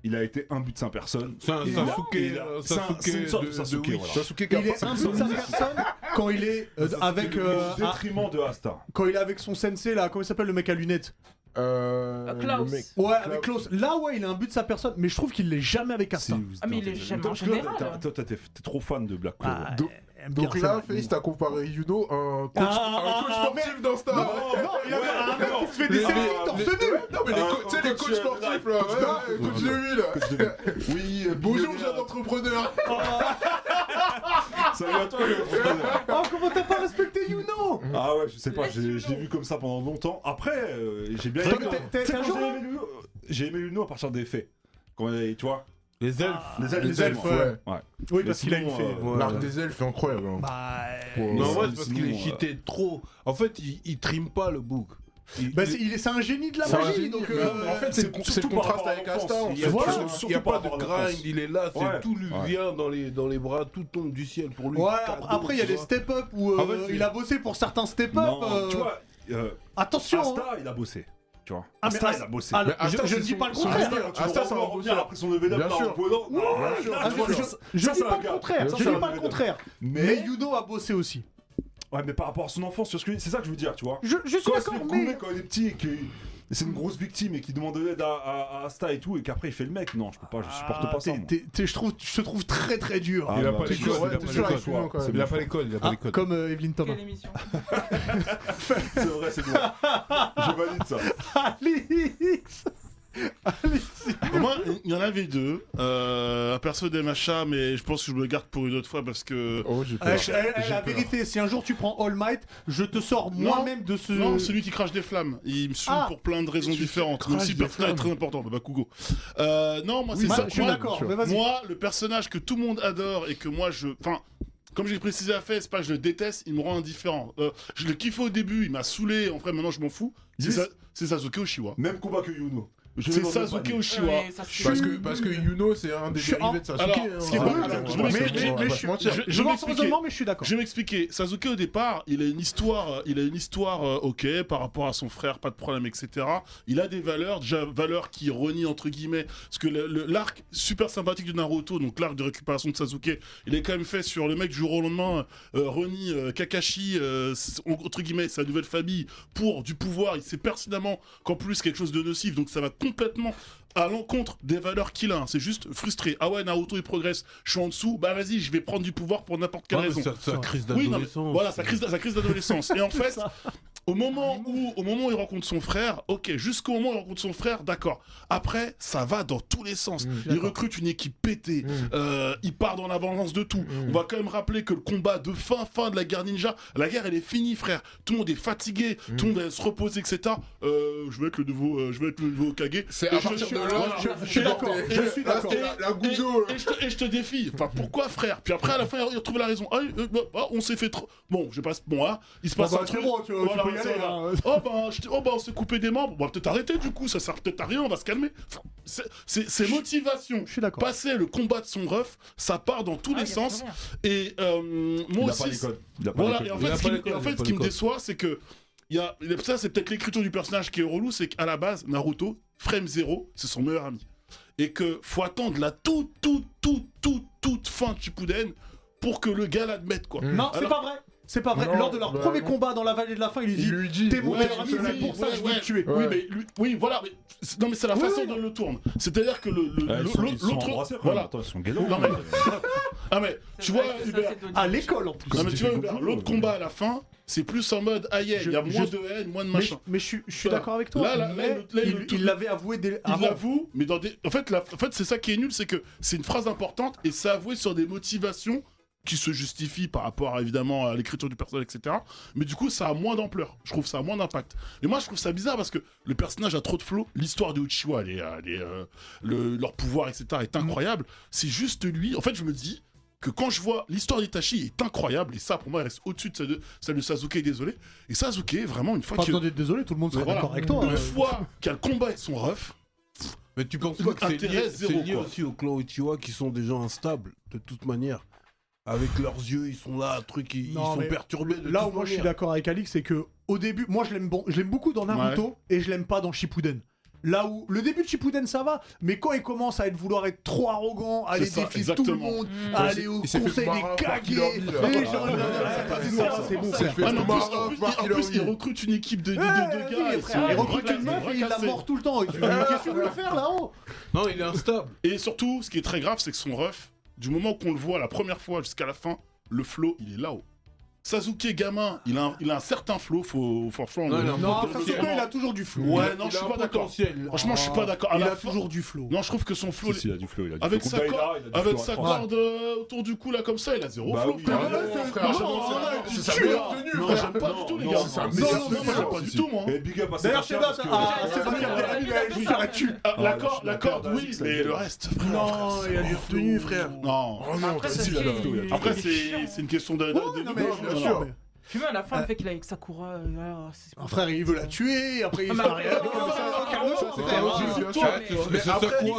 Speaker 2: Il a été un but de 5 personnes.
Speaker 3: C'est un
Speaker 2: Et il a-
Speaker 3: Sasuke,
Speaker 2: et il a-
Speaker 3: euh,
Speaker 2: c'est un-
Speaker 3: Sasuke
Speaker 2: c'est une sorte
Speaker 3: de-
Speaker 2: de
Speaker 3: de
Speaker 2: Sasuke,
Speaker 3: Witch.
Speaker 2: voilà.
Speaker 3: Sasuke qui a
Speaker 1: Il est
Speaker 3: pas
Speaker 1: un
Speaker 3: sa
Speaker 1: but de sa
Speaker 3: musique.
Speaker 1: personne quand il est euh,
Speaker 2: Sasuke
Speaker 1: avec.
Speaker 2: au
Speaker 1: euh,
Speaker 2: détriment de Asta.
Speaker 1: Quand il est avec son sensei là, comment il s'appelle le mec à lunettes
Speaker 4: Euh.
Speaker 10: Klaus. le mec.
Speaker 1: Ouais, avec Klaus. Là, ouais, il a un but de sa personne, mais je trouve qu'il l'est jamais avec Asta.
Speaker 10: Ah, mais il est jamais en
Speaker 2: Parce que là,
Speaker 10: général. hein.
Speaker 2: t'as- Toi, t'as- t'es t'es trop fan de Black Clover.
Speaker 1: Ah,
Speaker 4: Donc, donc là, Félix, t'as comparé Yuno à un coach,
Speaker 1: Ah,
Speaker 4: un coach sportif d'Insta.
Speaker 1: non, non, il a un mec qui se fait des
Speaker 4: Mais-
Speaker 1: selfies
Speaker 4: mais-
Speaker 1: torse
Speaker 4: mais-
Speaker 1: nu.
Speaker 4: ouais, Non, mais les
Speaker 2: Un-
Speaker 4: co- tu sais,
Speaker 2: un
Speaker 4: les
Speaker 2: coach,
Speaker 4: coachs
Speaker 2: euh,
Speaker 4: sportifs,
Speaker 2: ouais,
Speaker 4: là,
Speaker 2: coach
Speaker 4: ouais,
Speaker 2: de-
Speaker 4: coach de lui, là.
Speaker 2: Coach de-
Speaker 4: Oui, euh, bonjour,
Speaker 2: Bienvenue à-
Speaker 4: jeune entrepreneur.
Speaker 2: Salut à toi, le entrepreneur.
Speaker 1: Oh, comment t'as pas respecté Yuno
Speaker 2: Ah ouais, je sais pas, j'ai- je l'ai vu comme ça pendant longtemps. Après, euh, j'ai bien
Speaker 1: Toi,
Speaker 2: aimé.
Speaker 1: t'es- t'es-
Speaker 2: Tu
Speaker 1: t'es
Speaker 2: sais,
Speaker 1: un
Speaker 2: quand j'ai
Speaker 1: jour-
Speaker 2: aimé Luno, euh, J'ai aimé Luno à partir des faits. Quand euh, tu vois
Speaker 3: Les elfes.
Speaker 2: Les elfes,
Speaker 4: Ah, les
Speaker 2: les elfes,
Speaker 4: elfes, ouais.
Speaker 2: ouais.
Speaker 1: Oui,
Speaker 2: Mais
Speaker 1: parce qu'il a une
Speaker 2: sinon,
Speaker 1: fée.
Speaker 2: euh,
Speaker 3: Ouais.
Speaker 4: L'arc des elfes est incroyable. hein.
Speaker 1: Bah,
Speaker 4: Pour-
Speaker 3: Non, ouais,
Speaker 2: Sinon,
Speaker 3: c'est parce qu'il est
Speaker 2: euh,
Speaker 3: cheaté trop. En fait, il, il trime pas le bouc. Il-
Speaker 1: bah,
Speaker 3: il-
Speaker 1: c'est il est- c'est un génie de la
Speaker 4: C'est un
Speaker 1: magie,
Speaker 4: génie,
Speaker 1: donc.
Speaker 4: mais-
Speaker 1: euh,
Speaker 4: mais en fait, c'est le- c'est le
Speaker 2: surtout par
Speaker 4: contraste
Speaker 2: rapport à
Speaker 4: avec
Speaker 2: l'enfance.
Speaker 4: Asta. en
Speaker 2: Il
Speaker 4: fait.
Speaker 2: y a
Speaker 1: Voilà.
Speaker 2: toujours-
Speaker 3: Il n'y a
Speaker 2: surtout
Speaker 3: pas
Speaker 2: par
Speaker 3: de
Speaker 2: rapport à l'enfance.
Speaker 3: grind, il est là, c'est
Speaker 2: Ouais.
Speaker 3: tout lui
Speaker 2: Ouais.
Speaker 3: vient dans les, dans les bras, tout tombe du ciel pour lui.
Speaker 1: Ouais,
Speaker 3: Cadeau,
Speaker 1: après- après, il y a
Speaker 3: tu
Speaker 1: des
Speaker 3: vois.
Speaker 1: step-up où euh,
Speaker 3: En fait, c'est-
Speaker 1: il a bossé pour certains step-up.
Speaker 2: Non,
Speaker 1: euh,
Speaker 2: tu vois, euh,
Speaker 1: Attention hein.
Speaker 2: Asta, il a bossé. Tu vois
Speaker 1: Ah, mais
Speaker 2: Asta, il
Speaker 1: Asta-
Speaker 2: a bossé.
Speaker 1: Ah,
Speaker 4: Mais
Speaker 1: je-
Speaker 4: Asta,
Speaker 1: Je
Speaker 4: c'est
Speaker 1: ne dis
Speaker 4: son-
Speaker 1: pas le
Speaker 4: son
Speaker 1: contraire
Speaker 4: Asta,
Speaker 2: Tu
Speaker 4: Asta,
Speaker 2: vois,
Speaker 4: c'est
Speaker 2: on
Speaker 4: un
Speaker 2: va revenir
Speaker 4: bosseur.
Speaker 2: après son level up
Speaker 4: Bien
Speaker 2: là,
Speaker 4: sûr.
Speaker 2: en volant. Ouah,
Speaker 4: sûr.
Speaker 2: là,
Speaker 1: Ah,
Speaker 2: tu
Speaker 1: je-
Speaker 2: vois,
Speaker 1: je-
Speaker 2: ça-
Speaker 1: Je
Speaker 2: ça,
Speaker 1: dis
Speaker 2: c'est un
Speaker 1: pas le
Speaker 2: gars.
Speaker 1: contraire,
Speaker 2: Ça,
Speaker 1: je
Speaker 2: c'est
Speaker 1: dis
Speaker 2: un
Speaker 1: pas le
Speaker 2: level up.
Speaker 1: contraire. Mais
Speaker 2: Mais
Speaker 1: Yuno a bossé aussi.
Speaker 2: ouais, mais par rapport à son enfance, tu vois ce que- c'est ça que je veux dire, tu vois.
Speaker 1: Je, je suis
Speaker 2: Quand il se fait
Speaker 1: d'accord,
Speaker 2: couper
Speaker 1: mais.
Speaker 2: quand il est petit et que c'est une grosse victime et qu'il demande de l'aide à, à- à Asta et tout et qu'après il fait le mec, non, je peux pas, je supporte
Speaker 1: Ah,
Speaker 2: pas ça.
Speaker 1: t'es-
Speaker 2: moi.
Speaker 1: t'es- t'es- Je trouve- je te trouve très très dur.
Speaker 2: Ah,
Speaker 14: Il a
Speaker 2: bah,
Speaker 14: pas
Speaker 2: t'es
Speaker 14: les
Speaker 2: sûr,
Speaker 14: codes,
Speaker 2: ouais,
Speaker 14: il a
Speaker 2: t'es
Speaker 14: pas
Speaker 2: sûr,
Speaker 14: les
Speaker 2: avec
Speaker 14: codes.
Speaker 2: toi,
Speaker 4: quand même.
Speaker 2: c'est
Speaker 14: Il
Speaker 2: bon.
Speaker 14: a pas les codes, il a pas
Speaker 1: Ah,
Speaker 14: les codes.
Speaker 1: comme euh, Evelyne Thomas.
Speaker 10: Quelle émission
Speaker 2: C'est vrai, c'est bon. Je valide ça.
Speaker 1: Alix Alix
Speaker 5: Moi, il y en avait deux. Euh, un perso des machins, mais je pense que je me le garde pour une autre fois parce que.
Speaker 4: Oh, j'ai peur.
Speaker 1: Eh, eh, eh,
Speaker 4: J'ai
Speaker 1: La
Speaker 4: peur.
Speaker 1: vérité, si un jour tu prends All Might, je te sors
Speaker 5: Non,
Speaker 1: moi-même de ce.
Speaker 5: Non, celui qui crache des flammes. Il me saoule
Speaker 1: Ah.
Speaker 5: pour plein de raisons différentes. Même si le personnage est très important. Bah, bah, Kugo. Euh, non, moi, c'est
Speaker 1: Bah,
Speaker 5: ça.
Speaker 1: je suis
Speaker 5: Moi,
Speaker 1: d'accord, mais vas-y.
Speaker 5: Moi, le personnage que tout le monde adore et que moi je. Enfin, comme j'ai précisé à fait, c'est pas que je le déteste, il me rend indifférent. Euh, je le kiffais au début, il m'a saoulé, en vrai maintenant je m'en fous. C'est
Speaker 2: Yes.
Speaker 5: Sa- c'est Sasuke Oshiwa.
Speaker 2: Même combat que Yuno. Je vais
Speaker 5: C'est
Speaker 2: dans le
Speaker 5: Sasuke
Speaker 2: panier.
Speaker 5: Oshiwa.
Speaker 10: Ouais, ça se
Speaker 4: Parce
Speaker 10: tue.
Speaker 4: que, parce que Yuno, c'est un des
Speaker 1: Je suis en-
Speaker 4: dérivés de Sasuke.
Speaker 5: Alors,
Speaker 4: hein.
Speaker 5: ce qui est
Speaker 4: Ah,
Speaker 5: bon,
Speaker 4: ouais,
Speaker 5: alors,
Speaker 4: on
Speaker 5: je
Speaker 4: va pas
Speaker 5: me mets-
Speaker 4: se mentir,
Speaker 5: mais-
Speaker 4: on va
Speaker 5: mais
Speaker 4: pas
Speaker 5: je-
Speaker 4: se mentir.
Speaker 5: je-
Speaker 1: Je
Speaker 5: vais
Speaker 1: vois son
Speaker 5: m'expliquer.
Speaker 1: raisonnement, mais je suis d'accord.
Speaker 5: Je vais m'expliquer. Sasuke, au départ, il a une histoire, euh, il a une histoire, euh, ok, par rapport à son frère, pas de problème, etc. Il a des valeurs, déjà valeurs qui renie entre guillemets, parce que le- le- l'arc super sympathique de Naruto, donc l'arc de récupération de Sasuke, il est quand même fait sur le mec du jour au lendemain, euh, renie euh, Kakashi, euh, s- entre guillemets, sa nouvelle famille, pour du pouvoir. Il sait pertinemment qu'en plus quelque chose de nocif, donc ça va complètement à l'encontre des valeurs qu'il a. hein. C'est juste frustré. Ah ouais, Naruto il progresse, je suis en dessous, bah vas-y, je vais prendre du pouvoir pour n'importe quelle
Speaker 3: Ouais, mais
Speaker 5: raison.
Speaker 3: ça- ça crise
Speaker 5: Oui, non, mais
Speaker 3: d'adolescence.
Speaker 5: voilà, sa crise, sa crise d'adolescence. Et en fait, au moment où, au moment où il rencontre son frère, ok, jusqu'au moment où il rencontre son frère, d'accord. Après, ça va dans tous les sens. il recrute une équipe pétée. euh, il part dans l'avance de tout. On va quand même rappeler que le combat de fin, fin de la guerre ninja, la guerre elle est finie, frère. Tout le monde est fatigué, tout le monde est se repose, etc. Euh, je vais être le nouveau, euh, je vais être le nouveau Kage.
Speaker 4: C'est
Speaker 5: Et
Speaker 4: à
Speaker 5: je-
Speaker 4: partir de
Speaker 5: voilà.
Speaker 4: là,
Speaker 1: je- je suis d'accord, je suis
Speaker 4: Là, Mmh.
Speaker 1: d'accord.
Speaker 4: c'est ah, la- euh, La Guzo.
Speaker 5: Et, et je te, et je te défie. Enfin, pourquoi, frère Puis après, à la fin, il retrouve la raison. Ah, euh, bah, bah, on s'est fait trop. Bon, je passe. Bon, hein, il se
Speaker 1: Bon,
Speaker 5: passe
Speaker 1: bah,
Speaker 5: un truc.
Speaker 1: frérot, tu- tu peux y
Speaker 5: ça
Speaker 1: aller,
Speaker 5: va.
Speaker 1: hein.
Speaker 5: Oh, bah, je t'ai- oh, bah, on s'est coupé des membres. Bon, peut-être arrêter du coup. Ça sert peut-être à rien. On va se calmer. Enfin, c'est- C'est c'est motivation.
Speaker 1: Je suis d'accord.
Speaker 5: Passer le combat de son ref, ça part dans tous
Speaker 10: Ah,
Speaker 5: les
Speaker 10: y a
Speaker 5: sens.
Speaker 10: plus rien.
Speaker 5: Et euh, moi
Speaker 2: Il a
Speaker 5: aussi.
Speaker 2: pas les codes. Il a pas
Speaker 5: Voilà,
Speaker 2: les
Speaker 5: et en
Speaker 2: codes.
Speaker 3: Il
Speaker 5: fait,
Speaker 3: a
Speaker 5: ce
Speaker 3: pas
Speaker 5: qui,
Speaker 3: les
Speaker 5: me-
Speaker 3: codes,
Speaker 5: et en
Speaker 3: il a
Speaker 5: fait,
Speaker 3: pas
Speaker 5: ce qui
Speaker 3: les
Speaker 5: me
Speaker 3: codes.
Speaker 5: déçoit, c'est que. Il y a, et ça, c'est peut-être l'écriture du personnage qui est relou, c'est qu'à la base, Naruto, Frame Zero, c'est son meilleur ami. Et que faut attendre la toute, toute, toute, toute, toute fin de Shippuden pour que le gars l'admette, quoi.
Speaker 1: Non, c'est
Speaker 5: Alors-
Speaker 1: pas vrai. C'est pas vrai.
Speaker 4: Non,
Speaker 1: Lors de leur
Speaker 4: bah,
Speaker 1: premier
Speaker 4: non.
Speaker 1: combat dans la vallée de la fin, il lui dit
Speaker 4: Il lui dit.
Speaker 1: T'es mon
Speaker 4: ouais,
Speaker 1: meilleur ami,
Speaker 4: c'est
Speaker 1: c'est
Speaker 4: lui.
Speaker 1: pour ça que je
Speaker 5: ouais,
Speaker 1: veux te tuer.
Speaker 4: Ouais.
Speaker 5: Oui, mais lui- oui, voilà, mais, c'est- non, mais c'est la
Speaker 1: Oui,
Speaker 5: façon
Speaker 1: oui,
Speaker 5: dont
Speaker 1: non.
Speaker 5: il le tourne. C'est-à-dire que le, le-
Speaker 2: Ah, ils
Speaker 5: le-
Speaker 2: sont-
Speaker 5: le-
Speaker 2: ils sont
Speaker 5: l'autre-
Speaker 2: embrassés, quand même.
Speaker 5: voilà.
Speaker 2: Attends, ils sont galants.
Speaker 5: Non, mais- Ah, mais,
Speaker 10: C'est
Speaker 5: tu
Speaker 10: vrai
Speaker 5: vois,
Speaker 10: que ça,
Speaker 5: Hubert,
Speaker 10: c'est Donnie.
Speaker 1: À l'école en plus.
Speaker 5: non, mais tu vois, Hubert,
Speaker 2: beaucoup,
Speaker 5: l'autre
Speaker 2: ouais.
Speaker 5: combat à la fin, c'est plus en mode, aïe,
Speaker 1: Je-
Speaker 5: il y a moins
Speaker 1: je-
Speaker 5: de haine, moins de
Speaker 1: Mais,
Speaker 5: machin.
Speaker 1: mais je, suis- je suis
Speaker 5: Voilà.
Speaker 1: d'accord avec toi.
Speaker 5: Là, là, là,
Speaker 1: mais
Speaker 5: il le- là, il
Speaker 1: il-
Speaker 5: le-
Speaker 1: il l'avait avoué dès
Speaker 5: Il
Speaker 1: avant.
Speaker 5: l'avoue, mais dans des. En fait, la... en fait c'est ça qui est nul, c'est que c'est une phrase importante et c'est avoué sur des motivations qui se justifient par rapport évidemment à l'écriture du personnage, etc. Mais du coup, ça a moins d'ampleur. Je trouve ça a moins d'impact. Mais moi, je trouve ça bizarre parce que le personnage a trop de flow. L'histoire de Uchiwa, elle est, elle est, euh, le- leur pouvoir, etc., est incroyable. C'est juste lui. En fait, je me dis que quand je vois l'histoire d'Itachi est incroyable et ça, pour moi, elle reste au-dessus de celle de, celle de Sasuke. Désolé. Et Sasuke, vraiment, une fois
Speaker 1: Pas
Speaker 5: qu'il
Speaker 1: besoin d'être désolé, tout le monde serait
Speaker 5: Voilà.
Speaker 1: d'accord avec toi.
Speaker 5: une
Speaker 1: hein.
Speaker 5: fois qu'il y a le combat avec son ref.
Speaker 3: Mais tu penses pas que c'est lié,
Speaker 5: Intérêt
Speaker 3: c'est
Speaker 5: zéro,
Speaker 3: lié
Speaker 5: quoi.
Speaker 3: aussi au clan Uchiwa qui sont des gens instables, de toute manière. Avec leurs yeux, ils sont là, truc, ils, ils
Speaker 1: Non,
Speaker 3: sont
Speaker 1: mais
Speaker 3: perturbés. De
Speaker 1: Là où
Speaker 3: toute
Speaker 1: moi je suis
Speaker 3: manière.
Speaker 1: d'accord avec Alix, c'est que au début, moi je l'aime bon, je l'aime beaucoup dans Naruto et je l'aime pas dans Shippuden. Là où le début de Shippuden ça va, mais quand il commence à être, vouloir être trop arrogant, à aller
Speaker 5: C'est ça,
Speaker 1: défier tout le
Speaker 5: exactement.
Speaker 1: monde,
Speaker 5: Mm.
Speaker 1: à
Speaker 5: Ouais,
Speaker 1: aller
Speaker 5: c'est-
Speaker 1: au
Speaker 5: il s'est fait
Speaker 1: conseil
Speaker 5: Mara
Speaker 1: des
Speaker 5: par
Speaker 1: cagués,
Speaker 5: Killer Bill, là.
Speaker 1: les gens,
Speaker 5: Ah,
Speaker 1: ça c'est bon, c'est
Speaker 5: Ah, mais en plus-
Speaker 1: bon.
Speaker 5: en plus, En plus, il recrute une équipe de de- de gars.
Speaker 1: oui,
Speaker 5: ils
Speaker 1: frère,
Speaker 5: sont-
Speaker 1: il recrute une meuf et il la
Speaker 5: fracassés.
Speaker 1: mord tout le temps. Tu-
Speaker 5: Ah.
Speaker 1: qu'est-ce que tu veux faire, là-haut
Speaker 5: Non, il est instable. Et surtout, ce qui est très grave, c'est que son ref, du moment qu'on le voit la première fois jusqu'à la fin, le flow, il est là-haut. Sasuke gamin, il a, un- il a un certain flow, faut, franchement.
Speaker 1: Non,
Speaker 5: le-
Speaker 1: il a un
Speaker 5: le-
Speaker 1: Non,
Speaker 5: le-
Speaker 1: Sasuke,
Speaker 5: le-
Speaker 1: il a toujours du flow.
Speaker 5: Ouais,
Speaker 1: Il
Speaker 5: non,
Speaker 1: a
Speaker 5: je suis
Speaker 1: un
Speaker 5: pas d'accord.
Speaker 1: potentiel.
Speaker 5: Franchement, je suis
Speaker 2: Ah,
Speaker 5: pas d'accord. À
Speaker 1: Ah. Il
Speaker 5: la
Speaker 1: a
Speaker 5: fin-
Speaker 1: toujours du flow.
Speaker 5: Non, je trouve que son flow.
Speaker 2: Si, si, il a du flow, il a du
Speaker 5: Avec
Speaker 2: flow.
Speaker 5: sa
Speaker 2: Comme Daïla,
Speaker 5: corde,
Speaker 2: il a du
Speaker 5: avec
Speaker 2: flow.
Speaker 5: sa
Speaker 2: Ouais.
Speaker 5: corde euh, autour du cou là comme ça, il a zéro
Speaker 2: Bah
Speaker 5: flow.
Speaker 2: oui,
Speaker 5: frère.
Speaker 2: bah non,
Speaker 5: Moi,
Speaker 2: frère,
Speaker 5: j'adore
Speaker 2: non,
Speaker 5: ça.
Speaker 2: non, non,
Speaker 5: Tu
Speaker 2: c'est sa
Speaker 5: tues,
Speaker 2: meilleure
Speaker 5: hein.
Speaker 2: tenue,
Speaker 5: Non,
Speaker 2: frère.
Speaker 5: j'aime pas du tout les
Speaker 2: Non,
Speaker 5: gars.
Speaker 2: non, c'est sa
Speaker 5: Non,
Speaker 2: meilleure
Speaker 5: non,
Speaker 2: tenue,
Speaker 5: moi, j'aime
Speaker 2: si,
Speaker 5: pas
Speaker 2: si.
Speaker 5: du tout moi.
Speaker 2: Et big up à
Speaker 1: D'ailleurs,
Speaker 2: Sacha,
Speaker 1: Sheba,
Speaker 2: parce que-
Speaker 1: ah,
Speaker 2: Ouais,
Speaker 1: Sébastien
Speaker 2: ouais,
Speaker 1: Delamy, il a juste
Speaker 2: ouais.
Speaker 1: la tue.
Speaker 5: Ah,
Speaker 2: Ouais,
Speaker 5: la
Speaker 2: la
Speaker 5: corde, la
Speaker 2: corde,
Speaker 5: corde,
Speaker 2: la
Speaker 5: oui,
Speaker 2: corde,
Speaker 5: mais
Speaker 2: c'est
Speaker 5: le
Speaker 2: bien.
Speaker 5: reste, frère. Non,
Speaker 1: il y a du
Speaker 5: retenu, frère. Non.
Speaker 10: Après,
Speaker 5: Si,
Speaker 10: Sasuke,
Speaker 5: il y a de la flow, il y a de la
Speaker 10: il
Speaker 5: Après,
Speaker 10: est
Speaker 5: c'est
Speaker 10: chiant.
Speaker 5: c'est une question de.
Speaker 10: Non,
Speaker 5: de-
Speaker 10: non,
Speaker 5: de-
Speaker 10: mais
Speaker 5: de-
Speaker 10: bien
Speaker 5: de-
Speaker 10: sûr.
Speaker 5: Non, mais-
Speaker 10: Puis même à la fin, le fait qu'il est avec Sakura. euh, alors, c'est-
Speaker 1: Ah, Frère, il veut la tuer, après il
Speaker 10: Ah,
Speaker 1: se
Speaker 10: mais
Speaker 1: marie
Speaker 10: attends,
Speaker 1: avec elle.
Speaker 10: attends, attends,
Speaker 1: c'est
Speaker 10: attends,
Speaker 1: pas
Speaker 10: attends,
Speaker 1: grave.
Speaker 10: attends,
Speaker 1: Bien sûr. Mais
Speaker 10: attends,
Speaker 1: mais
Speaker 10: attends, attends,
Speaker 1: après-
Speaker 10: ils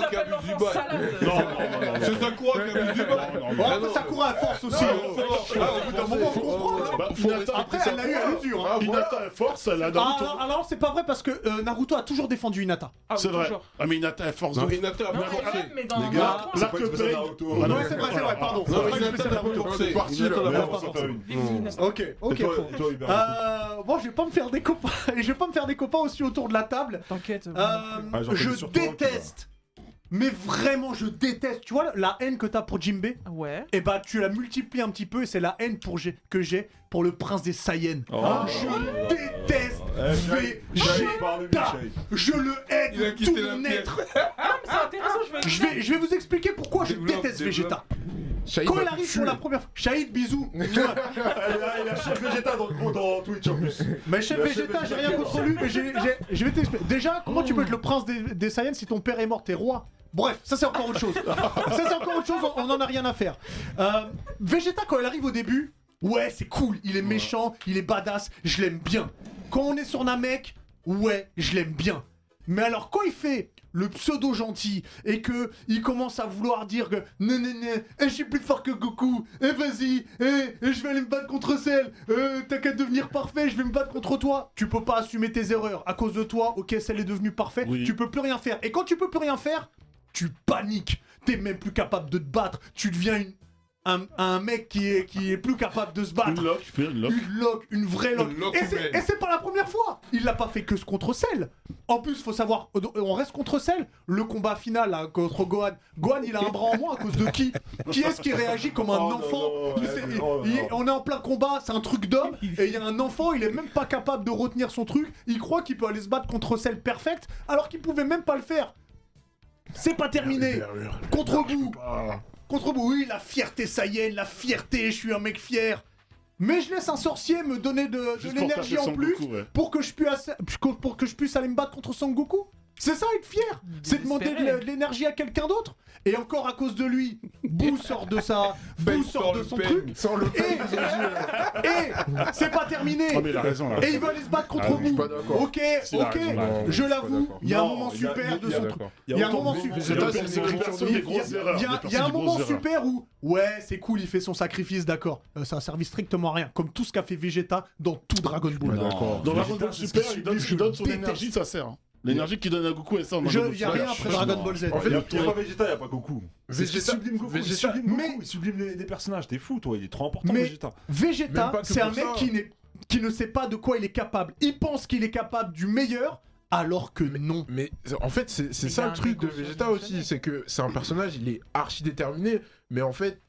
Speaker 10: appellent l'enfant salade.
Speaker 5: Ah,
Speaker 14: C'est Sakura qui abuse du bal.
Speaker 1: Ouais, après, ça court à force aussi. Ah, au bout d'un moment, on comprend. hein.
Speaker 5: Bah, Hinata,
Speaker 1: Après, elle a eu à l'usure.
Speaker 5: Ah, Hinata, elle force, elle a
Speaker 1: Ah,
Speaker 5: Naruto.
Speaker 1: alors, alors, c'est pas vrai parce que euh, Naruto a toujours défendu Inata.
Speaker 5: C'est vrai. Ah, mais Hinata, elle force.
Speaker 1: Non,
Speaker 5: de-
Speaker 1: Hinata, elle
Speaker 5: Mais-
Speaker 1: force.
Speaker 5: Ah,
Speaker 1: Mais dans-
Speaker 5: les
Speaker 1: dans-
Speaker 5: gars, Black
Speaker 1: c'est pas
Speaker 5: Blade.
Speaker 1: une Naruto.
Speaker 5: Ah, non,
Speaker 1: Ouais, c'est vrai, c'est vrai, pardon.
Speaker 5: Non,
Speaker 1: C'est vrai
Speaker 5: mais
Speaker 1: que
Speaker 5: Hinata,
Speaker 1: c'est
Speaker 5: elle a
Speaker 1: Naruto.
Speaker 5: forcé.
Speaker 1: C'est parti,
Speaker 5: Hinata,
Speaker 1: Ah, là,
Speaker 5: elle a
Speaker 1: on va
Speaker 5: forcé.
Speaker 1: pas faire
Speaker 5: Non.
Speaker 1: une. Ok, ok.
Speaker 5: Et toi-
Speaker 1: bon.
Speaker 5: et toi, Hubert,
Speaker 2: Ah,
Speaker 1: Euh, Bon, je vais pas me faire des copains. Et je vais pas me faire des copains aussi autour de la table. Euh,
Speaker 10: T'inquiète.
Speaker 2: Ah, j'en connais
Speaker 1: Je
Speaker 2: surtout un qui va-
Speaker 1: déteste. Mais vraiment, je déteste. Tu vois la haine que t'as pour Jimbe
Speaker 10: Ouais.
Speaker 1: Et bah, tu la multiplies un petit peu. Et c'est la haine pour j'ai- que j'ai pour le prince des Saiyans. Ah, je déteste
Speaker 2: Eh, Shai, Shai,
Speaker 1: Vegeta. Je le hais de tout mon être. Je vais, je vais vous expliquer pourquoi je déteste Vegeta.
Speaker 4: Shahid
Speaker 1: Quand
Speaker 4: va
Speaker 1: il
Speaker 4: te
Speaker 1: arrive
Speaker 4: tuer.
Speaker 1: pour la première fois, Shahid, bisous. Mouah.
Speaker 2: Il a chef Vegeta dans le gros dans Twitch en plus.
Speaker 1: Mais chef
Speaker 2: Il a
Speaker 1: Vegeta, j'ai rien contre lui, mais j'ai- j'ai- je vais t'expliquer. Déjà, comment tu peux être le prince des, des Saiyans si ton père est mort, t'es roi Bref, ça c'est encore autre chose. ça c'est encore autre chose, on on en a rien à faire. Euh, Vegeta, quand il arrive au début, ouais, c'est cool, il est méchant, il est badass, je l'aime bien. Quand on est sur Namek, ouais, je l'aime bien. Mais alors quand il fait le pseudo gentil et que il commence à vouloir dire que non non non, eh, je suis plus fort que Goku, et vas-y, eh, eh, je vais aller me battre contre celle, euh, t'as qu'à devenir parfait, je vais me battre contre toi. Tu peux pas assumer tes erreurs à cause de toi. Ok, celle est devenue parfaite, tu peux plus rien faire. Et quand tu peux plus rien faire, tu paniques, t'es même plus capable de te battre, tu deviens une un, un mec qui est, qui est plus capable de se battre.
Speaker 5: Une lock, je peux dire une lock.
Speaker 1: Une lock, une vraie lock.
Speaker 5: Une lock
Speaker 1: et c'est-
Speaker 5: humaine.
Speaker 1: et c'est pas la première fois. Il l'a pas fait que ce contre Cell. En plus, faut savoir, on reste contre Cell. Le combat final là, contre Gohan. Gohan, il a un bras en moins à cause de qui Qui est-ce qui réagit comme un
Speaker 2: Oh, non,
Speaker 1: enfant
Speaker 2: non,
Speaker 1: Il
Speaker 2: ouais,
Speaker 1: s'est-
Speaker 2: mais- oh,
Speaker 1: il-
Speaker 2: non.
Speaker 1: On est en plein combat, c'est un truc d'homme. Et il y a un enfant, il est même pas capable de retenir son truc. Il croit qu'il peut aller se battre contre Cell perfect, alors qu'il pouvait même pas le faire. C'est pas
Speaker 2: Eh ben,
Speaker 1: terminé. Contre vous. Contre vous, oui, la fierté saïenne, la fierté, je suis un mec fier. Mais je laisse un sorcier me donner de, de
Speaker 5: Juste pour
Speaker 1: l'énergie
Speaker 5: taper
Speaker 1: en
Speaker 5: Son
Speaker 1: plus
Speaker 5: Goku, ouais.
Speaker 1: pour, que je puisse, pour que je puisse aller me battre contre Son Goku. C'est ça être fier C'est demander de l'é- de l'énergie à quelqu'un d'autre Et encore à cause de lui, Boo sort de sa... Boo sort de son truc Et, et c'est pas terminé
Speaker 5: Ah, mais il a raison, là.
Speaker 1: Et il veut aller se battre contre
Speaker 5: Ah oui.
Speaker 1: Boo
Speaker 5: Je suis pas d'accord.
Speaker 1: Ok,
Speaker 5: Si, il a
Speaker 1: ok,
Speaker 5: raison, là. Je
Speaker 1: je
Speaker 5: suis pas
Speaker 1: l'avoue,
Speaker 5: d'accord.
Speaker 1: il y a un
Speaker 5: Non,
Speaker 1: moment
Speaker 5: il y a-
Speaker 1: super de
Speaker 5: il y a-
Speaker 1: son truc.
Speaker 5: il y a
Speaker 1: Il y a un
Speaker 5: autant de
Speaker 1: moment
Speaker 5: bons-
Speaker 1: super.
Speaker 5: C'est la personne qui perçoit des grosses erreurs,
Speaker 1: Il y a- il
Speaker 5: des
Speaker 1: y a
Speaker 5: personnes
Speaker 1: un
Speaker 5: qui
Speaker 1: moment
Speaker 5: grosses
Speaker 1: super où, ouais, c'est cool, il fait son sacrifice, d'accord. Euh, Ça a servi strictement à rien, comme tout ce qu'a fait Vegeta dans tout Dragon Ball.
Speaker 5: Dans Dragon
Speaker 1: Vegeta,
Speaker 5: Ball
Speaker 1: c'est ce
Speaker 5: Super,
Speaker 1: qu'il
Speaker 5: il donne,
Speaker 1: subit,
Speaker 5: il donne
Speaker 1: je
Speaker 5: son
Speaker 1: déteste.
Speaker 5: énergie, ça sert. hein. L'énergie qu'il donne à Goku, elle sert dans
Speaker 1: Je-
Speaker 5: Dragon Ball
Speaker 1: y a
Speaker 5: Super.
Speaker 1: rien après Dragon Ball Z.
Speaker 5: En fait,
Speaker 2: Il y a
Speaker 5: tout-
Speaker 2: pas Vegeta, il n'y a pas Goku. C'est ce qui
Speaker 4: Vegeta-
Speaker 2: sublime Goku, il
Speaker 4: Vegeta-
Speaker 2: sublime Goku, il sublime les- des personnages, t'es fou toi, il est trop important
Speaker 1: Mais
Speaker 2: Vegeta.
Speaker 1: Vegeta,
Speaker 2: Même pas que
Speaker 1: c'est un
Speaker 2: pour
Speaker 1: mec
Speaker 2: ça.
Speaker 1: qui, n'est- qui ne sait pas de quoi il est capable. Il pense qu'il est capable du meilleur, alors que non.
Speaker 4: Mais en fait, c'est c'est
Speaker 1: Mais il y
Speaker 4: ça
Speaker 1: a
Speaker 4: le
Speaker 1: un
Speaker 4: truc de
Speaker 1: égo
Speaker 4: Vegeta aussi, c'est que c'est un personnage, il est archi déterminé, mais en fait,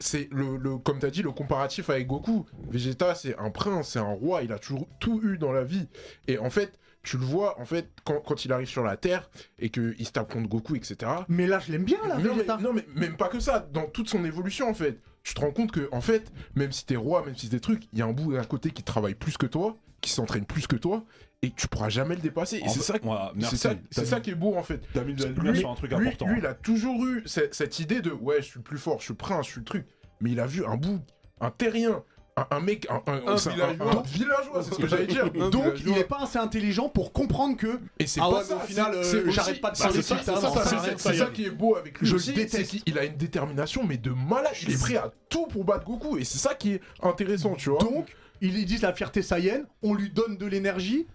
Speaker 4: c'est le, le comme t'as dit, le comparatif avec Goku. Vegeta, c'est un prince, c'est un roi, il a toujours tout eu dans la vie. Et en fait, tu le vois, en fait, quand, quand il arrive sur la Terre et qu'il se tape contre Goku, etc.
Speaker 1: Mais là, je l'aime bien, là,
Speaker 4: non, mais, non, mais même pas que ça, dans toute son évolution, en fait. Tu te rends compte que, en fait, même si t'es roi, même si c'est des trucs, il y a un bout d'un côté qui travaille plus que toi, qui s'entraîne plus que toi, et tu pourras jamais le dépasser. Et
Speaker 2: En
Speaker 4: c'est
Speaker 2: fait,
Speaker 4: ça,
Speaker 2: ouais, merci.
Speaker 4: c'est ça,
Speaker 2: T'as
Speaker 4: c'est ça
Speaker 2: mis-
Speaker 4: qui est beau en fait.
Speaker 2: T'as mis de la lumière
Speaker 4: lui,
Speaker 2: sur un truc
Speaker 4: lui-
Speaker 2: important.
Speaker 4: lui, il a toujours eu ce- cette, idée de ouais, je suis le plus fort, je suis le prince, je suis le truc. Mais il a vu un bout, un terrien, un, un mec, un, un-
Speaker 1: Un
Speaker 4: c'est un-
Speaker 1: villageois.
Speaker 4: un villageois, c'est ce que j'allais dire.
Speaker 1: Donc, il n'est pas assez intelligent pour comprendre que.
Speaker 4: Et c'est
Speaker 1: ah
Speaker 4: pas
Speaker 1: ouais, mais
Speaker 4: ça,
Speaker 1: au final,
Speaker 4: c'est-
Speaker 1: euh,
Speaker 4: c'est aussi-
Speaker 1: j'arrête pas de
Speaker 4: bah,
Speaker 1: faire
Speaker 4: c'est
Speaker 1: les
Speaker 4: ça,
Speaker 1: trucs,
Speaker 4: c'est ça,
Speaker 1: non,
Speaker 4: c'est-
Speaker 1: arrête,
Speaker 4: c'est ça qui est beau avec lui
Speaker 1: Je
Speaker 4: aussi,
Speaker 1: le
Speaker 4: c'est
Speaker 1: déteste.
Speaker 4: qu'il a une détermination mais de malade, il est prêt à tout pour battre Goku et c'est ça qui est intéressant, tu vois.
Speaker 1: Donc, ils lui disent la fierté saïenne, on lui donne de l'énergie.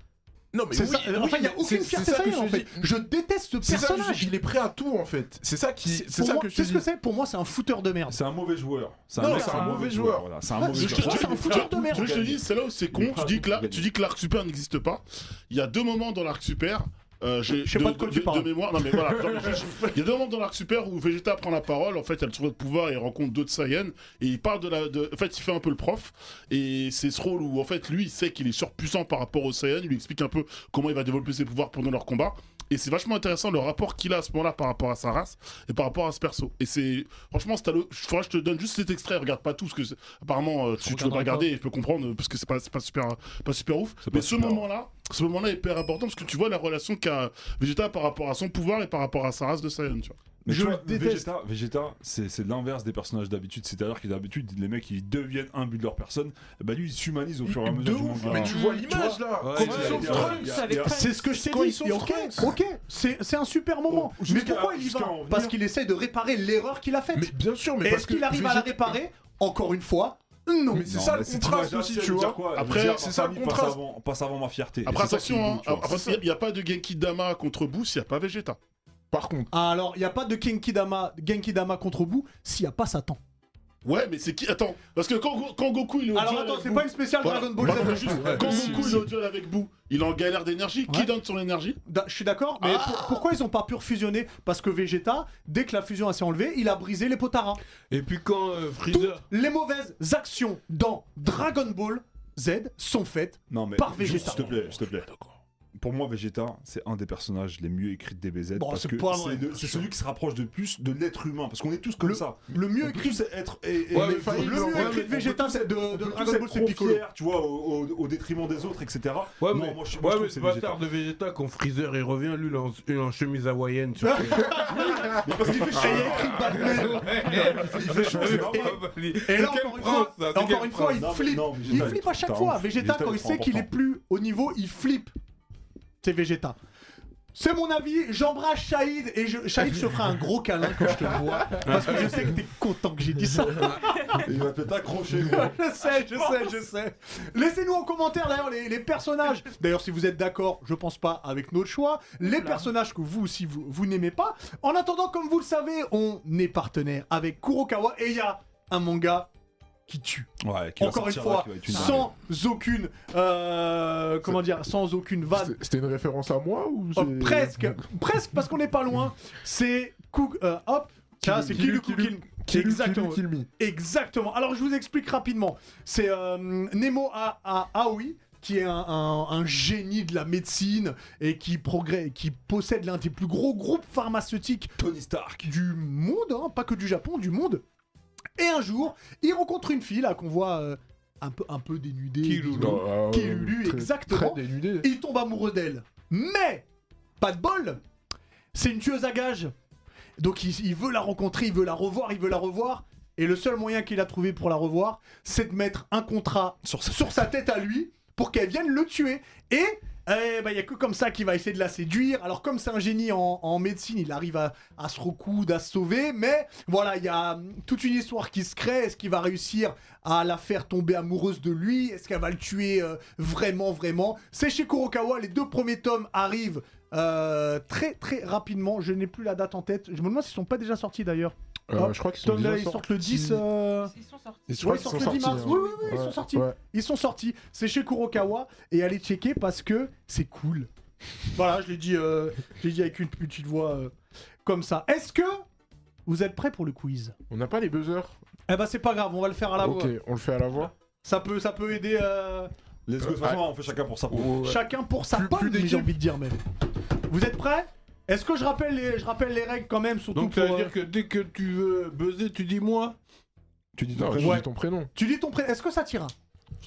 Speaker 4: Non, mais
Speaker 1: C'est
Speaker 4: oui,
Speaker 1: ça- euh,
Speaker 4: oui,
Speaker 1: enfin, il n'y a
Speaker 4: mais
Speaker 1: aucune
Speaker 4: c'est-
Speaker 1: fierté
Speaker 4: c'est ça que
Speaker 1: saillie, en
Speaker 4: je
Speaker 1: fait.
Speaker 4: dis.
Speaker 1: Je déteste ce
Speaker 4: C'est ça que je
Speaker 1: personnage.
Speaker 4: dis, il est prêt à tout en fait. C'est ça qui, c'est
Speaker 1: Pour
Speaker 4: ça
Speaker 1: moi,
Speaker 4: que je
Speaker 1: tu sais ce
Speaker 4: dis.
Speaker 1: que c'est Pour moi, c'est un fouteur de merde.
Speaker 2: C'est un mauvais joueur.
Speaker 4: C'est un mec, c'est un mauvais joueur.
Speaker 2: voilà.
Speaker 4: C'est un
Speaker 1: Ah,
Speaker 4: mauvais
Speaker 5: Je te-
Speaker 4: joueur.
Speaker 5: je te-
Speaker 4: C'est un fouteur de merde.
Speaker 5: Je te dis, c'est là où c'est con. Tu dis que l'arc- tu dis que l'arc super n'existe pas. Il y a deux moments dans l'arc super. euh, j'ai-
Speaker 1: Je sais pas de quoi tu parles.
Speaker 5: mémoire, non mais voilà. Non, mais je- je- Il y a deux moments dans l'arc super où Vegeta prend la parole. En fait, elle trouve de pouvoir et rencontre d'autres Saiyans. Et il parle de la. de- En fait, il fait un peu le prof. Et c'est ce rôle où en fait, lui, il sait qu'il est surpuissant par rapport aux Saiyans. Il lui explique un peu comment il va développer ses pouvoirs pendant leur combat. Et c'est vachement intéressant le rapport qu'il a à ce moment-là par rapport à sa race et par rapport à ce perso. Et c'est franchement, c'est à l'o- je faudra que je te donne juste cet extrait. Regarde pas tout parce que c'est- apparemment euh, tu, tu veux pas
Speaker 2: regarderai pas.
Speaker 5: regarder. Et je peux comprendre euh, parce que c'est pas c'est pas super pas super ouf.
Speaker 2: C'est pas
Speaker 5: Mais ce
Speaker 2: super.
Speaker 5: moment-là, ce moment-là est hyper important parce que tu vois la relation qu'a Vegeta par rapport à son pouvoir et par rapport à sa race de Saiyan. Tu vois.
Speaker 2: Mais tu vois, Vegeta, Vegeta, c'est c'est l'inverse des personnages d'habitude. C'est-à-dire que d'habitude, les mecs, ils deviennent un but de leur personne. Et bah lui, il s'humanise au fur et à mesure. du
Speaker 4: ouf,
Speaker 2: manga.
Speaker 4: mais tu vois l'image,
Speaker 2: Tu
Speaker 4: là.
Speaker 2: vois,
Speaker 4: Quand
Speaker 2: ouais,
Speaker 4: ils
Speaker 2: il y a-
Speaker 4: sauvent
Speaker 2: il y a-
Speaker 4: Trunks
Speaker 2: il y a-
Speaker 4: avec
Speaker 2: il y a-
Speaker 4: Trunks.
Speaker 1: C'est ce que je t'ai
Speaker 4: Quand
Speaker 1: dit.
Speaker 4: ils sauvent
Speaker 1: Ok,
Speaker 4: Trunks.
Speaker 1: ok, c'est c'est un super moment. Mais
Speaker 4: Oh, jusqu'à-
Speaker 1: pourquoi il y
Speaker 4: jusqu'à
Speaker 1: va
Speaker 4: en venir-
Speaker 1: Parce qu'il essaie de réparer l'erreur qu'il a faite.
Speaker 4: Mais bien sûr, mais
Speaker 1: Et
Speaker 4: parce
Speaker 1: est-ce qu'il
Speaker 4: que
Speaker 1: arrive à la
Speaker 4: Vegeta-
Speaker 1: réparer Encore une fois, non.
Speaker 4: Mais c'est ça le contraste aussi, tu vois.
Speaker 5: Après,
Speaker 4: c'est ça le
Speaker 2: Passe
Speaker 4: contraste. hein,
Speaker 2: avant, passe avant ma fierté.
Speaker 5: Après
Speaker 2: Et c'est ça qui me
Speaker 5: attention,
Speaker 2: boue, tu vois.
Speaker 5: il n'y a, pas de Genki Dama contre Buu s'il n'y a pas Vegeta.
Speaker 4: Par contre.
Speaker 1: Ah, alors, il n'y a pas de Genki Dama, Genki Dama contre bout s'il n'y a pas Satan.
Speaker 5: Ouais, mais c'est qui Attends, parce que quand, Go- quand Goku
Speaker 4: Oh,
Speaker 5: il est au
Speaker 1: Alors,
Speaker 5: duel
Speaker 1: attends,
Speaker 5: avec
Speaker 1: c'est
Speaker 5: Buu-
Speaker 1: pas une spéciale
Speaker 5: Voilà.
Speaker 1: Dragon Ball
Speaker 5: Voilà,
Speaker 1: Z.
Speaker 5: mais juste,
Speaker 1: Ouais.
Speaker 5: Quand
Speaker 1: Si,
Speaker 5: Goku
Speaker 1: si.
Speaker 5: il est au duel avec Buu, il est en galère d'énergie. Qui donne son énergie
Speaker 1: Da- Je suis d'accord, mais
Speaker 4: Ah.
Speaker 1: pour- pourquoi ils ont pas pu refusionner Parce que Vegeta, dès que la fusion a s'est enlevée, il a brisé les potarins.
Speaker 3: Et puis quand euh, Freezer.
Speaker 1: Les mauvaises actions dans Dragon Ball Z sont faites
Speaker 2: Non, mais
Speaker 1: par
Speaker 2: juste,
Speaker 1: Vegeta.
Speaker 2: S'il te plaît, s'il te plaît. Pour moi, Vegeta, c'est un des personnages les mieux écrits de DBZ.
Speaker 1: Bon,
Speaker 2: parce
Speaker 1: c'est
Speaker 2: que
Speaker 1: pas
Speaker 2: c'est
Speaker 1: vrai.
Speaker 2: le- c'est celui qui se rapproche de plus de l'être humain. Parce qu'on est tous comme ça.
Speaker 1: Le mieux écrit,
Speaker 2: c'est être. Et, et-
Speaker 4: Ouais, mais
Speaker 2: mais-
Speaker 4: failli,
Speaker 2: le
Speaker 4: genre,
Speaker 2: mieux
Speaker 4: ouais,
Speaker 2: écrit
Speaker 4: mais
Speaker 2: de
Speaker 4: on peut
Speaker 2: Vegeta,
Speaker 1: tous
Speaker 2: c'est
Speaker 1: être-
Speaker 2: de,
Speaker 1: on
Speaker 2: de
Speaker 1: peut tous
Speaker 2: Dragon
Speaker 1: être
Speaker 2: Ball, c'est Piccolo.
Speaker 1: fiers,
Speaker 2: Tu vois, au, au- au détriment des autres, etc.
Speaker 3: Ouais,
Speaker 2: Non, moi, je-
Speaker 3: mais,
Speaker 2: moi,
Speaker 3: ouais,
Speaker 2: je trouve
Speaker 3: mais
Speaker 2: que c'est
Speaker 3: ce
Speaker 2: Vegeta.
Speaker 3: bâtard de Vegeta, quand Freezer il revient, lui, il est en, il est en chemise hawaïenne. Sur...
Speaker 2: Mais
Speaker 4: Ah.
Speaker 2: parce qu'il fait chier.
Speaker 1: Et là, encore une fois, encore une fois, il flippe. il flippe à chaque fois. Vegeta, quand il sait qu'il est plus au niveau, il flippe. C'est Vegeta. C'est mon avis, j'embrasse Shahid et je... Shahid, je te ferai un gros câlin quand je te vois. Parce que je sais que t'es content que j'ai dit ça.
Speaker 2: Il va peut-être accrocher, gros.
Speaker 1: je sais, je sais, je sais. Laissez-nous en commentaire d'ailleurs les, les personnages. D'ailleurs, si vous êtes d'accord, je pense pas avec notre choix. Les personnages que vous aussi vous, vous n'aimez pas. En attendant, comme vous le savez, on est partenaire avec Kurokawa et il y a un manga qui tue.
Speaker 2: Ouais, qui va
Speaker 1: Encore une
Speaker 2: sortir là,
Speaker 1: fois,
Speaker 2: qui va être une
Speaker 1: sans aucune, euh, comment dire, sans aucune vanne.
Speaker 4: C'était une référence à moi ou
Speaker 1: Bah, Oh,
Speaker 4: c'est-
Speaker 1: presque, presque parce qu'on n'est pas loin. C'est Cook, euh, hop, ça, c'est Kill,
Speaker 4: Kill
Speaker 1: Kill,
Speaker 4: Kill Kill Kill
Speaker 1: Exactement.
Speaker 4: Kill Me.
Speaker 1: Exactement. Alors je vous explique rapidement. C'est euh, Nemo A- A- Aoi qui est un, un- un génie de la médecine et qui progrès, qui possède l'un des plus gros groupes pharmaceutiques
Speaker 2: Tony Stark
Speaker 1: du monde, hein, pas que du Japon, du monde. Et un jour, il rencontre une fille là qu'on voit euh, un peu un peu dénudée,
Speaker 4: Kilulu.
Speaker 1: disons,
Speaker 4: Ah, ouais,
Speaker 1: Kilulu,
Speaker 4: très-
Speaker 1: exactement.
Speaker 4: très dénudée.
Speaker 1: Il tombe amoureux d'elle. Mais pas de bol, c'est une tueuse à gages. Donc il, il veut la rencontrer, il veut la revoir, il veut la revoir. Et le seul moyen qu'il a trouvé pour la revoir, c'est de mettre un contrat
Speaker 2: sur
Speaker 1: sa, tête à lui pour qu'elle vienne le tuer. Et eh ben, il n'y a que comme ça qu'il va essayer de la séduire. Alors comme c'est un génie en, en médecine, il arrive à, à se recoudre, à se sauver. Mais voilà, il y a hum, toute une histoire qui se crée. Est-ce qu'il va réussir à la faire tomber amoureuse de lui Est-ce qu'elle va le tuer euh, vraiment, vraiment C'est chez Kurokawa, les deux premiers tomes arrivent. euh, très très rapidement, je n'ai plus la date en tête. Je me demande s'ils sont pas déjà sortis d'ailleurs.
Speaker 4: Euh,
Speaker 1: Hop,
Speaker 4: je crois qu'ils sont
Speaker 1: Tom,
Speaker 4: déjà
Speaker 1: là, ils sortent le 10.
Speaker 4: sortis.
Speaker 1: euh,
Speaker 10: Ils sont sortis.
Speaker 4: Et je
Speaker 1: Ouais,
Speaker 4: crois
Speaker 1: ils
Speaker 4: qu'ils
Speaker 1: sortent
Speaker 4: sont
Speaker 1: le 10 mars.
Speaker 4: sortis, hein.
Speaker 1: Oui, oui, oui, ils sont
Speaker 4: Ouais,
Speaker 1: sortis.
Speaker 4: ouais.
Speaker 1: Ils sont sortis. C'est chez Kurokawa et allez checker parce que c'est cool. voilà, je l'ai dit, euh, je l'ai dit avec une petite voix euh, comme ça. Est-ce que vous êtes prêts pour le quiz
Speaker 4: On n'a pas les buzzers.
Speaker 1: Eh ben c'est pas grave, on va le faire à la
Speaker 4: Ok,
Speaker 1: voix.
Speaker 4: on le fait à la voix.
Speaker 1: Ça peut, ça peut aider euh,
Speaker 2: Let's go, de toute façon, on fait chacun pour sa peau.
Speaker 1: chacun pour sa pomme, j'ai envie de dire même. Vous êtes prêts Est-ce que je rappelle les, je rappelle les règles quand même, surtout
Speaker 3: Donc
Speaker 1: pour,
Speaker 3: ça veut
Speaker 1: euh,
Speaker 3: dire que dès que tu veux buzzer, tu dis moi.
Speaker 4: Tu dis ton
Speaker 1: Ouais. Ouais.
Speaker 4: prénom. tu dis ton prénom.
Speaker 1: Tu dis ton prénom. Est-ce que ça tira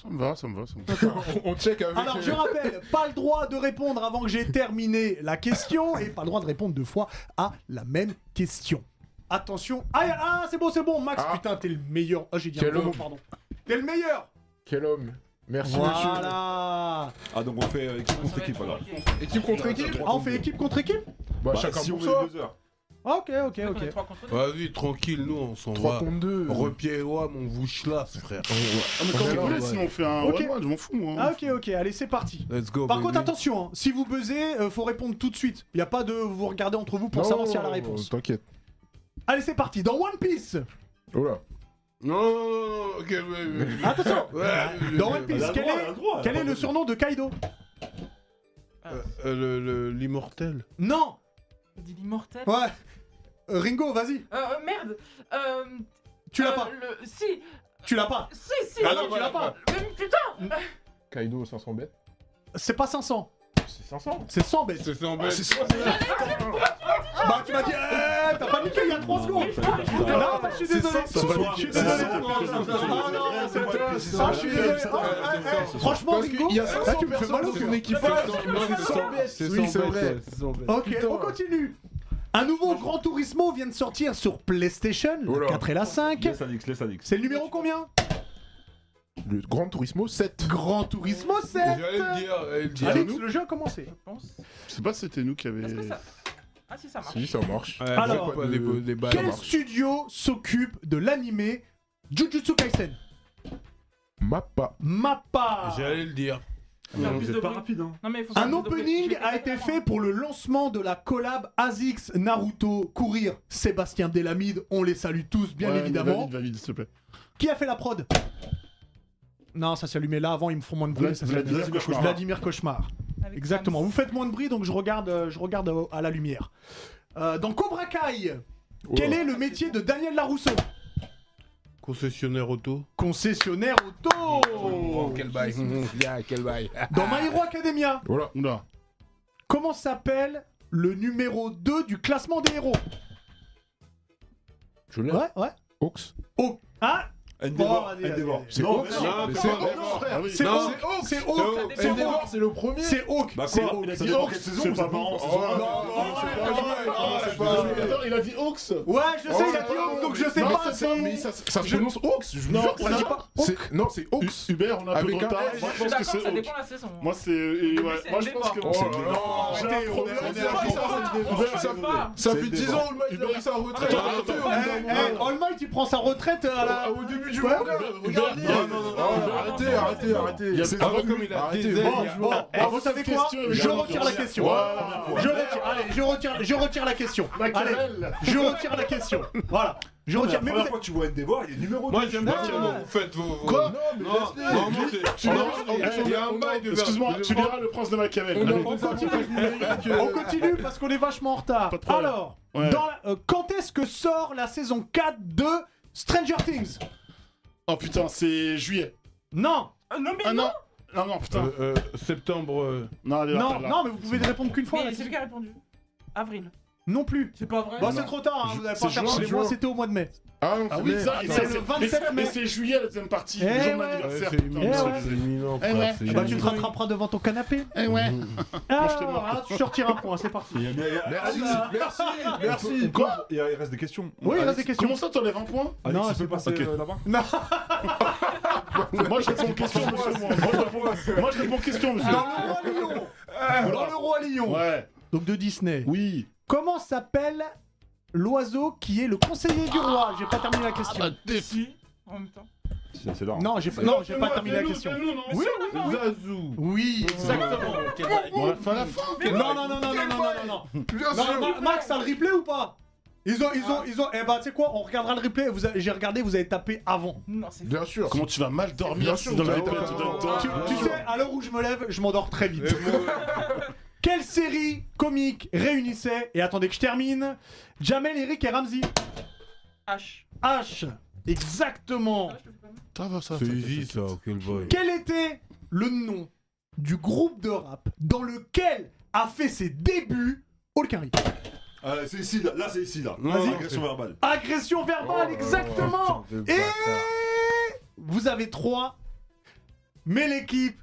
Speaker 5: Ça me va, ça me va, ça me va.
Speaker 4: On check avec. euh,
Speaker 1: Alors je rappelle, pas le droit de répondre avant que j'ai terminé la question et pas le droit de répondre deux fois à la même question. Attention. Ah, ah, c'est bon, c'est bon, Max,
Speaker 4: Ah.
Speaker 1: putain, t'es le meilleur. Ah, j'ai dit un
Speaker 4: Quel
Speaker 1: gros mot,
Speaker 4: homme.
Speaker 1: pardon. T'es le meilleur.
Speaker 4: Quel homme. Merci monsieur.
Speaker 1: Voilà.
Speaker 2: Ah, donc on fait euh, équipe contre équipe alors.
Speaker 4: Équipe contre équipe.
Speaker 1: Ah, on fait équipe contre équipe
Speaker 4: Bah,
Speaker 2: Bah,
Speaker 4: chacun
Speaker 2: si on
Speaker 4: Bah, pour
Speaker 2: met les
Speaker 4: soi.
Speaker 2: buzzers.
Speaker 13: Ok, ok, ok.
Speaker 3: Vas-y, tranquille, nous on s'en va.
Speaker 4: Trois contre deux.
Speaker 3: Repied et Wam, on vous chlasse, frère.
Speaker 5: Ah, mais quand
Speaker 3: On est
Speaker 5: vous
Speaker 3: là,
Speaker 5: voulez,
Speaker 3: ouais.
Speaker 5: sinon on fait un.
Speaker 1: Ok.
Speaker 5: Ouais, ouais, je m'en fous, moi. hein.
Speaker 1: Ah, ok, ok, allez, c'est parti.
Speaker 3: Let's go.
Speaker 1: Par
Speaker 3: baby.
Speaker 1: contre, attention, hein, si vous buzzez, euh, faut répondre tout de suite. Il a pas de vous regardez entre vous pour savoir s'il y a la réponse.
Speaker 4: T'inquiète.
Speaker 1: Allez, c'est parti, dans One Piece
Speaker 4: Oh là.
Speaker 3: Non, non, non, non, ok,
Speaker 1: Attention Dans One Piece,
Speaker 3: Elle a le
Speaker 1: quel
Speaker 3: droit, elle a le droit,
Speaker 1: est,
Speaker 3: elle
Speaker 1: quel
Speaker 3: a
Speaker 1: est
Speaker 3: pas
Speaker 1: le
Speaker 3: de-
Speaker 1: surnom de Kaido
Speaker 3: Euh, euh, le- le- L'immortel.
Speaker 1: Non
Speaker 10: Dit l'immortel.
Speaker 1: Ouais Euh, Ringo, vas-y
Speaker 10: Euh, euh, merde. Euh,
Speaker 1: Tu l'as
Speaker 10: euh,
Speaker 1: pas.
Speaker 10: le- Si.
Speaker 1: Tu l'as pas
Speaker 10: Si, si.
Speaker 1: Ah non, tu l'as pas.
Speaker 10: Mais putain.
Speaker 4: Kaido 500 bêtes.
Speaker 1: C'est pas 500
Speaker 4: C'est 500
Speaker 1: C'est 100 bêtes
Speaker 4: Ah, C'est 100
Speaker 1: bêtes. Bah, tu m'as dit, Eh, t'as paniqué il y a 3 secondes Non, je suis désolé
Speaker 4: C'est ça,
Speaker 1: Je suis désolé
Speaker 4: c'est ça.
Speaker 1: Ah non, c'est toi
Speaker 4: c'est
Speaker 1: Ah,
Speaker 4: ça.
Speaker 1: je suis désolé
Speaker 4: C'est
Speaker 1: Ah,
Speaker 4: ça,
Speaker 1: eh,
Speaker 4: c'est ça,
Speaker 1: eh,
Speaker 4: c'est ça.
Speaker 1: Franchement,
Speaker 4: Parce
Speaker 1: Ringo,
Speaker 4: qu'il y a
Speaker 1: eh,
Speaker 4: 500
Speaker 1: tu me fais
Speaker 4: personnes
Speaker 1: mal au
Speaker 4: dans
Speaker 1: cœur.
Speaker 4: une équipe.
Speaker 1: Ah,
Speaker 4: C'est
Speaker 1: non,
Speaker 4: cent bêtes.
Speaker 1: c'est
Speaker 4: Oui, c'est
Speaker 1: cent
Speaker 4: vrai.
Speaker 1: bêtes.
Speaker 4: C'est cent bêtes.
Speaker 1: Ok,
Speaker 4: Putain.
Speaker 1: on continue un nouveau Grand Turismo vient de sortir sur PlayStation, la 4 et la 5.
Speaker 2: Laisse Alix, laisse Alix.
Speaker 1: C'est le numéro combien
Speaker 4: Le Grand Turismo 7.
Speaker 1: Grand Turismo 7
Speaker 5: J'allais le dire, j'allais le dire.
Speaker 1: Alex,
Speaker 5: Nous
Speaker 1: le jeu a commencé.
Speaker 5: Je sais pas si c'était nous qui avait.
Speaker 10: Ah si ça marche.
Speaker 4: Si, ça marche.
Speaker 3: Ouais,
Speaker 1: Alors,
Speaker 3: c'est pas des-
Speaker 4: euh,
Speaker 3: des balles,
Speaker 1: Quel
Speaker 3: marche.
Speaker 1: studio s'occupe de l'animé Jujutsu Kaisen
Speaker 4: Mappa.
Speaker 1: Mappa
Speaker 3: J'allais le dire.
Speaker 5: Ah,
Speaker 1: Non, plus de bruit.
Speaker 10: Non, mais il faut faire
Speaker 1: Un
Speaker 10: plus de bruit.
Speaker 1: opening a été fait pour le lancement de la collab Azix Naruto Courir Sébastien Delamide, on les salue tous bien
Speaker 5: Ouais, mais
Speaker 1: évidemment.
Speaker 5: Valide, valide, s'il te plaît.
Speaker 1: Qui a fait la prod Non, ça s'allumait là avant, ils me font moins de bruit.
Speaker 5: Vlad-
Speaker 1: ça
Speaker 5: Vladimir
Speaker 1: s'allume.
Speaker 5: Cauchemar.
Speaker 1: Vladimir Cauchemar. Exactement, vous faites moins de bruit donc je regarde, euh, je regarde euh, à la lumière. Euh, dans Cobra Kai, quel est le métier de Daniel Larousseau
Speaker 3: Concessionnaire auto. Oh,
Speaker 1: Concessionnaire auto
Speaker 3: quel bail. quel bail.
Speaker 1: Dans My Hero Academia, comment s'appelle le numéro 2 du classement des héros
Speaker 4: Julien
Speaker 1: Ouais, ouais.
Speaker 4: Ox.
Speaker 1: Oh Ah
Speaker 2: Endeavor,
Speaker 1: Bon, allez,
Speaker 2: Endeavor.
Speaker 1: allez,
Speaker 2: C'est
Speaker 1: allez.
Speaker 2: Hawk,
Speaker 1: mais
Speaker 2: c'est
Speaker 1: non,
Speaker 2: Hawk,
Speaker 1: mais c'est
Speaker 2: c'est Hawk,
Speaker 1: Hawk,
Speaker 2: Hawk.
Speaker 1: frère,
Speaker 2: Ah oui.
Speaker 1: c'est
Speaker 2: Non,
Speaker 1: Hawk, c'est Hawk, c'est Hawk.
Speaker 4: Endeavor, c'est le premier.
Speaker 1: C'est Hawk
Speaker 2: Bah
Speaker 1: C'est
Speaker 2: quoi
Speaker 1: Hawk
Speaker 2: Il a
Speaker 1: c'est
Speaker 2: dit
Speaker 1: Hawk.
Speaker 2: Hawk cette saison, c'est pas marrant. c'est pas marrant.
Speaker 5: Attends, il a dit Hawks
Speaker 1: Ouais, je sais, il a dit Hawk, donc je sais
Speaker 4: Non,
Speaker 1: pas.
Speaker 4: c'est ça,
Speaker 1: si-
Speaker 4: mais ça, ça se prononce Ox. Je vous
Speaker 5: Non,
Speaker 4: jure que
Speaker 5: on
Speaker 4: ça
Speaker 5: dit
Speaker 4: se-
Speaker 5: pas
Speaker 4: c'est- Non, c'est Ox.
Speaker 5: Hubert, on a un peu de
Speaker 4: Avec
Speaker 5: retard.
Speaker 4: S.
Speaker 5: Moi,
Speaker 10: Je
Speaker 5: je
Speaker 10: suis
Speaker 5: pense que
Speaker 10: d'accord,
Speaker 5: c'est
Speaker 10: ça
Speaker 5: Hawks.
Speaker 10: dépend la saison.
Speaker 5: Moi, c'est. et ouais,
Speaker 10: c'est
Speaker 5: Moi, je pense que.
Speaker 10: Endeavor.
Speaker 4: Oh là là.
Speaker 5: J'ai un problème.
Speaker 1: on est
Speaker 5: j'ai un
Speaker 1: à
Speaker 5: problème.
Speaker 10: On
Speaker 5: Hubert,
Speaker 10: se
Speaker 5: j'ai un
Speaker 10: fait
Speaker 5: problème.
Speaker 10: pas.
Speaker 4: Ça
Speaker 2: C'est
Speaker 4: fait 10
Speaker 2: Endeavor.
Speaker 4: ans, All Might a pris sa retraite.
Speaker 5: Attends,
Speaker 4: Arrêtez, on
Speaker 5: attends,
Speaker 1: Eh,
Speaker 4: est dans-
Speaker 1: eh, All Might, il prend sa retraite euh, à la.
Speaker 4: Ah, Au début du
Speaker 1: Ouais.
Speaker 4: manga, regardez. Non,
Speaker 5: Hubert,
Speaker 4: non, non,
Speaker 5: Hubert,
Speaker 4: Arrêtez, arrêtez,
Speaker 5: Il y
Speaker 4: arrêtez.
Speaker 5: a-
Speaker 4: C'est
Speaker 5: avant
Speaker 4: devenu-
Speaker 5: comme il a
Speaker 4: arrêtez, bon,
Speaker 5: des ailes,
Speaker 4: bon.
Speaker 1: Bon, eh, vous savez quoi
Speaker 5: question,
Speaker 1: Je
Speaker 5: je
Speaker 1: retire la
Speaker 5: retire.
Speaker 1: question.
Speaker 5: Ouais.
Speaker 1: Je retire, allez, je retire, je retire la question. Allez,
Speaker 5: Macarel.
Speaker 1: je retire la question. Voilà. Je
Speaker 2: La
Speaker 1: retire. Mais vous
Speaker 2: première
Speaker 1: êtes-
Speaker 2: fois que tu vois Endeavor, il est numéro 2.
Speaker 14: Moi j'aime pas
Speaker 1: Ah.
Speaker 14: comment vous faites vos. vos-
Speaker 4: Quoi
Speaker 14: Non,
Speaker 4: Non, mais
Speaker 14: non,
Speaker 4: laisse-les.
Speaker 14: moi, c'est-
Speaker 5: Tu verras-
Speaker 14: Eh, Il y a un bail de
Speaker 5: Excuse-moi, tu liras le prince de Machiavel.
Speaker 4: On
Speaker 5: Allez.
Speaker 4: en- on continue.
Speaker 1: on continue parce qu'on est vachement en retard.
Speaker 5: Pas de problème.
Speaker 1: Alors,
Speaker 5: Ouais.
Speaker 1: dans la- euh, quand est-ce que sort la saison 4 de Stranger Things
Speaker 5: Oh putain, c'est juillet.
Speaker 1: Non,
Speaker 10: Ah, Non, mais
Speaker 5: Ah
Speaker 10: non.
Speaker 5: non Non, non, putain.
Speaker 3: Euh, euh, septembre. euh,
Speaker 5: Non, allez,
Speaker 1: non,
Speaker 5: attends, là.
Speaker 1: non, mais vous pouvez répondre qu'une fois. là.
Speaker 10: Mais c'est lui qui a répondu. Avril.
Speaker 1: Non plus.
Speaker 10: C'est pas vrai.
Speaker 1: Bon, c'est trop tard. hein,
Speaker 5: Ju-
Speaker 1: vous n'avez
Speaker 5: c'est
Speaker 1: pas faire
Speaker 5: juin,
Speaker 1: tous les
Speaker 5: c'est
Speaker 1: mois.
Speaker 5: juin.
Speaker 1: C'était au mois de mai.
Speaker 4: Ah non,
Speaker 5: Ah oui, ça,
Speaker 1: C'est
Speaker 5: ça,
Speaker 1: le
Speaker 5: c'est-
Speaker 1: 27
Speaker 5: mais-
Speaker 1: mai.
Speaker 5: Mais c'est juillet la deuxième partie,
Speaker 1: Eh
Speaker 5: le jour de
Speaker 1: ouais.
Speaker 3: ouais,
Speaker 5: l'anniversaire.
Speaker 3: c'est
Speaker 5: putain.
Speaker 1: Eh
Speaker 3: mignon,
Speaker 1: ouais.
Speaker 3: c'est mignon,
Speaker 5: Eh
Speaker 3: frère,
Speaker 5: ouais.
Speaker 3: c'est
Speaker 1: Bah, tu
Speaker 3: mignon.
Speaker 1: te rattraperas devant ton canapé.
Speaker 5: Eh ouais.
Speaker 1: Ah,
Speaker 5: je te marque.
Speaker 1: ah, tu sortiras un point. C'est parti.
Speaker 2: Il y a- il y a-
Speaker 4: Merci,
Speaker 1: Ah,
Speaker 4: merci,
Speaker 2: Merci.
Speaker 4: merci.
Speaker 2: Quoi Il y a- il reste des questions.
Speaker 1: Oui, il reste des
Speaker 2: Alex-
Speaker 1: questions.
Speaker 5: Comment ça, t'enlèves un point
Speaker 2: Alex,
Speaker 1: Non,
Speaker 2: tu
Speaker 1: c'est
Speaker 2: peux
Speaker 1: bon,
Speaker 2: passer
Speaker 1: ok.
Speaker 2: euh, là-bas
Speaker 5: Moi, je réponds aux questions, monsieur. Moi, Moi, je réponds- moi, je réponds aux questions, monsieur.
Speaker 1: Dans le roi Lion.
Speaker 5: Euh,
Speaker 1: Dans le roi Lion.
Speaker 5: Ouais.
Speaker 1: Donc de Disney.
Speaker 5: Oui.
Speaker 1: Comment s'appelle l'oiseau qui est le conseiller du roi J'ai pas terminé la question.
Speaker 5: Ah, t'es-
Speaker 10: Si. En même temps.
Speaker 2: C'est bah, c'est là.
Speaker 1: Non, j'ai pas, non, j'ai pas terminé la question. Oui, oui, oui.
Speaker 3: Zazou.
Speaker 1: Oui, exactement.
Speaker 5: On l'a fait à la fin.
Speaker 1: Non, non, non, non, non, non, non, non, non.
Speaker 4: Bien
Speaker 1: Non, Ma-
Speaker 4: sûr.
Speaker 1: Max, t'as le replay ou pas Ils ont, ils ont, ils ont. Eh bah, tu sais quoi On regardera le replay. Vous avez- J'ai regardé, vous avez tapé avant.
Speaker 10: Non, c'est
Speaker 4: Bien sûr.
Speaker 5: Comment tu vas mal
Speaker 4: Bien
Speaker 5: dormir
Speaker 4: sûr,
Speaker 5: si dans
Speaker 4: vous
Speaker 5: la
Speaker 4: avez
Speaker 5: tête
Speaker 4: pas-
Speaker 5: tu donnes
Speaker 4: Ah,
Speaker 5: temps
Speaker 1: Tu, tu sais, à l'heure où je me lève, je m'endors très vite. Quelle série comique réunissait et attendez que je termine Jamel, Eric et Ramsey
Speaker 10: H.
Speaker 1: H. Exactement.
Speaker 10: Ah, je te fais pas mal.
Speaker 5: Ça va, ça.
Speaker 3: C'est
Speaker 5: ça,
Speaker 3: easy
Speaker 5: ça,
Speaker 3: ça, quel boy.
Speaker 1: Quel était le nom du groupe de rap dans lequel a fait ses débuts Olkari
Speaker 2: Euh, C'est ici, là. Là, c'est ici, là.
Speaker 3: Vas-y.
Speaker 2: Agression verbale.
Speaker 1: Agression
Speaker 5: Oh,
Speaker 1: verbale, exactement
Speaker 3: putain de
Speaker 1: Et
Speaker 3: bâtard.
Speaker 1: vous avez trois, mais l'équipe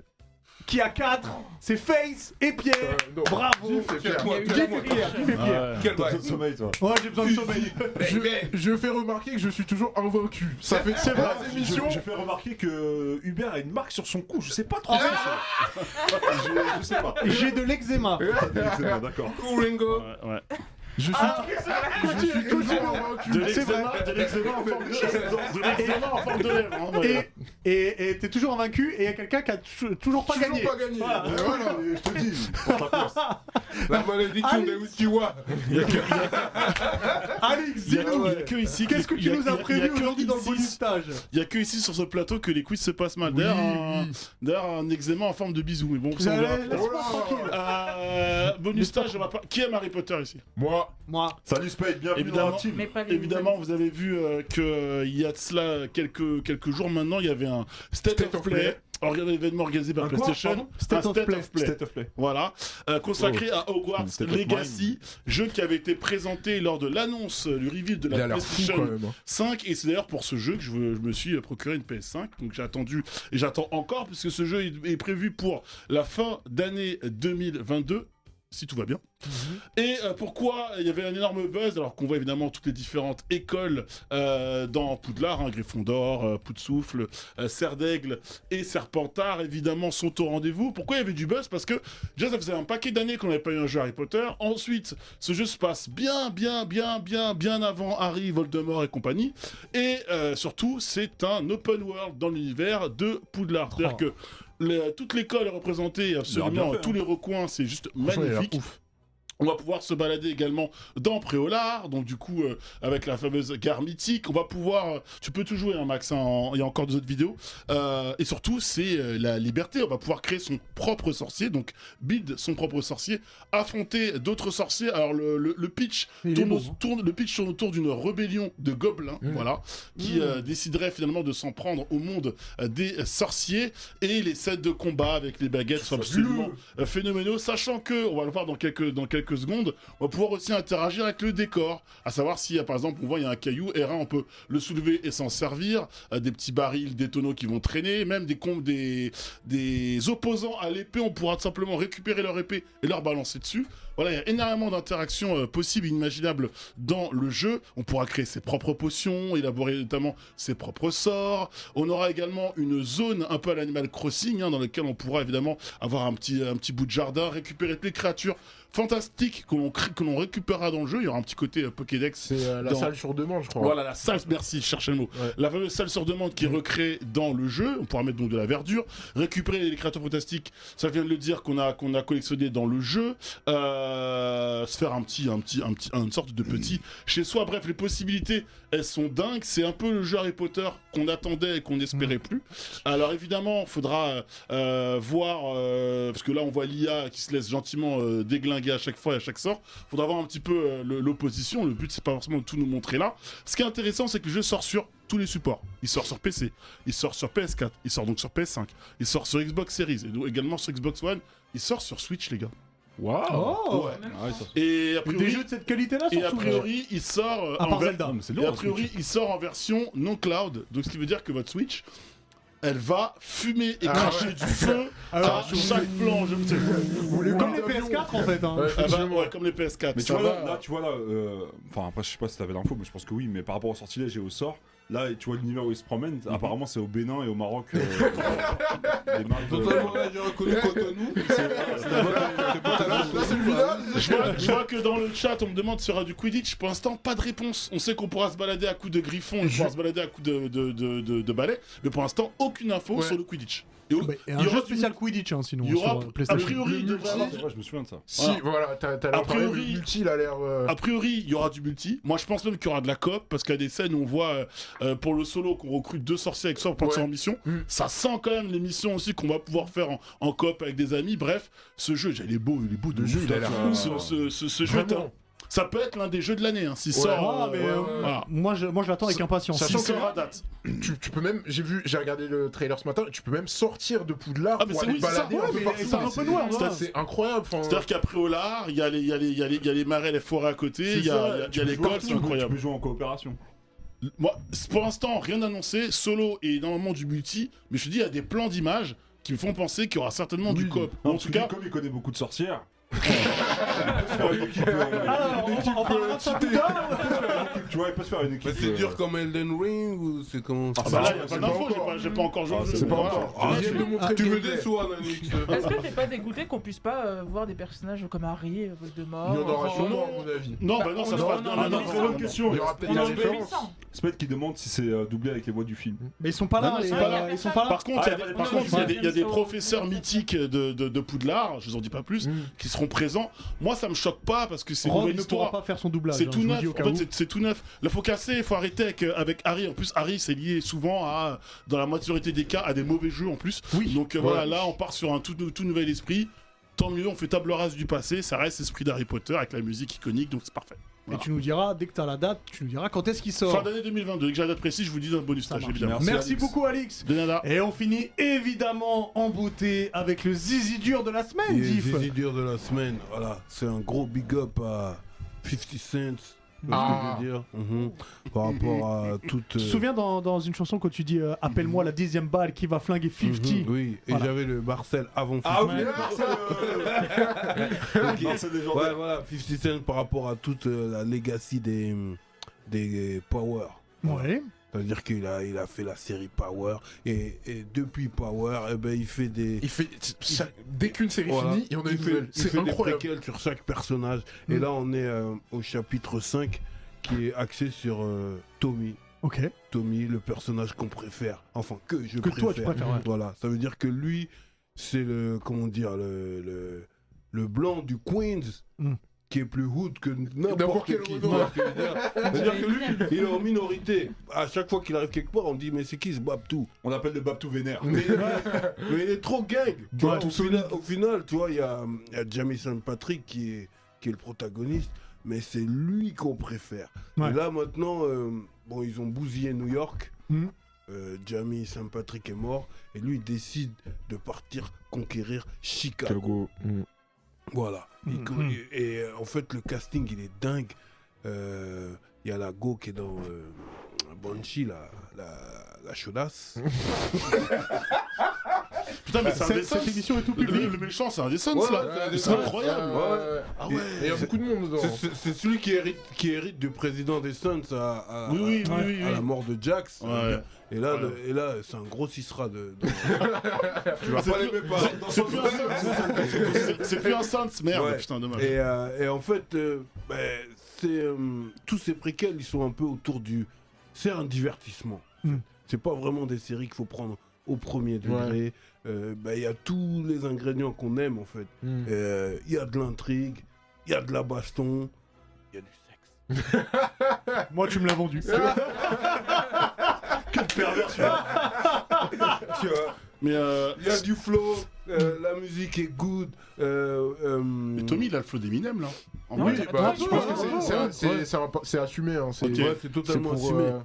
Speaker 1: qui a quatre, c'est Face et Pierre.
Speaker 4: Euh, non.
Speaker 1: Bravo
Speaker 4: Gif et Pierre.
Speaker 1: Gif et Pierre, Gif et
Speaker 5: ça.
Speaker 1: Pierre.
Speaker 5: Ouais.
Speaker 14: Quel
Speaker 2: T'as
Speaker 14: bail.
Speaker 2: besoin de sommeil, toi.
Speaker 1: Ouais, j'ai besoin de sommeil.
Speaker 4: Je, je fais remarquer que je suis toujours invaincu. Ça fait
Speaker 1: c'est vrai.
Speaker 4: trois
Speaker 2: Ah, Je,
Speaker 4: émissions.
Speaker 2: je fais remarquer que Hubert a une marque sur son cou, je sais pas trop. c'est ça. je, je sais pas.
Speaker 1: J'ai de l'eczéma.
Speaker 2: C'est bon, D'accord.
Speaker 3: Cool, Ringo.
Speaker 5: Ouais, ouais.
Speaker 4: Je suis,
Speaker 1: Ah,
Speaker 4: je
Speaker 1: c'est vrai.
Speaker 4: suis toujours vaincu.
Speaker 1: De
Speaker 4: C'est vrai.
Speaker 1: l'eczéma- de l'eczéma en forme de-
Speaker 5: de l'eczéma en forme de lèvres, hein, voilà.
Speaker 1: Et- et et t'es toujours invaincu et il y a quelqu'un qui a tou- toujours pas gagné.
Speaker 4: Toujours pas gagné.
Speaker 1: Voilà.
Speaker 4: Mais voilà, je te dis. La malédiction
Speaker 1: Allez.
Speaker 4: des Uchiwa.
Speaker 1: Alex, dis-nous,
Speaker 5: Il y a que ici.
Speaker 1: qu'est-ce que
Speaker 5: il y
Speaker 1: tu
Speaker 5: a-
Speaker 1: nous
Speaker 5: il y
Speaker 1: as
Speaker 5: a-
Speaker 1: prévu
Speaker 5: il y a que
Speaker 1: aujourd'hui dans le
Speaker 5: ici-
Speaker 1: bonus stage
Speaker 5: Il y a que ici sur ce plateau que les quiz se passent mal. D'ailleurs, un, d'ailleurs, un eczéma en forme de bisou. Mais bon, ça on verra.
Speaker 1: Allez, Laisse-moi tranquille.
Speaker 5: Euh, bonus stage, on va pas- qui aime Harry Potter ici
Speaker 4: Moi.
Speaker 1: Moi.
Speaker 2: Salut Spade, bienvenue dans
Speaker 5: Évidemment,
Speaker 2: la team.
Speaker 5: évidemment vous avez vu euh, que euh, il y a de cela quelques, quelques jours maintenant, il y avait un State, of,
Speaker 4: of
Speaker 5: Play.
Speaker 4: Play.
Speaker 5: orga- événement organisé par
Speaker 2: Un quoi,
Speaker 5: PlayStation,
Speaker 2: pardon
Speaker 5: Un
Speaker 2: State of Play. State of
Speaker 5: Voilà, Euh, consacré
Speaker 2: Oh.
Speaker 5: à Hogwarts
Speaker 2: State of
Speaker 5: Legacy, jeu qui avait été présenté lors de l'annonce euh, du reveal de
Speaker 4: Il
Speaker 5: la
Speaker 4: a l'air fou,
Speaker 5: PlayStation
Speaker 4: quand même, hein.
Speaker 5: 5 et c'est d'ailleurs pour ce jeu que je, veux- je me suis euh, procuré une PS5 donc j'ai attendu et j'attends encore puisque ce jeu est- est prévu pour la fin d'année 2022 si tout va bien.
Speaker 2: Mhm.
Speaker 5: Et euh, pourquoi il y avait un énorme buzz alors qu'on voit évidemment toutes les différentes écoles euh, dans Poudlard, hein, Gryffondor, euh, Poudsouffle, euh, Serre d'Aigle et Serpentard évidemment sont au rendez-vous. Pourquoi il y avait du buzz Parce que déjà ça faisait un paquet d'années qu'on n'avait pas eu un jeu Harry Potter. Ensuite, ce jeu se passe bien, bien, bien, bien, bien avant Harry, Voldemort et compagnie. Et euh, surtout, c'est un open world dans l'univers de Poudlard. C'est-à-dire que le- toute l'école est représentée
Speaker 2: Oh. bien
Speaker 5: absolument
Speaker 2: fait, hein.
Speaker 5: tous les recoins, c'est juste
Speaker 4: Franchement, il a l'air
Speaker 5: magnifique. On va pouvoir se balader également dans Préolard, donc du coup euh, avec la fameuse gare mythique, on va pouvoir, euh, tu peux tout jouer hein, Max, hein, en- il y a encore deux autres vidéos, Euh, et surtout c'est euh, la liberté, on va pouvoir créer son propre sorcier, donc build son propre sorcier, affronter d'autres sorciers, alors le, le- le pitch
Speaker 1: Il est
Speaker 5: tourne,
Speaker 1: bon,
Speaker 4: hein.
Speaker 5: au- tourne- le pitch tourne autour d'une rébellion de gobelins,
Speaker 4: Mmh.
Speaker 5: voilà, qui euh, déciderait finalement de s'en prendre au monde euh, des euh, sorciers, et les sets de combat avec les baguettes sont absolument euh, phénoménaux, sachant que, on va le voir dans quelques, dans quelques secondes, on va pouvoir aussi interagir avec le décor, à savoir si, euh, par exemple, on voit il y a un caillou, R1, on peut le soulever et s'en servir, euh, des petits barils, des tonneaux qui vont traîner, même des, com- des, des opposants à l'épée, on pourra tout simplement récupérer leur épée et leur balancer dessus. Voilà, il y a énormément d'interactions euh, possibles et imaginables dans le jeu. On pourra créer ses propres potions, élaborer notamment ses propres sorts. On aura également une zone un peu à l'Animal Crossing, hein, dans laquelle on pourra évidemment avoir un petit, un petit bout de jardin, récupérer toutes les créatures fantastiques que l'on crée- que l'on récupérera dans le jeu. Il y aura un petit côté euh, Pokédex.
Speaker 4: C'est euh, la
Speaker 5: dans-
Speaker 4: salle sur demande, je crois.
Speaker 5: voilà, la salle, merci, je cherchais le mot. La fameuse salle sur demande qui est recréée dans le jeu. On pourra mettre donc de la verdure, récupérer les créatures fantastiques, ça vient de le dire, qu'on a, qu'on a collectionné dans le jeu. Euh, se faire un petit, un petit, un petit, une sorte de petit chez soi. Bref, les possibilités, elles sont dingues. C'est un peu le jeu Harry Potter qu'on attendait et qu'on n'espérait plus. Alors évidemment, faudra euh, euh, voir, euh, parce que là, on voit l'IA qui se laisse gentiment euh, déglinguer à chaque fois et à chaque sort. Faudra voir un petit peu euh, le- l'opposition. Le but, c'est pas forcément de tout nous montrer là. Ce qui est intéressant, c'est que le jeu sort sur tous les supports. Il sort sur PC, il sort sur PS4, il sort donc sur PS5, il sort sur Xbox Series et donc également sur Xbox One. Il sort sur Switch, les gars.
Speaker 1: Oh
Speaker 5: Ouais. Et a priori,
Speaker 1: Des jeux de cette qualité-là
Speaker 5: et
Speaker 1: sur
Speaker 5: a
Speaker 1: Switch.
Speaker 5: priori, il sort euh,
Speaker 1: À part
Speaker 5: en ver-
Speaker 1: Zelda.
Speaker 2: Ah, mais c'est
Speaker 5: et
Speaker 2: lourd,
Speaker 5: a priori, il sort en version non cloud. Donc ce qui veut dire que votre Switch elle va fumer et
Speaker 4: Ah
Speaker 5: cracher
Speaker 4: ouais.
Speaker 5: du feu
Speaker 1: Alors,
Speaker 5: à chaque plan, je me sais.
Speaker 1: Comme les PS4 en fait. hein.
Speaker 4: Ouais.
Speaker 5: Ah bah, ouais, comme les PS4.
Speaker 2: Mais tu
Speaker 5: ça
Speaker 2: vois,
Speaker 5: va.
Speaker 2: là, là, tu vois là, euh, enfin après je sais pas si t'avais l'info, mais je pense que oui, mais par rapport au sortilège et au sort, là tu vois l'univers où ils se promènent, apparemment c'est au Bénin et au Maroc. euh, les marques euh, de-
Speaker 14: Totalement, là, j'ai reconnu Cotonou.
Speaker 4: Là, c'est le final.
Speaker 5: Je vois, je vois que dans le chat, on me demande s'il y aura du Quidditch. Pour l'instant, pas de réponse. On sait qu'on pourra se balader à coups de griffon, on pourra se balader à coups de, de, de, de- de balai, mais pour l'instant, aucune info
Speaker 4: Ouais.
Speaker 5: sur le Quidditch. Et au-
Speaker 1: Bah, et un
Speaker 5: il y aura
Speaker 1: jeu
Speaker 5: du-
Speaker 1: spécial Quidditch hein, sinon
Speaker 5: il y aura-
Speaker 1: sur euh,
Speaker 5: a
Speaker 1: PlayStation.
Speaker 5: priori, il devrait y avoir-
Speaker 2: Ah, C'est vrai, je me souviens de ça.
Speaker 4: Si, voilà, t'as t'as l'air
Speaker 5: A
Speaker 4: parlé
Speaker 5: priori-
Speaker 4: du multi, il a l'air. euh,
Speaker 5: a priori, il y aura du multi. Moi, je pense même qu'il y aura de la coop parce qu'il y a des scènes où on voit euh, euh, pour le solo qu'on recrute deux sorciers avec soi pour partir
Speaker 4: Ouais.
Speaker 5: en mission.
Speaker 4: Mm.
Speaker 5: Ça sent quand même les missions aussi qu'on va pouvoir faire en, en coop avec des amis. Bref, ce jeu, il est beau, il est beau de
Speaker 4: Le
Speaker 5: ouf,
Speaker 4: jeu, il a l'air
Speaker 5: ce-
Speaker 4: fou.
Speaker 5: Ce, ce- ce- ce jeu,
Speaker 4: Vraiment.
Speaker 5: ça peut être l'un des jeux de l'année hein, s'il
Speaker 4: Ouais.
Speaker 5: sort.
Speaker 1: Ah,
Speaker 5: euh,
Speaker 1: mais, euh,
Speaker 5: voilà.
Speaker 1: Moi je, moi, je l'attends avec impatience.
Speaker 5: Sachant
Speaker 1: Si-
Speaker 5: que la date.
Speaker 4: tu, tu peux même, j'ai vu, j'ai regardé le trailer ce matin, tu peux même sortir de Poudlard
Speaker 5: Ah, mais
Speaker 4: pour
Speaker 5: c'est-
Speaker 4: aller
Speaker 5: oui,
Speaker 4: te
Speaker 5: c'est ça,
Speaker 4: balader
Speaker 5: ouais,
Speaker 4: un peu
Speaker 1: mais
Speaker 4: partout.
Speaker 1: c'est un open world,
Speaker 4: C'est-
Speaker 1: ouais.
Speaker 4: C'est incroyable. enfin,
Speaker 5: hein.
Speaker 4: euh,
Speaker 5: C'est-à-dire qu'après Olar, il y a les, il y a les, il y a les- il y a les marais, les forêts à côté,
Speaker 4: C'est
Speaker 5: il y
Speaker 4: ça,
Speaker 5: a, il y a- il y a
Speaker 2: Tu peux jouer
Speaker 5: l'école,
Speaker 2: partout,
Speaker 5: c'est incroyable.
Speaker 2: Tu peux jouer en coopération.
Speaker 5: Moi, c'est- pour l'instant, rien d'annoncé, solo et énormément du multi, mais je te dis, il y a des plans d'images qui me font penser qu'il y aura certainement du
Speaker 2: Oui.
Speaker 5: coop.
Speaker 2: Non,
Speaker 5: en
Speaker 2: parce
Speaker 5: tout
Speaker 2: que lui,
Speaker 5: cas,
Speaker 2: comme il connaît beaucoup de sorcières,
Speaker 1: Alors, on va- on parlera de ça plus tard.
Speaker 2: Tu vois, il peut se faire une équipe.
Speaker 15: C'est
Speaker 2: euh,
Speaker 15: dur comme Elden Ring ou c'est comment
Speaker 5: Ah, bah là, y a pas d'info, j'ai pas- j'ai pas encore joué au jeu.
Speaker 15: C'est pas
Speaker 5: Voilà.
Speaker 15: encore.
Speaker 5: Ah,
Speaker 15: Viens
Speaker 5: tu-
Speaker 15: de montrer
Speaker 5: tu me
Speaker 15: gameplay.
Speaker 5: déçois,
Speaker 10: Est-ce que t'es pas dégoûté qu'on puisse pas euh, voir des personnages comme Harry, euh, Voldemort
Speaker 5: Ah,
Speaker 16: Il y en aura
Speaker 10: Ron-
Speaker 16: sûrement, à mon avis.
Speaker 5: Non, bah non, ça se passe bien.
Speaker 2: Ah, non,
Speaker 5: non,
Speaker 2: c'est
Speaker 5: non,
Speaker 2: une autre
Speaker 5: non.
Speaker 2: question.
Speaker 5: Il y aura peut-être des références.
Speaker 2: Spade qui demande si c'est euh, doublé avec les voix du film.
Speaker 1: Mais ils sont pas là,
Speaker 5: Non, non,
Speaker 1: les-
Speaker 5: c'est pas là.
Speaker 1: ils sont pas là.
Speaker 5: Par contre, il y a des- par contre, il y a des- il y, a des
Speaker 1: Ouais.
Speaker 5: professeurs mythiques de, de, de Poudlard, je vous en dis pas plus, qui seront présents. Moi, ça me choque pas parce que c'est une
Speaker 1: Ron
Speaker 5: nouvelle
Speaker 1: ne
Speaker 5: histoire.
Speaker 1: pourra pas faire son doublage,
Speaker 5: C'est
Speaker 1: hein,
Speaker 5: tout
Speaker 1: je vous le
Speaker 5: neuf.
Speaker 1: dis au cas
Speaker 5: En fait,
Speaker 1: où.
Speaker 5: c'est- c'est tout neuf. Là, faut casser. Il faut arrêter avec, euh, avec Harry. En plus, Harry, c'est lié souvent à, dans la majorité des cas, à des mauvais jeux en plus. Donc euh,
Speaker 16: Ouais.
Speaker 5: voilà, là, on part sur un tout, nou- tout nouvel esprit. Tant mieux, on fait table rase du passé. Ça reste l'esprit d'Harry Potter avec la musique iconique, donc c'est parfait.
Speaker 1: Et tu nous diras, dès que t'as la date, tu nous diras quand est-ce qu'il sort.
Speaker 5: Fin d'année 2022. Dès que j'ai la date précise, je vous dis dans le bonus stage, évidemment.
Speaker 1: Merci, beaucoup Alix.
Speaker 5: De nada.
Speaker 1: Et on finit évidemment en beauté avec le zizi dur de la semaine,
Speaker 4: Et
Speaker 1: Diff.
Speaker 4: Zizi dur de la semaine, voilà. C'est un gros big up à 50 Cent. tu vois
Speaker 1: Ah.
Speaker 4: ce que je veux dire Mhm. Par rapport à toute.
Speaker 1: Tu te
Speaker 4: euh,
Speaker 1: souviens dans, dans une chanson quand tu dis euh, appelle-moi la dixième balle qui va flinguer 50
Speaker 4: Mhm, Oui, et
Speaker 1: Voilà.
Speaker 4: j'avais le Marcel avant 50.
Speaker 1: Ah oui, le
Speaker 2: euh.
Speaker 4: Ok. Ouais, voilà, 50 Cent par rapport à toute euh, la legacy des, des Power.
Speaker 1: Ouais.
Speaker 4: C'est-à-dire qu'il a, il a fait la série Power et, et depuis Power, eh ben, il fait des. Il
Speaker 16: fait, dès qu'une série finit, il y en a une
Speaker 4: fait,
Speaker 16: nouvelle.
Speaker 4: il
Speaker 16: C'est
Speaker 4: fait des
Speaker 16: incroyable.
Speaker 4: préquels sur chaque personnage. Et
Speaker 5: Mm.
Speaker 4: là, on est euh, au chapitre 5 qui est axé sur euh, Tommy.
Speaker 1: Ok.
Speaker 4: Tommy, le personnage qu'on préfère. Enfin, que je
Speaker 1: Que
Speaker 4: préfère.
Speaker 1: toi, tu préfères, ouais.
Speaker 4: Voilà, ça veut dire que lui, c'est le. Comment dire Le, le, le blanc du Queens.
Speaker 1: Mm.
Speaker 4: Qui est plus hood que n'importe
Speaker 16: N'importe
Speaker 4: qui.
Speaker 16: quel
Speaker 4: tu
Speaker 16: Renault.
Speaker 4: vois ce que je veux dire C'est-à-dire que lui, il est en minorité. À chaque fois qu'il arrive quelque part, on dit Mais c'est qui ce Babtou
Speaker 2: On l'appelle le Babtou vénère.
Speaker 4: Mais, mais il est trop gang. tu vois, au, final, au final, tu vois, il y a, il y a Jamison Patrick qui est, qui est le protagoniste, mais c'est lui qu'on préfère.
Speaker 1: Ouais.
Speaker 4: Et là, maintenant, euh, bon, ils ont bousillé New York.
Speaker 1: Mhm.
Speaker 4: Euh, Jamie Saint Patrick est mort et lui il décide de partir conquérir Chicago.
Speaker 15: Chicago.
Speaker 4: Voilà. Il
Speaker 15: Mhm.
Speaker 4: co- Et, euh, en fait, le casting il est dingue. Euh, Il y a la go qui est dans euh, Banshee, la, la,
Speaker 3: Ah,
Speaker 4: la chaudasse.
Speaker 5: Putain, mais c'est un
Speaker 4: Cette-
Speaker 5: dessin.
Speaker 4: cette émission est tout
Speaker 5: Le-
Speaker 4: public.
Speaker 5: Le méchant, c'est un dessin,
Speaker 4: Ouais,
Speaker 5: là.
Speaker 4: ouais, ouais,
Speaker 5: C'est
Speaker 4: ouais,
Speaker 5: incroyable.
Speaker 4: ouais, ouais.
Speaker 5: Ah ouais.
Speaker 4: Et- et C'est- c'est- C'est celui qui hérite, qui hérite du président des Suns à, à-
Speaker 5: Oui, oui,
Speaker 4: à-
Speaker 5: oui, oui,
Speaker 4: à
Speaker 5: oui.
Speaker 4: Ah, la mort de Jax.
Speaker 5: Ouais.
Speaker 4: Et là,
Speaker 5: Ouais.
Speaker 4: le- et là c'est un gros cissera de. de- tu vas
Speaker 5: C'est
Speaker 4: pas
Speaker 5: plus-
Speaker 4: l'aimer pas.
Speaker 5: c'est- c'est plus un Suns. C'est- c'est plus un Suns, merde, putain, dommage.
Speaker 4: Et, euh, et en fait, euh, bah, c'est, euh, tous ces préquels, ils sont un peu autour du. C'est un divertissement.
Speaker 1: Mm.
Speaker 4: C'est pas vraiment des séries qu'il faut prendre au premier degré. Euh, bah, Il y a tous les ingrédients qu'on aime en fait.
Speaker 15: Mm.
Speaker 4: Euh, Il y a de l'intrigue, il y a de la baston, il y a du sexe.
Speaker 1: Moi, tu me l'as vendu.
Speaker 4: Quel pervers tu vois.
Speaker 5: Mais euh,
Speaker 4: Il y a du flow, euh, la musique est good. Euh, Mais
Speaker 5: Tommy, il a le flow d'Eminem là.
Speaker 4: En
Speaker 16: Oui,
Speaker 4: vrai,
Speaker 16: bah,
Speaker 4: attends,
Speaker 16: je
Speaker 4: ouais,
Speaker 16: pense que
Speaker 4: ouais,
Speaker 16: c'est-
Speaker 4: ouais,
Speaker 16: c'est
Speaker 4: ouais.
Speaker 16: un- c'est- c'est un- c'est assumé. hein,
Speaker 4: Ok. Ouais, c'est totalement
Speaker 16: pour,
Speaker 4: assumé.
Speaker 16: euh,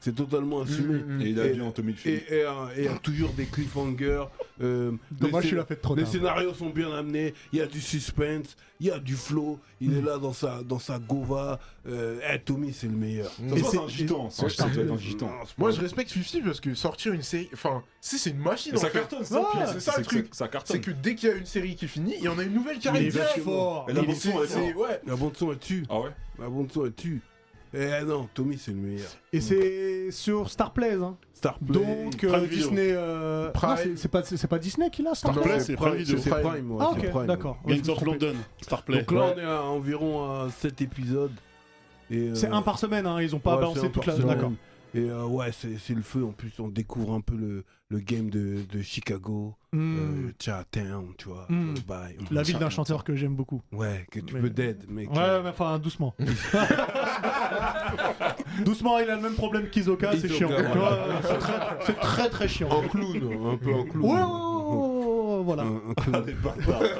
Speaker 4: C'est totalement assumé.
Speaker 16: mm, mm.
Speaker 2: Et il a bien entamé le film.
Speaker 4: Et et, euh, et il y a toujours des cliffhangers. euh,
Speaker 1: Dommage,
Speaker 4: les
Speaker 1: tu
Speaker 4: scén-
Speaker 1: l'as fait trop
Speaker 4: Les
Speaker 1: tard.
Speaker 4: scénarios sont bien amenés. Il y a du suspense. Il y a du flow. Il
Speaker 16: Mm.
Speaker 4: est là dans sa, dans sa gova. Euh, eh, Tommy, c'est le meilleur.
Speaker 2: Ça se voit, c'est un gitan, c'est un gitan, ça doit être un gitan.
Speaker 16: Moi, je respecte 50 parce que sortir une série. Enfin, si c'est une machine.
Speaker 2: Mais ça
Speaker 16: en fait.
Speaker 2: cartonne, ça,
Speaker 16: Ouais,
Speaker 2: puis
Speaker 16: c'est ça
Speaker 2: c'est
Speaker 16: le
Speaker 2: que
Speaker 16: truc.
Speaker 2: ça- ça cartonne.
Speaker 16: C'est que dès qu'il y a une série qui finit, il y en a une nouvelle qui
Speaker 4: Il est
Speaker 16: arrive.
Speaker 4: bien
Speaker 16: direct.
Speaker 4: fort.
Speaker 16: Et la bande son, elle est
Speaker 4: C'est-
Speaker 16: forte. Ouais.
Speaker 4: La bande son est tue.
Speaker 2: Ah ouais
Speaker 4: La bande son est tue. Eh non, Tommy, c'est le meilleur.
Speaker 1: Et c'est sur Starplace. Hein.
Speaker 4: Starplace.
Speaker 1: Donc euh,
Speaker 4: Prime Video.
Speaker 1: Disney. euh,
Speaker 4: Prime.
Speaker 1: non, c'est- c'est pas, c'est pas Disney qui l'a, Starplace
Speaker 4: Starplay, c'est Prime Video. C'est Prime, ouais,
Speaker 1: Ah,
Speaker 4: c'est
Speaker 1: ok,
Speaker 4: Prime.
Speaker 1: d'accord.
Speaker 4: Gangs
Speaker 1: Je me suis
Speaker 4: of
Speaker 1: trompé.
Speaker 5: London, Starplay.
Speaker 4: Donc là, on est à environ à 7 épisodes. Et, euh,
Speaker 1: C'est un par semaine, hein, ils ont pas
Speaker 4: Ouais, c'est
Speaker 1: balancé
Speaker 4: un
Speaker 1: toute la.
Speaker 4: par
Speaker 1: D'accord.
Speaker 4: semaine. Et euh, ouais, c'est c'est le feu. En plus, on découvre un peu le, le game de, de Chicago,
Speaker 1: Mm.
Speaker 4: euh, Chinatown, tu vois.
Speaker 1: Mm.
Speaker 4: Bye.
Speaker 1: La ville d'un chanteur que j'aime beaucoup.
Speaker 4: Ouais, que tu peux dead, mais. que-
Speaker 1: Ouais, mais enfin, doucement. doucement, il a le même problème qu'Isoka, c'est
Speaker 4: Hisoka,
Speaker 1: chiant.
Speaker 4: voilà.
Speaker 1: Ouais, ouais, c'est très- C'est très très chiant.
Speaker 4: En clown, un peu en clown.
Speaker 1: Ouais, ouais, ouais, ouais, ouais, voilà.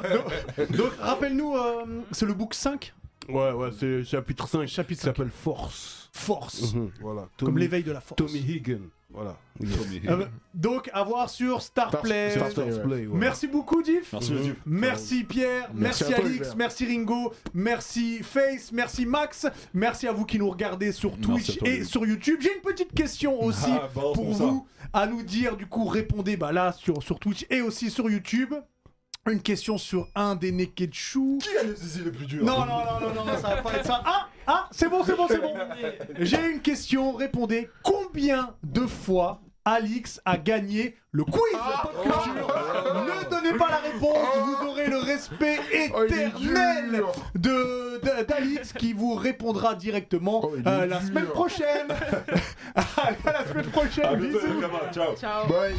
Speaker 2: Ah,
Speaker 1: Donc, rappelle-nous, euh, c'est le book 5
Speaker 4: Ouais, ouais, c'est le chapitre 5. Chapitre qui s'appelle Force.
Speaker 1: Force.
Speaker 4: Mhm, voilà.
Speaker 1: Comme l'éveil de la force.
Speaker 4: Tommy Higgins. Voilà. Tommy
Speaker 1: Euh, bah, donc, à voir sur Starplay.
Speaker 4: Star- Star- Starplay, ouais.
Speaker 1: Merci beaucoup, Diff.
Speaker 4: Merci, Mhm. Diff.
Speaker 1: Merci, Pierre. Merci,
Speaker 4: Merci à toi,
Speaker 1: Alix.
Speaker 4: Hubert.
Speaker 1: merci, Ringo. Merci, Face. Merci, Max. Merci à vous qui nous regardez sur
Speaker 2: Merci
Speaker 1: Twitch
Speaker 2: à toi,
Speaker 1: et
Speaker 2: Hubert.
Speaker 1: sur YouTube. J'ai une petite question aussi
Speaker 2: Ah, balance-nous
Speaker 1: pour
Speaker 2: ça.
Speaker 1: vous à nous dire. Du coup, répondez bah, là sur, sur Twitch et aussi sur YouTube. Une question sur un des Neketsu.
Speaker 4: Qui a le zizi le plus dur
Speaker 1: Non, non, non, non, non, non, ça va pas être ça. Ah, ah, c'est bon, c'est bon, c'est bon. J'ai une question, répondez. Combien de fois Alix a gagné le quiz Pop Culture Ne donnez pas la réponse, vous aurez le respect éternel de de- d'Alix qui vous répondra directement euh,
Speaker 2: Ah,
Speaker 1: la semaine prochaine. à la semaine prochaine, bisous.
Speaker 2: Ciao.
Speaker 10: Ciao.
Speaker 4: Bye.